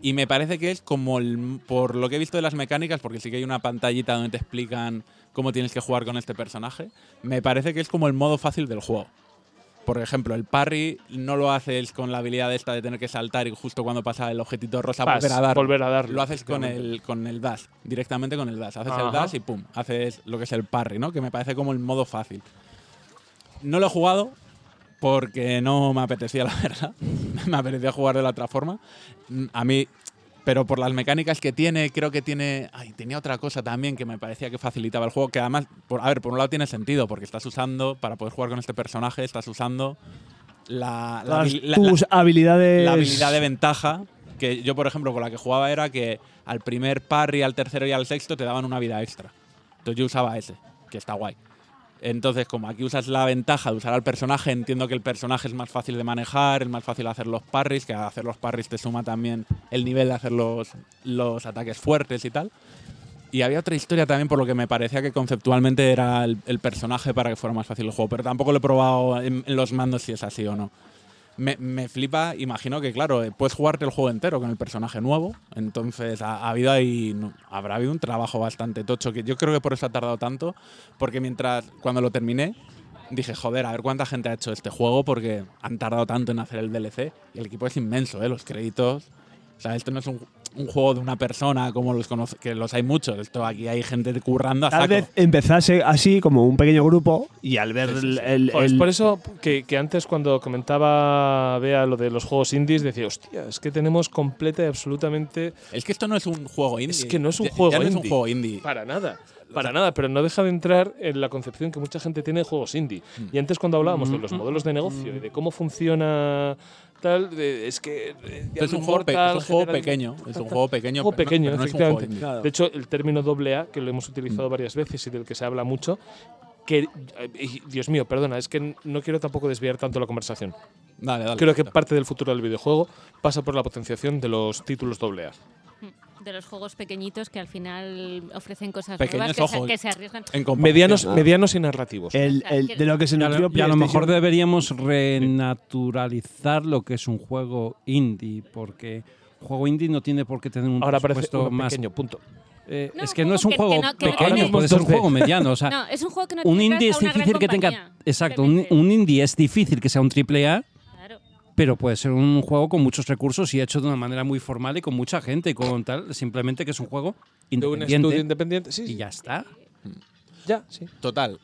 S5: Y me parece que es como, el- por lo que he visto de las mecánicas, porque sí que hay una pantallita donde te explican cómo tienes que jugar con este personaje, me parece que es como el modo fácil del juego. Por ejemplo, el parry no lo haces con la habilidad esta de tener que saltar y justo cuando pasa el objetito rosa
S1: Pas,
S5: volver a darlo.
S1: volver a darlo,
S5: Lo haces con
S1: efectivamente.
S5: el, con el dash, directamente con el dash. Haces
S1: Ajá.
S5: el dash y pum, haces lo que es el parry, ¿no? Que me parece como el modo fácil. No lo he jugado porque no me apetecía, la verdad. me apetecía jugar de la otra forma. Mm, A mí, pero por las mecánicas que tiene, creo que tiene. Ay, tenía otra cosa también que me parecía que facilitaba el juego. Que además, por, a ver, por un lado tiene sentido, porque estás usando, para poder jugar con este personaje, estás usando la, la
S2: Todas
S5: habil- la-
S2: tus
S5: la-
S2: habilidades.
S5: la habilidad de ventaja. Que yo, por ejemplo, con la que jugaba era que al primer parry, al tercero y al sexto te daban una vida extra. Entonces yo usaba ese, que está guay. Entonces, como aquí usas la ventaja de usar al personaje, entiendo que el personaje es más fácil de manejar, es más fácil hacer los parries, que hacer los parries te suma también el nivel de hacer los, los ataques fuertes y tal. Y había otra historia también, por lo que me parecía que conceptualmente era el, el personaje para que fuera más fácil el juego, pero tampoco lo he probado en, en los mandos si es así o no. Me, me flipa, imagino que, claro, eh, puedes jugarte el juego entero con el personaje nuevo, entonces ha, ha habido ahí, no- habrá habido un trabajo bastante tocho, que yo creo que por eso ha tardado tanto, porque mientras, cuando lo terminé, dije, joder, a ver cuánta gente ha hecho este juego, porque han tardado tanto en hacer el DLC, y el equipo es inmenso, ¿eh? los créditos o sea, esto no es un, un juego de una persona como los conoce, que los hay muchos. Esto aquí hay gente currando a
S2: Tal
S5: saco.
S2: vez empezase así, como un pequeño grupo, y al ver el. el-
S1: Pues
S2: el-
S1: por eso que, que antes cuando comentaba Bea lo de los juegos indies, decía, hostia, es que tenemos completa y absolutamente…
S5: Es que esto no es un juego indie.
S1: Es que no es un
S5: Ya-
S1: juego
S5: ya no es un
S1: indie.
S5: juego indie.
S1: Para nada, para nada, pero no deja de entrar en la concepción que mucha gente tiene de juegos indie.
S5: Mm.
S1: Y antes cuando hablábamos de los modelos de negocio y de cómo funciona tal, de- es que... eh,
S5: Esto es
S1: Diablo
S5: un juego, pe-
S1: Immortal,
S5: es un juego
S1: General-
S5: pequeño. Es un juego pequeño.
S1: juego
S5: pero no-
S1: pequeño,
S5: pero no es un juego
S1: efectivamente.
S5: indie. Mm.
S1: De hecho, el término doble A, que lo hemos utilizado varias veces y del que se habla mucho, que, eh, Dios mío, perdona, es que no quiero tampoco desviar tanto la conversación.
S5: Dale, dale.
S1: Creo que parte del futuro del videojuego pasa por la potenciación de los títulos doble A.
S4: De los juegos pequeñitos que al final ofrecen cosas
S5: Pequeños,
S4: nuevas que,
S5: ojo.
S4: se, que se arriesgan.
S5: En comparación-
S1: Medianos, medianos y narrativos.
S2: el- el- de lo este que se
S6: Y a,
S2: nos
S6: lo-
S2: dio
S6: y a lo
S2: PlayStation.
S6: mejor deberíamos renaturalizar lo que es un juego indie, porque un juego indie no tiene por qué tener un
S1: Ahora parece
S6: presupuesto
S1: uno
S6: más.
S1: pequeño, punto.
S6: Eh,
S4: No,
S6: es que no es
S4: como
S6: un
S4: que-
S6: juego
S4: que no- que no
S6: pequeño,
S4: tiene-
S6: puede ser un
S1: Entonces-
S6: juego mediano. O sea,
S4: no, es un juego que no
S6: un
S4: tiene
S6: indie
S4: atrás
S6: es
S4: a una gran
S6: difícil que tenga.
S4: compañía,
S6: Exacto, un,
S4: simplemente.
S6: un indie es difícil que sea un triple A,
S4: Claro.
S6: pero puede ser un juego con muchos recursos y hecho de una manera muy formal y con mucha gente y con tal. Simplemente que es un juego
S1: De un
S6: independiente
S1: estudio independiente. Sí,
S6: y
S1: sí,
S6: ya está.
S1: ya, sí.
S5: Total.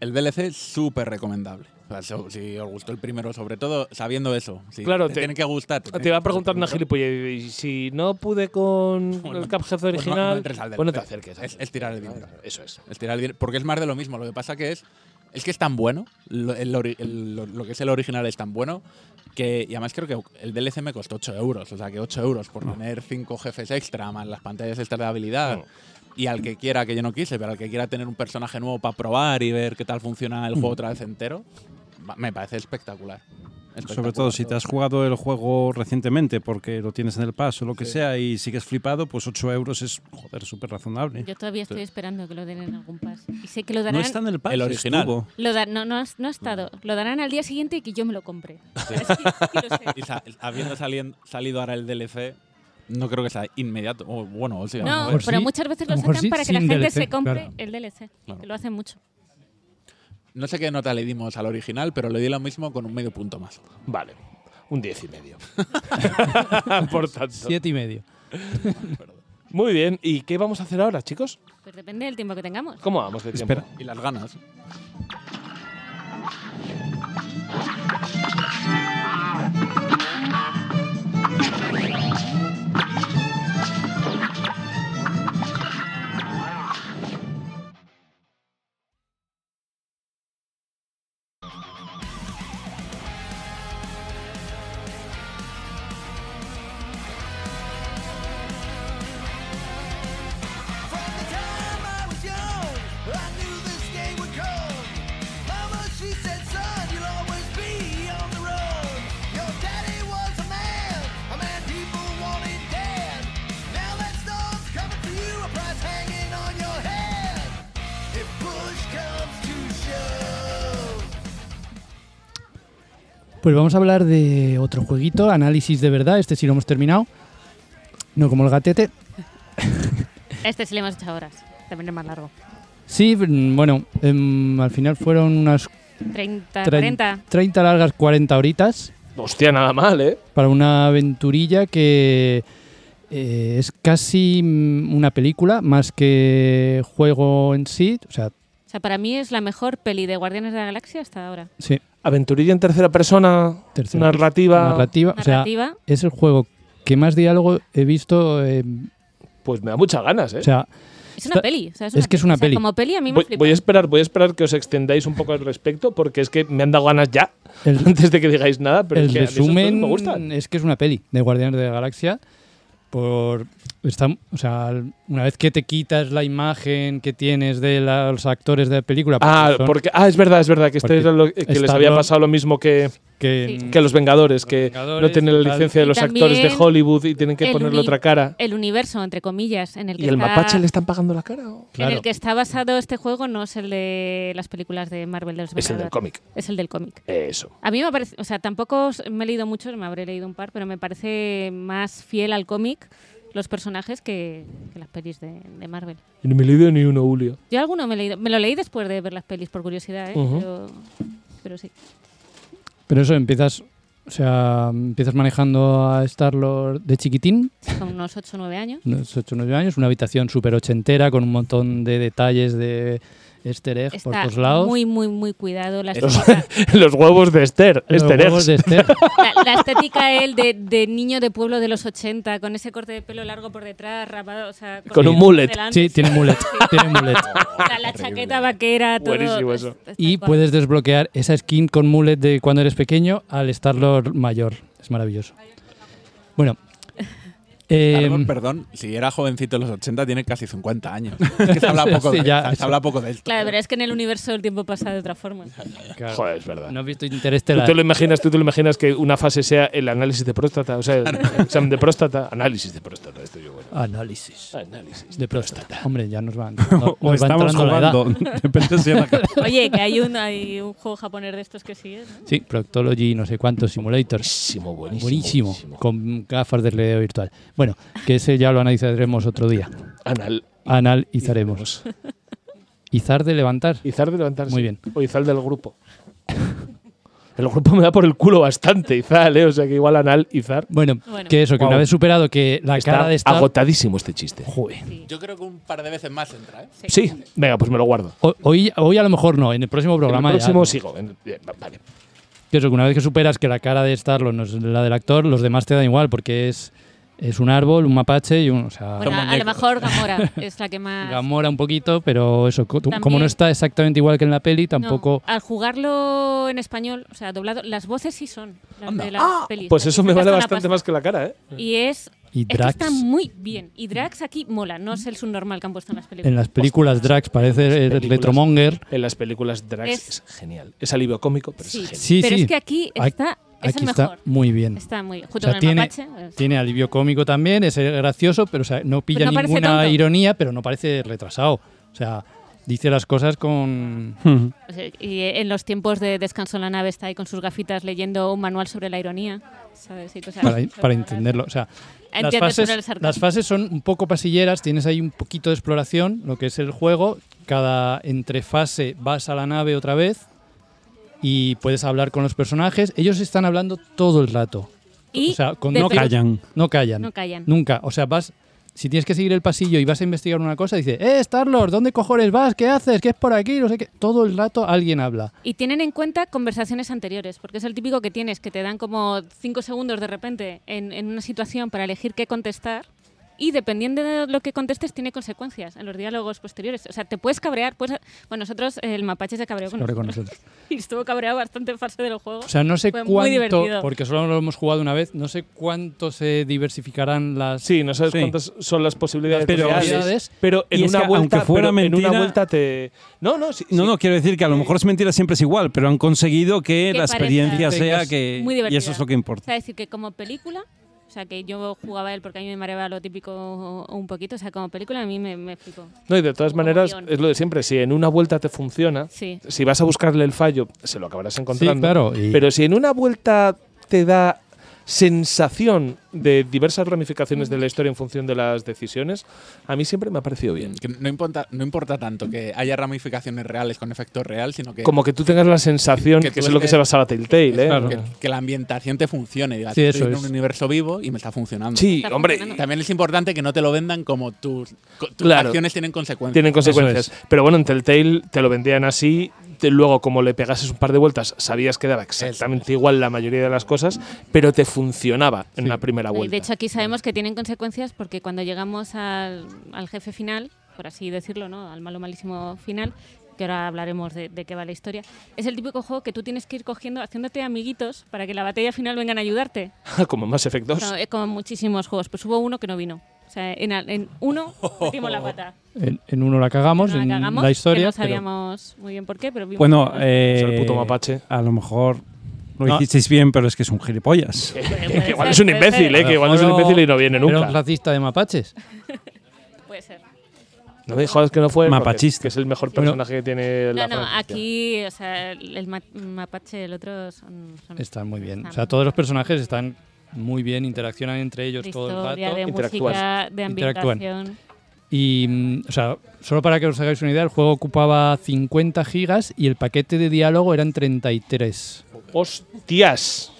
S5: El DLC es súper recomendable. O sea, so- si os gustó el primero, sobre todo sabiendo eso. Si
S1: Claro,
S5: te,
S1: te-
S5: tiene que gustar. te
S1: Ah, Te
S5: tiene
S1: va a
S5: que
S1: preguntar una
S5: gustar.
S1: gilipollez. y Si no pude con
S5: Bueno,
S1: el Cuphead
S5: Pues no- no
S1: original,
S5: entres al DLC.
S1: pues no te acerques.
S5: Es, es tirar el dinero.
S1: Eso es.
S5: El tirar el dinero, porque es más de lo mismo. Lo que pasa que es, es que es tan bueno, lo, el ori- el- lo- lo que es el original es tan bueno, que y además creo que el DLC me costó 8 euros. O sea, que 8 euros por tener 5 jefes extra, más las pantallas extras de habilidad. Y al que quiera, que yo no quise, pero al que quiera tener un personaje nuevo para probar y ver qué tal funciona el
S6: Mm.
S5: juego otra vez entero, va- me parece espectacular.
S6: Sobre todo
S5: Espectacular.
S6: si te has jugado el juego recientemente porque lo tienes en el paso o lo que sea y sigues flipado, pues 8 euros es, joder, súper razonable.
S4: Yo todavía estoy esperando que lo den en algún pass. Y sé que lo darán.
S6: No está en el paso.
S5: el original.
S4: lo da- no, no, ha, no ha estado. Lo darán al día siguiente y que yo me lo compre. Lo sé.
S5: Y sa- habiendo salien- salido ahora el DLC, no creo que sea inmediato. O, bueno, o sea, a
S4: No,
S5: ver.
S4: pero
S3: sí.
S4: muchas veces
S3: A
S4: lo
S3: lo mejor
S4: sacan
S3: sí,
S4: para que la
S3: sin
S4: gente
S3: DLC,
S4: se compre
S3: claro.
S4: el DLC.
S5: Claro.
S4: que Lo hacen mucho.
S5: No sé qué nota le dimos al original, pero le di lo mismo con un medio punto más.
S1: Vale. Un 10 y medio. Por tanto.
S3: Siete y medio.
S1: Muy bien. ¿Y qué vamos a hacer ahora, chicos?
S4: Pues depende del tiempo que tengamos.
S1: ¿Cómo vamos de tiempo?
S5: Y las ganas.
S3: Pues vamos a hablar de otro jueguito, análisis de verdad. Este sí lo hemos terminado. No como el gatete.
S4: Este sí le hemos hecho horas. También es más largo.
S3: Sí, mm, bueno, em, al final fueron unas
S4: 30,
S3: Trein-
S4: 40.
S3: 30 largas 40 horitas
S1: Hostia, nada mal, ¿eh?
S3: para una aventurilla que eh, es casi mm, una película más que juego en sí. O sea,
S4: O sea, para mí es la mejor peli de Guardianes de la Galaxia hasta ahora.
S3: sí,
S1: Aventurilla en tercera persona,
S3: Tercera.
S1: narrativa.
S3: narrativa. O sea,
S4: Narrativa.
S3: es el juego que más diálogo he visto eh,
S1: Pues me da muchas ganas, ¿eh?
S3: O sea,
S4: Es una
S3: Está-
S4: peli. o sea, es,
S3: es que es una
S4: o sea,
S3: peli.
S4: Como peli a mí me
S1: Voy,
S4: flipa.
S1: voy a esperar, voy a esperar que os extendáis un poco al respecto, porque es que me han dado ganas ya,
S3: el,
S1: antes de que digáis nada, pero es
S3: el
S1: que a mí esas cosas
S3: resumen
S1: me gustan.
S3: es que es una peli de Guardianes de la Galaxia. Por, está, o sea, una vez que te quitas la imagen que tienes de la- los actores de la película,
S1: Ah,
S3: son-
S1: porque, ah, es verdad, es verdad, que, este
S3: porque
S1: era lo- que les
S3: Star-Lord-
S1: había pasado lo mismo que,
S3: que,
S4: Sí.
S1: que a los Vengadores, que
S3: Vengadores
S1: no tienen
S3: y
S1: la
S3: tal.
S1: licencia de
S4: Y
S1: los actores de
S4: también
S1: Hollywood y tienen que
S4: el
S1: ponerle
S4: uni-
S1: otra cara.
S4: El universo, entre comillas, en el que
S1: ¿Y el
S4: está-
S1: mapache le están pagando la cara? o?
S4: En el que está basado este juego no es el de las películas de Marvel de los
S1: Es el del
S4: Vengadores.
S1: cómic.
S4: Es el del cómic.
S1: Eso.
S4: A mí me parece, o sea, tampoco os- me he leído muchos, me habré leído un par, pero me parece más fiel al cómic los personajes que, que las pelis de, de Marvel.
S1: Y no me he leído ni uno, Julio.
S4: Yo alguno me, he leído, me lo leí después de ver las pelis, por curiosidad, ¿eh?
S1: Ujú.
S4: pero, pero sí.
S3: Pero eso empiezas, o sea, empiezas manejando a Star Lord de chiquitín,
S4: Con unos 8 o 9 años.
S3: unos 8 o 9 años, una habitación súper ochentera con un montón de detalles de easter egg por
S4: Está
S3: todos lados.
S4: muy, muy, muy cuidado.
S1: Eh,
S4: La
S5: Los-
S4: estética,
S1: los huevos de Esther.
S3: Los
S1: Esther
S3: huevos
S1: Eggs.
S3: de Esther.
S4: la, la estética él de, de niño de pueblo de los 80, con ese corte de pelo largo por detrás, rapado, o sea,
S1: Con un
S4: el-
S1: mullet.
S4: delante,
S3: Sí, tiene mullet, tiene mullet.
S4: La, la chaqueta vaquera, todo.
S1: Buenísimo eso.
S4: Está- está
S3: Y
S4: guapo.
S3: puedes desbloquear esa skin con mullet de cuando eres pequeño al Star Lord mayor. Es maravilloso. Bueno. eh,
S5: Arnold, perdón, si era jovencito en los 80, tiene casi 50 años. Es que se habla poco,
S3: Sí,
S5: de,
S3: ya,
S5: se
S3: eso.
S5: habla poco de esto.
S4: Claro, pero es que en el universo el tiempo pasa de otra forma.
S3: claro,
S1: Joder, es verdad.
S3: no has visto
S1: ¿Tú
S3: Interestelar.
S1: te, lo imaginas, tú te lo imaginas que una fase sea el análisis de próstata, o sea, el examen de próstata, análisis de próstata, esto yo bueno.
S3: Análisis
S1: Análisis.
S3: de próstata. Hombre, ya nos van.
S6: O estamos jugando. Depende si es la-
S4: Oye, que hay un, hay un juego japonés de estos que sí ¿eh? es,
S1: Ah.
S4: ¿no?
S3: Sí, Proctology, no sé cuántos simulators.
S1: Buenísimo, buenísimo.
S3: Buenísimo, con gafas de realidad virtual. Bueno, que ese ya lo analizaremos otro día.
S1: Anal.
S3: Analizaremos. Izar de levantar.
S1: Izar de levantarse.
S3: Muy bien.
S1: O Izal del grupo. El grupo me da por el culo bastante, Izal, ¿eh? O sea que igual anal, Izar.
S3: Bueno,
S4: Bueno.
S3: que eso, que
S1: Wow.
S3: una vez superado que la
S1: Está
S3: cara de Star...
S1: agotadísimo este chiste.
S3: Joder.
S5: Yo creo que un par de veces más entra, ¿eh?
S1: Sí, venga, pues me lo guardo.
S3: Ho- Hoy, hoy a lo mejor no, en el próximo programa
S1: el próximo
S3: ya.
S1: sigo. En- eh, Vale.
S3: Que eso, que una vez que superas que la cara de Star no es la del actor, los demás te da igual porque es, es un árbol, un mapache y un... O sea,
S4: Bueno, a- a lo mejor Gamora es la que más...
S3: Gamora un poquito, pero eso, co-
S4: También-
S3: como no está exactamente igual que en la peli, tampoco...
S4: No, ah, al jugarlo en español, o sea, doblado, las voces sí son las de las pelis.
S1: Pues
S4: Aquí
S1: eso
S4: se
S1: me vale
S4: gasta una
S1: bastante
S4: pasta.
S1: más que la cara, ¿eh?
S4: Mm. Y es...
S3: Y
S4: es que
S3: Drax.
S4: está muy bien. Y Drax aquí mola, no es el subnormal que han puesto en las películas.
S3: En las películas Drax parece el
S1: películas.
S3: Retromonger.
S1: En las películas Drax es,
S4: Es-
S1: genial. Es alivio cómico, pero
S4: Sí,
S1: es genial.
S3: Sí,
S4: pero
S3: sí.
S4: es que aquí
S3: Ac-
S4: está... es
S3: Aquí
S4: el
S3: está
S4: mejor.
S3: muy bien.
S4: Está muy bien.
S3: O
S4: Junto
S3: sea,
S4: con el
S3: tiene,
S4: mapache, pues,
S3: tiene alivio cómico también, es gracioso, pero o sea, no pilla
S4: no parece
S3: ninguna
S4: tonto.
S3: ironía, pero no parece retrasado. O sea, dice las cosas con...
S4: O sea, Y eh, en los tiempos de descanso en la nave está ahí con sus gafitas leyendo un manual sobre la ironía, ¿sabes? Y cosas
S3: para,
S4: así.
S3: para entenderlo. O sea, las
S4: Entiendo
S3: fases,
S4: todo el sarcasmo.
S3: las fases son un poco pasilleras, tienes ahí un poquito de exploración, lo que es el juego. Cada entrefase vas a la nave otra vez y puedes hablar con los personajes. Ellos están hablando todo el rato.
S4: Y
S3: o sea, con
S4: desde
S3: no
S4: los-
S6: callan.
S3: No callan.
S4: No callan.
S3: Nunca. O sea, vas. Si tienes que seguir el pasillo y vas a investigar una cosa, dice, ¡Eh, Starlord! ¿Dónde cojones vas? ¿Qué haces? ¿Qué es por aquí? No sé qué. Todo el rato alguien habla.
S4: Y tienen en cuenta conversaciones anteriores, porque es el típico que tienes, que te dan como cinco segundos de repente en, en una situación para elegir qué contestar. Y dependiendo de lo que contestes, tiene consecuencias en los diálogos posteriores. O sea, te puedes cabrear. Puedes... Bueno, nosotros, eh, el mapache se cabreó con
S3: Lo
S4: nosotros.
S3: reconocemos.
S4: Y estuvo cabreado bastante en fase del juego.
S3: O sea, no sé
S4: Fue muy
S3: cuánto,
S4: divertido.
S3: porque solo lo hemos jugado una vez, no sé cuánto se diversificarán las...
S1: Sí, no sabes
S6: Sí.
S1: cuántas son las posibilidades
S6: Las
S1: reales,
S3: posibilidades.
S1: pero en
S6: Y es
S1: una
S6: que,
S1: vuelta,
S6: aunque fuera
S1: pero en una
S6: mentira-
S1: vuelta te No, no, sí,
S6: No,
S1: sí.
S6: no, quiero decir que a lo mejor es mentira, siempre es igual, pero han conseguido que,
S4: Que
S6: la
S4: parezca-
S6: experiencia sea
S3: Tengas-
S6: que.
S4: Muy
S6: y
S4: divertida.
S6: eso es lo que
S4: O
S6: importa.
S4: sea, decir que como película, o sea, que yo jugaba él porque a mí me mareaba lo típico un poquito, o sea, como película a mí me, me flipó.
S1: No, y de todas
S4: Como
S1: maneras
S4: guión.
S1: es lo de siempre, si en una vuelta te funciona,
S4: Sí.
S1: si vas a buscarle el fallo, se lo acabarás encontrando.
S3: claro, y-
S1: Pero si en una vuelta te da sensación de diversas ramificaciones de la historia en función de las decisiones, a mí siempre me ha parecido bien.
S5: Que no, importa, no importa tanto que haya ramificaciones reales con efecto real, sino que,
S1: Como que tú tengas la sensación
S5: Que
S1: que,
S5: tú
S1: es lo que
S5: estés-
S1: se basaba Telltale, ¿eh?
S5: que, que la ambientación te funcione. Digas,
S3: Sí,
S5: estoy
S3: eso
S5: en
S3: es.
S5: un universo vivo y me está funcionando.
S1: Sí,
S4: Está
S1: hombre,
S4: funcionando.
S5: También es importante que no te lo vendan como tus, co- tus
S1: Claro.
S5: acciones tienen consecuencias.
S1: tienen consecuencias. Pero bueno, en Telltale te lo vendían así, te- luego como le pegases un par de vueltas, sabías que daba exactamente igual la mayoría de las cosas, pero te funcionaba en la primera
S4: Y,
S1: vuelta.
S4: Eh, De hecho, aquí sabemos que tienen consecuencias porque cuando llegamos al, al jefe final, por así decirlo, ¿no? al malo malísimo final, que ahora hablaremos de, de qué va la historia, es el típico juego que tú tienes que ir cogiendo, haciéndote amiguitos para que en la batalla final vengan a ayudarte.
S1: como más efectos.
S4: No, eh, como en muchísimos juegos, pues hubo uno que no vino. O sea, en, al- en uno metimos la pata.
S3: En, en uno la cagamos,
S4: No
S3: en
S4: la cagamos,
S3: la
S4: que
S3: historia.
S4: no
S3: pero-
S4: sabíamos muy bien por qué, pero vimos
S6: Bueno,
S4: que-
S6: eh,
S1: el puto mapache.
S6: a lo mejor lo
S1: No.
S6: hicisteis bien, pero es que es un gilipollas.
S1: Que igual es un imbécil, ¿eh? Que igual es un imbécil y no viene
S3: Era
S1: nunca.
S3: un racista de mapaches.
S4: puede ser.
S1: No me jodas que no fue. Rocket,
S6: Mapachista.
S1: Que es el mejor personaje que tiene la
S4: No, no,
S1: franquicia.
S4: aquí, o sea, el el ma- mapache, el otro son. son-
S3: Están muy bien. O sea,
S4: están-
S3: todos los personajes están muy bien, interaccionan entre ellos
S4: de
S3: todo el
S4: historia,
S3: rato.
S4: de
S1: Interactúan.
S4: música, de
S3: Interactúan.
S4: ambientación.
S3: Y, mm, o sea, solo para que os hagáis una idea, el juego ocupaba 50 gigas y el paquete de diálogo eran 33.
S1: ¡Hostias!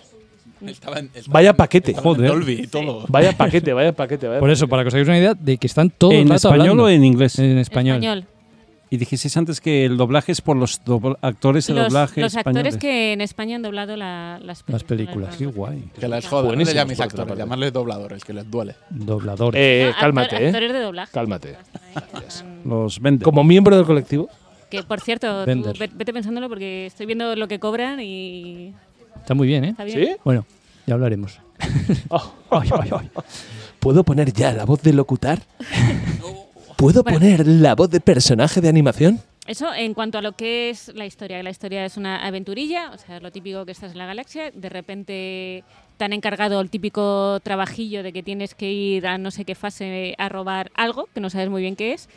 S5: Estaba en- estaba
S1: Vaya
S5: en-
S1: paquete.
S5: estaba en
S6: Joder.
S5: Dolby y todo.
S1: Vaya paquete, vaya paquete. Vaya
S3: Por eso, para que os hagáis una idea de que están todo el
S6: ¿En
S3: rato
S6: español
S3: hablando.
S6: o en inglés?
S3: En español.
S4: Español.
S6: Y dijisteis antes que el doblaje es por los dobl- actores de
S4: Los,
S6: doblaje
S4: los
S6: españoles.
S4: actores que en España han doblado la- las,
S3: Las películas.
S6: Qué guay.
S5: Que les jodan, no le
S1: Buenísimos,
S5: llaméis
S1: por otra
S5: actores,
S1: parte.
S5: llamarles dobladores, que les duele.
S3: Doblador.
S1: Eh,
S4: No, actor-
S1: cálmate, eh.
S4: Actores de doblaje.
S1: Cálmate.
S6: Los venden.
S1: Como miembro del colectivo,
S4: Que por cierto, tú
S3: Vender.
S4: ve- vete pensándolo porque estoy viendo lo que cobran y.
S3: Está muy bien, ¿eh?
S4: ¿Está bien?
S1: ¿sí?
S3: Bueno, ya hablaremos.
S1: ¿Puedo poner ya la voz de locutar? ¿Puedo poner la voz de personaje de animación?
S4: Eso en cuanto a lo que es la historia. La historia es una aventurilla, o sea, lo típico que estás en la galaxia. De repente te han encargado el típico trabajillo de que tienes que ir a no sé qué fase a robar algo, que no sabes muy bien qué es.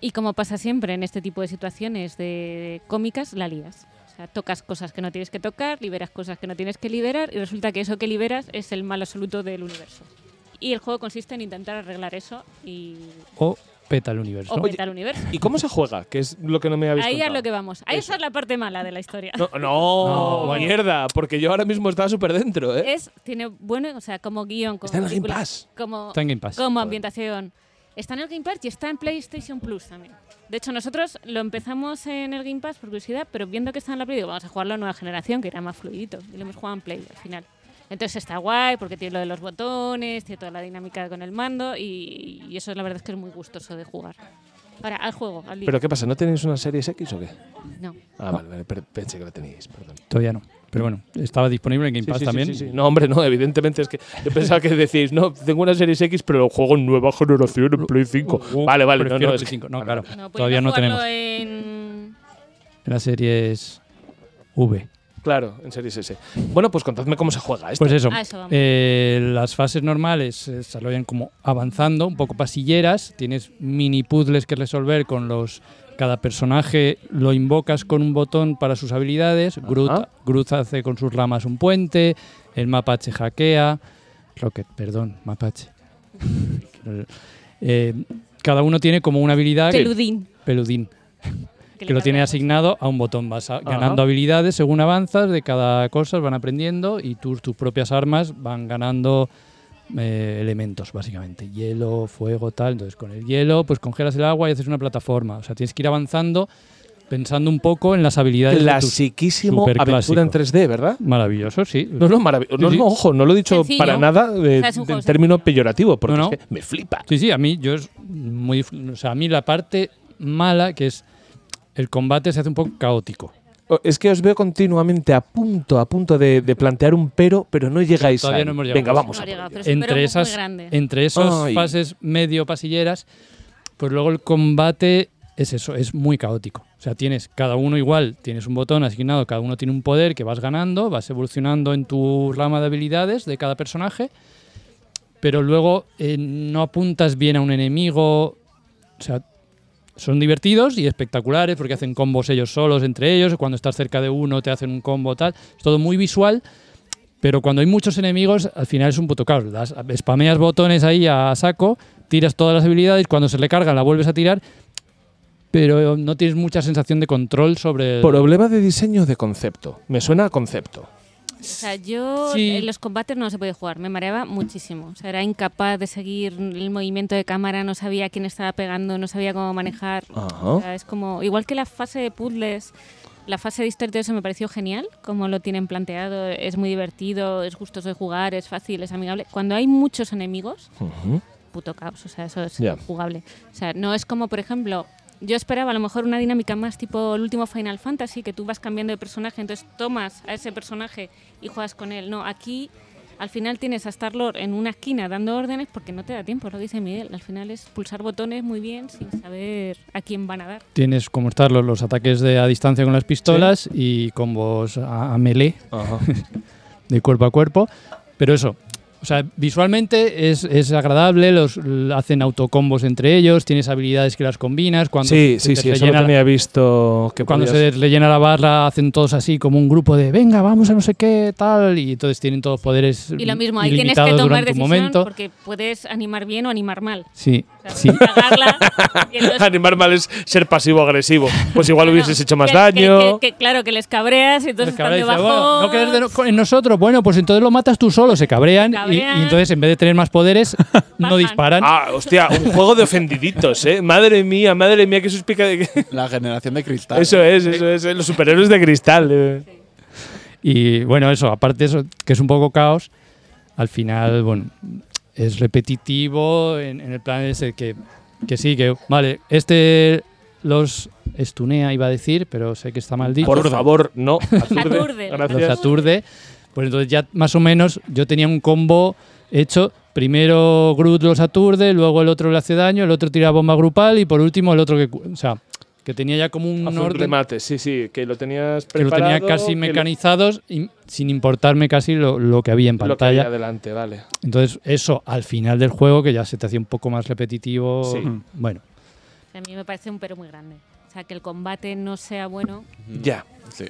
S4: Y como pasa siempre en este tipo de situaciones de cómicas, la lías. O sea, tocas cosas que no tienes que tocar, liberas cosas que no tienes que liberar y resulta que eso que liberas es el mal absoluto del universo. Y el juego consiste en intentar arreglar eso y
S3: O peta el universo.
S4: o
S1: Oye,
S4: petar el universo.
S1: ¿Y cómo se juega? Que es lo que no me habéis
S4: Ahí a
S1: contado.
S4: lo que vamos. Ahí esa es la parte mala de la historia.
S1: No, no,
S3: No, bueno.
S1: mierda, porque yo ahora mismo estaba súper dentro, ¿eh?
S4: Es, tiene bueno, o sea, como guión, como
S1: Está en el Game
S4: película,
S1: Pass.
S4: como,
S3: Está en Game Pass.
S4: como ambientación. Está en el Game Pass y está en PlayStation Plus también. De hecho, nosotros lo empezamos en el Game Pass por curiosidad, pero viendo que está en la Play, digo, vamos a jugarlo en nueva generación, que era más fluidito. Y lo hemos jugado en Play al final. Entonces está guay porque tiene lo de los botones, tiene toda la dinámica con el mando y, y eso la verdad es que es muy gustoso de jugar. Ahora, al juego, al lío.
S1: ¿Pero qué pasa? ¿No tenéis una Series X o qué?
S4: No.
S1: Ah, vale, vale, per- pensé que la teníais, perdón.
S3: Todavía no. Pero bueno, estaba disponible en Game
S1: Sí,
S3: Pass
S1: sí, sí,
S3: también.
S1: sí, sí. No, hombre, no, evidentemente es que yo pensaba que decís, no, tengo una Series X, pero lo juego en nueva generación en Play 5. Vale, vale, no,
S3: Prefiero
S1: no, es
S3: Play
S1: que-
S3: 5. No, claro.
S4: No, podíamos
S3: todavía no
S4: jugarlo
S3: tenemos.
S4: en-
S3: En la serie es V.
S1: Claro, en Series S. Bueno, pues contadme cómo se juega esto.
S3: Pues eso.
S4: A eso vamos.
S3: eh, las fases normales se desarrollan como avanzando, un poco pasilleras. Tienes mini puzzles que resolver con los. Cada personaje lo invocas con un botón para sus habilidades. Groot,
S1: Ajá.
S3: Groot hace con sus ramas un puente. El mapache hackea. Rocket, perdón, mapache. Eh, cada uno tiene como una habilidad. Ah, que-
S4: Peludín.
S3: peludín
S4: le
S3: que lo tiene
S4: carga.
S3: asignado a un botón. Vas a- ganando habilidades según avanzas, de cada cosa van aprendiendo y tus, tus propias armas van ganando eh, elementos, básicamente. Hielo, fuego, tal. Entonces, con el hielo, pues congelas el agua y haces una plataforma. O sea, tienes que ir avanzando pensando un poco en las habilidades. de tus-
S1: Clasiquísimo
S3: Superclásico.
S1: aventura en 3D, ¿verdad?
S3: Maravilloso, sí.
S1: No, no, maravilloso. No,
S3: Sí, sí.
S1: no, ojo, no lo he dicho
S4: Sencillo.
S1: para nada de,
S4: O sea, es un
S1: de-
S4: juego
S1: en término peyorativo, porque
S3: No, no.
S1: es que me flipa.
S3: Sí, sí, a mí yo es muy, o sea, a mí la parte mala que es el combate se hace un poco caótico.
S1: O- Es que os veo continuamente a punto, a punto de, de plantear un pero, pero no llegáis
S3: Todavía
S1: ahí.
S3: no hemos llegado.
S1: Venga, vamos.
S4: No
S1: a
S4: ha
S1: por
S4: llegado,
S1: ello.
S4: pero es un pero
S3: entre
S4: muy
S3: esas,
S4: grande.
S3: entre esas
S1: Ay.
S3: fases medio pasilleras, pues luego el combate es eso, es muy caótico. O sea, tienes cada uno igual, tienes un botón asignado, cada uno tiene un poder que vas ganando, vas evolucionando en tu rama de habilidades de cada personaje, pero luego eh, no apuntas bien a un enemigo. O sea, son divertidos y espectaculares porque hacen combos ellos solos entre ellos, cuando estás cerca de uno te hacen un combo tal, es todo muy visual. Pero cuando hay muchos enemigos, al final es un puto caos. Das- spameas botones ahí a saco, tiras todas las habilidades, cuando se le cargan la vuelves a tirar, pero no tienes mucha sensación de control sobre... el-
S1: Problema de diseño de concepto. Me suena a concepto.
S4: O sea, yo
S3: Sí.
S4: en los combates no se podía jugar, me mareaba muchísimo. O sea, era incapaz de seguir el movimiento de cámara, no sabía quién estaba pegando, no sabía cómo manejar.
S1: Ajá.
S4: O sea, es como, igual que la fase de puzzles La fase de historia eso me pareció genial, como lo tienen planteado, es muy divertido, es gustoso de jugar, es fácil, es amigable. Cuando hay muchos enemigos, puto caos, o sea, eso es
S1: Ya.
S4: jugable. O sea, no es como, por ejemplo, yo esperaba a lo mejor una dinámica más tipo el último Final Fantasy, que tú vas cambiando de personaje, entonces tomas a ese personaje y juegas con él. No, aquí al final tienes a Star-Lord en una esquina dando órdenes porque no te da tiempo, lo dice Miguel. Al final es pulsar botones muy bien sin saber a quién van a dar.
S3: Tienes como estar los, los ataques de a distancia con las pistolas y combos a, a melee de cuerpo a cuerpo. Pero eso, o sea, visualmente es, es agradable, los l- hacen autocombos entre ellos, tienes habilidades que las combinas. Cuando
S1: sí,
S3: se
S1: sí,
S3: te
S1: sí, eso
S3: rellena
S1: lo
S3: la-
S1: tenía visto. Que
S3: cuando se
S1: podías-
S3: les rellena la barra hacen todos así como un grupo de venga vamos a no sé qué tal y entonces tienen todos poderes
S4: Y lo mismo, ahí tienes que
S3: ilimitados
S4: tomar
S3: durante un
S4: decisión
S3: momento
S4: porque puedes animar bien o animar mal.
S3: sí
S4: O sea,
S3: sí
S4: cagarla y entonces
S1: Animar mal es ser pasivo-agresivo. Pues igual hubieses hecho más
S4: que-
S1: daño.
S4: que- que- que- claro, que les cabreas y entonces
S3: Les cabrea y
S4: están
S3: dice,
S4: debajo.
S3: "Bueno, no querés de no- con- en nosotros bueno pues entonces lo matas tú solo se cabrean, y-
S4: Cabrean.
S3: Y, entonces en vez de tener más poderes no
S4: Bajan.
S3: disparan
S1: Ah, hostia, un juego de ofendiditos, ¿eh? Madre mía, madre mía, que eso explica de que-
S5: La generación de cristal.
S1: Eso es, eso es, eh, los superhéroes de cristal. eh.
S3: y bueno eso aparte eso que es un poco caos al final bueno es repetitivo en, en el plan ese que que sí que vale este los estunea iba a decir pero sé que está mal dicho
S1: Por favor, no.
S4: Aturde.
S3: los
S1: Gracias.
S3: aturde. Pues entonces ya más o menos yo tenía un combo hecho. Primero Groot los aturde, luego el otro le hace daño, el otro tira bomba grupal y por último el otro que... cu- O sea, que tenía ya como un
S1: Haz un
S3: orden
S1: remate, sí, sí, que lo tenías
S3: que lo
S1: preparado.
S3: tenía casi
S1: que lo-
S3: mecanizados y sin importarme casi lo, lo que había en
S1: Lo que había
S3: pantalla.
S1: adelante, vale.
S3: Entonces eso al final del juego que ya se te hacía un poco más repetitivo.
S1: Sí.
S3: Bueno,
S4: A mí me parece un pero muy grande. O sea, que el combate no sea bueno,
S1: Ya.
S5: Sí.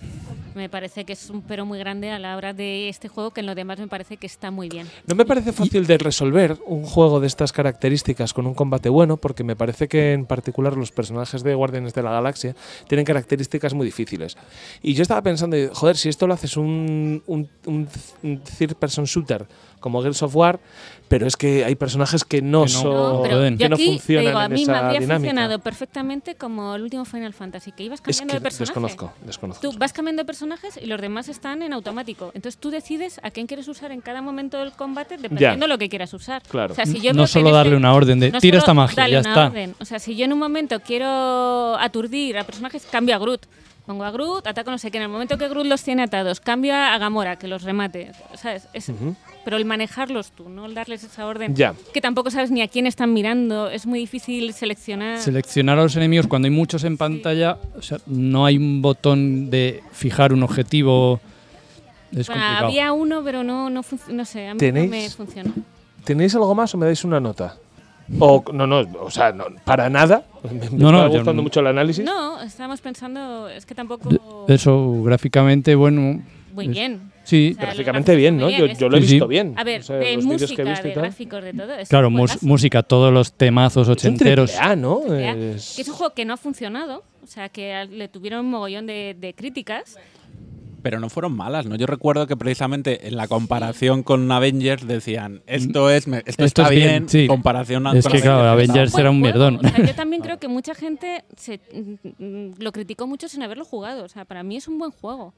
S4: me parece que es un pero muy grande a la hora de este juego, que en lo demás me parece que está muy bien.
S1: No me parece fácil de resolver un juego de estas características con un combate bueno, porque me parece que en particular los personajes de Guardianes de la Galaxia tienen características muy difíciles. Y yo estaba pensando, joder, si esto lo haces un, un, un- un third person shooter como Gears of War, pero es que hay personajes que no,
S3: Que no.
S1: son.
S3: No,
S4: pero
S3: Joder.
S4: yo
S1: Oh, que no
S4: aquí te
S1: funcionan
S4: digo, a
S1: en
S4: mí me
S1: esa
S4: habría
S1: dinámica.
S4: funcionado perfectamente como el último Final Fantasy, que ibas
S1: es
S4: cambiando
S1: que
S4: de personaje.
S1: desconozco, desconozco.
S4: Tú vas cambiando de personajes y los demás están en automático. Entonces tú decides a quién quieres usar en cada momento del combate dependiendo lo que quieras usar.
S1: Claro.
S4: O sea, si yo
S3: no
S4: veo que
S3: solo
S4: en este-
S3: darle una orden de
S4: no
S3: tira
S4: solo
S3: esta magia,
S4: dale
S3: ya
S4: una
S3: está.
S4: orden. O sea, si yo en un momento quiero aturdir a personajes, cambio a Groot. Pongo a Groot, ataco no sé qué. En el momento que Groot los tiene atados, cambio a Gamora, que los remate. ¿Sabes? Es- Pero el manejarlos tú, no el darles esa orden.
S1: Ya.
S4: Que tampoco sabes ni a quién están mirando. Es muy difícil seleccionar.
S3: Seleccionar a los enemigos cuando hay muchos en pantalla, o sea, no hay un botón de fijar un objetivo. Es
S4: Bueno,
S3: complicado.
S4: había uno, pero no, no, func- no sé, a mí
S1: ¿Tenéis?
S4: no me funcionó.
S1: ¿Tenéis algo más o me dais una nota? O, no, no, o sea, no, para nada. Me, me
S3: No, no,
S1: estaba
S3: yo
S1: gustando
S3: no.
S1: mucho el análisis.
S4: No, estábamos pensando, es que tampoco.
S3: Eso gráficamente, bueno,
S4: muy
S3: es-
S4: bien.
S3: sí,
S4: O sea,
S1: Gráficamente
S4: los
S1: bien, ¿no?
S4: gráficos
S1: Yo,
S4: muy bien,
S1: yo lo he
S3: Sí, sí.
S1: visto bien.
S4: A ver,
S1: O sea,
S4: de
S1: los vídeos que
S4: música,
S1: he visto y
S4: de
S1: tal.
S4: gráficos, de todo. es
S3: claro,
S4: un
S3: mus-
S4: juegazo,
S3: música, todos los temazos
S1: Es un
S3: ochenteros.
S1: triple A, Ah, ¿no? Eh,
S4: ¿verdad?
S1: Es-
S4: ¿eh? Que es un juego que no ha funcionado, o sea, que al- le tuvieron un mogollón de, de críticas.
S5: Pero no fueron malas, ¿no? Yo recuerdo que precisamente en la comparación con Avengers decían, esto es me-
S3: Esto
S5: esto, está
S3: es bien,
S5: bien,
S3: sí.
S5: comparación a-
S3: Es
S5: con
S3: que, claro,
S5: está-
S3: Avengers
S4: Buen
S3: era un
S4: juego,
S3: mierdón.
S4: o sea, yo también creo que mucha gente se, mm, mm, lo criticó mucho sin haberlo jugado. O sea, para mí es un buen juego.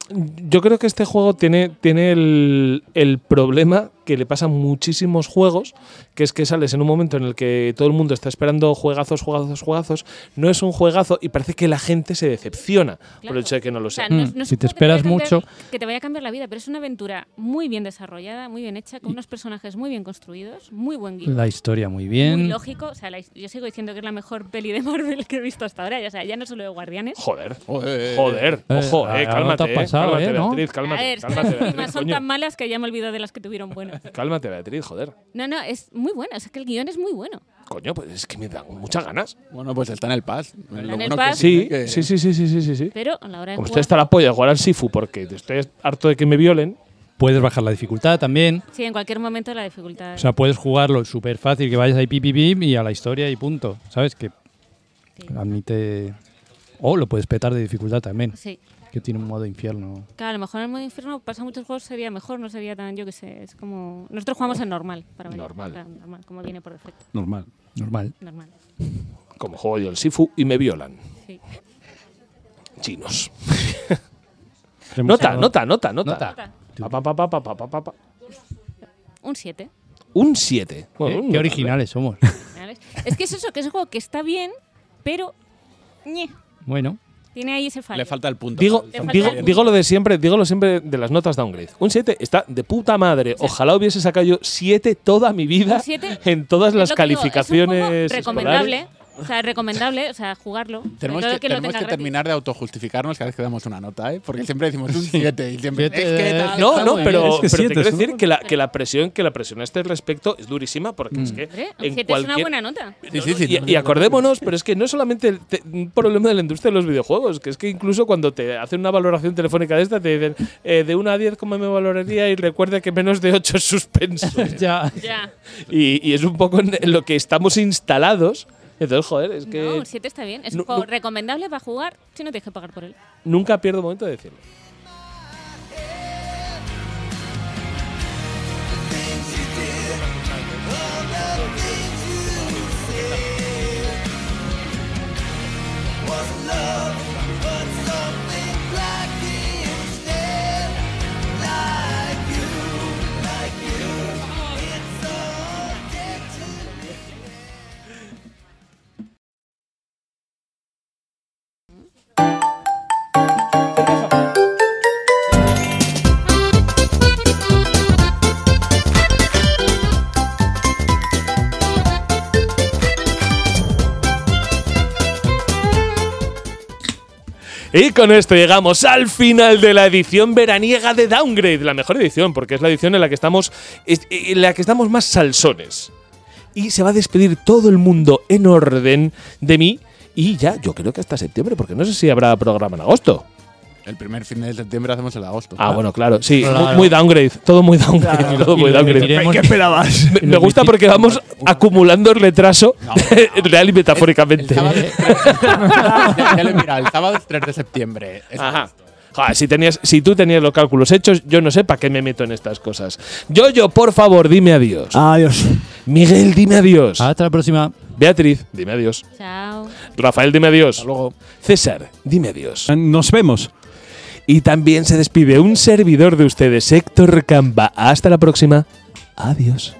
S1: Yo creo que este juego tiene, tiene el, el problema que le pasa a muchísimos juegos, que es que sales en un momento en el que todo el mundo está esperando juegazos, juegazos, juegazos. No es un juegazo y parece que la gente se decepciona por
S4: Claro.
S1: el hecho de que no lo sea.
S4: O sea, no es-
S3: Mm,
S4: no es
S3: si
S4: un
S3: te
S4: juego que vaya a
S3: esperas
S4: cambiar-
S3: mucho-
S4: Que te vaya a cambiar la vida, pero es una aventura muy bien desarrollada, muy bien hecha, con unos personajes muy bien construidos, muy buen guion.
S3: La historia muy
S4: Muy
S3: bien.
S4: lógico. O sea, la his- yo sigo diciendo que es la mejor peli de Marvel que he visto hasta ahora. Ya, o sea, ya no solo de Guardianes.
S1: Joder,
S5: Joder.
S1: joder,
S3: Eh,
S1: ojo, eh,
S3: algo te
S1: cálmate,
S3: ha pasado,
S1: eh, cálmate,
S3: eh, ¿no?
S1: Beatriz,
S4: a
S1: cálmate,
S4: ver, es que
S1: cálmate,
S4: las últimas
S1: Beatriz,
S4: son
S1: coño.
S4: tan malas que ya me olvido de las que tuvieron buenas.
S1: cálmate, Beatriz, joder.
S4: No, no, es muy buena. O sea, que el guión es muy bueno.
S1: Coño, pues es que me dan muchas ganas.
S5: Bueno, pues está en el pass. Lo
S4: en el
S5: bueno que
S4: pass.
S1: Sí,
S5: que-
S1: sí, sí, sí, sí, sí, sí, sí.
S4: Pero a la hora de
S1: Como estoy
S4: jugar...
S1: hasta la polla de jugar al Sifu porque estoy harto de que me violen,
S3: Puedes bajar la dificultad también.
S4: Sí, en cualquier momento la dificultad...
S3: O sea, puedes jugarlo súper fácil, que vayas ahí pim, pim, pim, y a la historia y punto. ¿Sabes? Que admite... O lo puedes petar de dificultad también,
S4: sí.
S3: que tiene un modo infierno.
S4: Claro, a lo mejor en el modo infierno pasa muchos juegos, sería mejor, no sería tan, yo qué sé, es como... Nosotros jugamos en normal, para variar.
S1: Normal.
S4: Claro, normal, como viene por defecto,
S6: Normal.
S3: Normal.
S4: normal.
S1: como juego yo al Sifu y me violan.
S4: Sí.
S1: Chinos. Nota,
S3: Tenemos-
S1: nota, nota, nota.
S3: Nota.
S1: Pa, pa, pa, pa, pa, pa, pa, pa.
S4: Un 7.
S1: Un 7.
S3: Eh, Qué- qué originales somos.
S4: ¿vale? Es que es eso, que es un juego que está bien, pero... ñe,
S3: Bueno,
S4: tiene ahí ese fallo.
S5: Le falta el punto.
S1: Digo,
S4: Le falta
S1: digo,
S4: el-
S1: digo lo de siempre, digo lo siempre de las notas downgrade. Un 7 está de puta madre. Ojalá hubiese sacado yo 7 toda mi vida
S4: Un siete
S1: en todas
S4: Es
S1: las
S4: lo que digo,
S1: calificaciones.
S4: Es un juego
S1: escolares.
S4: recomendable. O sea, recomendable, o sea, jugarlo. Sobre
S5: Tenemos
S4: todo
S5: que,
S4: lo
S5: tenemos
S4: tenga
S5: que
S4: gratis.
S5: terminar de autojustificarnos cada vez que damos una nota, ¿eh? Porque siempre decimos un 7 y siempre.
S3: Siete,
S5: "Es que
S4: Ah,
S5: tal,
S1: No,
S3: Está
S1: no,
S3: muy
S1: pero,
S3: bien.
S6: Es que
S1: pero te
S6: siete,
S1: quiero
S6: es un
S1: decir que la, que la presión que la presión a este respecto es durísima porque es que
S4: Hombre, un
S1: en
S4: 7 es una
S1: cualquier
S4: buena nota.
S5: Sí, sí, sí.
S1: y, y acordémonos, pero es que no es solamente el te- un problema de la industria de los videojuegos, que es que incluso cuando te hacen una valoración telefónica de esta, te dicen eh, de 1 a 10, ¿cómo me valoraría? Y recuerda que menos de 8 es suspenso.
S3: ya.
S4: Ya.
S1: Y, y es un poco en lo que estamos instalados. Entonces, joder, es que
S4: No, un 7 está bien. Es
S1: No,
S4: un juego
S1: no.
S4: recomendable para jugar si no tienes que pagar por él.
S1: nunca pierdo momento de decirlo. Y con esto llegamos al final de la edición veraniega de Downgrade, la mejor edición, porque es la edición en la que estamos, es- eh, en la que estamos más salsones. Y se va a despedir todo el mundo en orden de mí. Y ya, yo creo que hasta septiembre, porque no sé si habrá programa en agosto.
S5: El primer fin de septiembre hacemos el de agosto.
S1: Ah, bueno, claro, sí,
S3: Claro.
S1: muy- muy downgrade, todo muy downgrade, todo
S3: Y
S1: muy
S3: lo
S1: downgrade.
S3: emitiremos-
S2: esperabas?
S1: Me- Me gusta porque vamos acumulando el retraso, real y
S5: El
S1: metafóricamente.
S5: sábado es tres- ya, ya lo he mirado, el sábado es 3 de septiembre. Es-
S1: Ajá. Joder, si, tenías, si tú tenías los cálculos hechos, yo no sé para qué me meto en estas cosas. Yoyo, por favor, dime adiós.
S2: Ah. Adiós.
S1: Miguel, dime adiós.
S3: Hasta la próxima.
S1: Beatriz, dime adiós.
S4: Chao.
S1: Rafael, dime adiós. César, dime adiós.
S6: Nos vemos.
S1: Y también se despide un servidor de ustedes, Héctor Camba. Hasta la próxima. Adiós.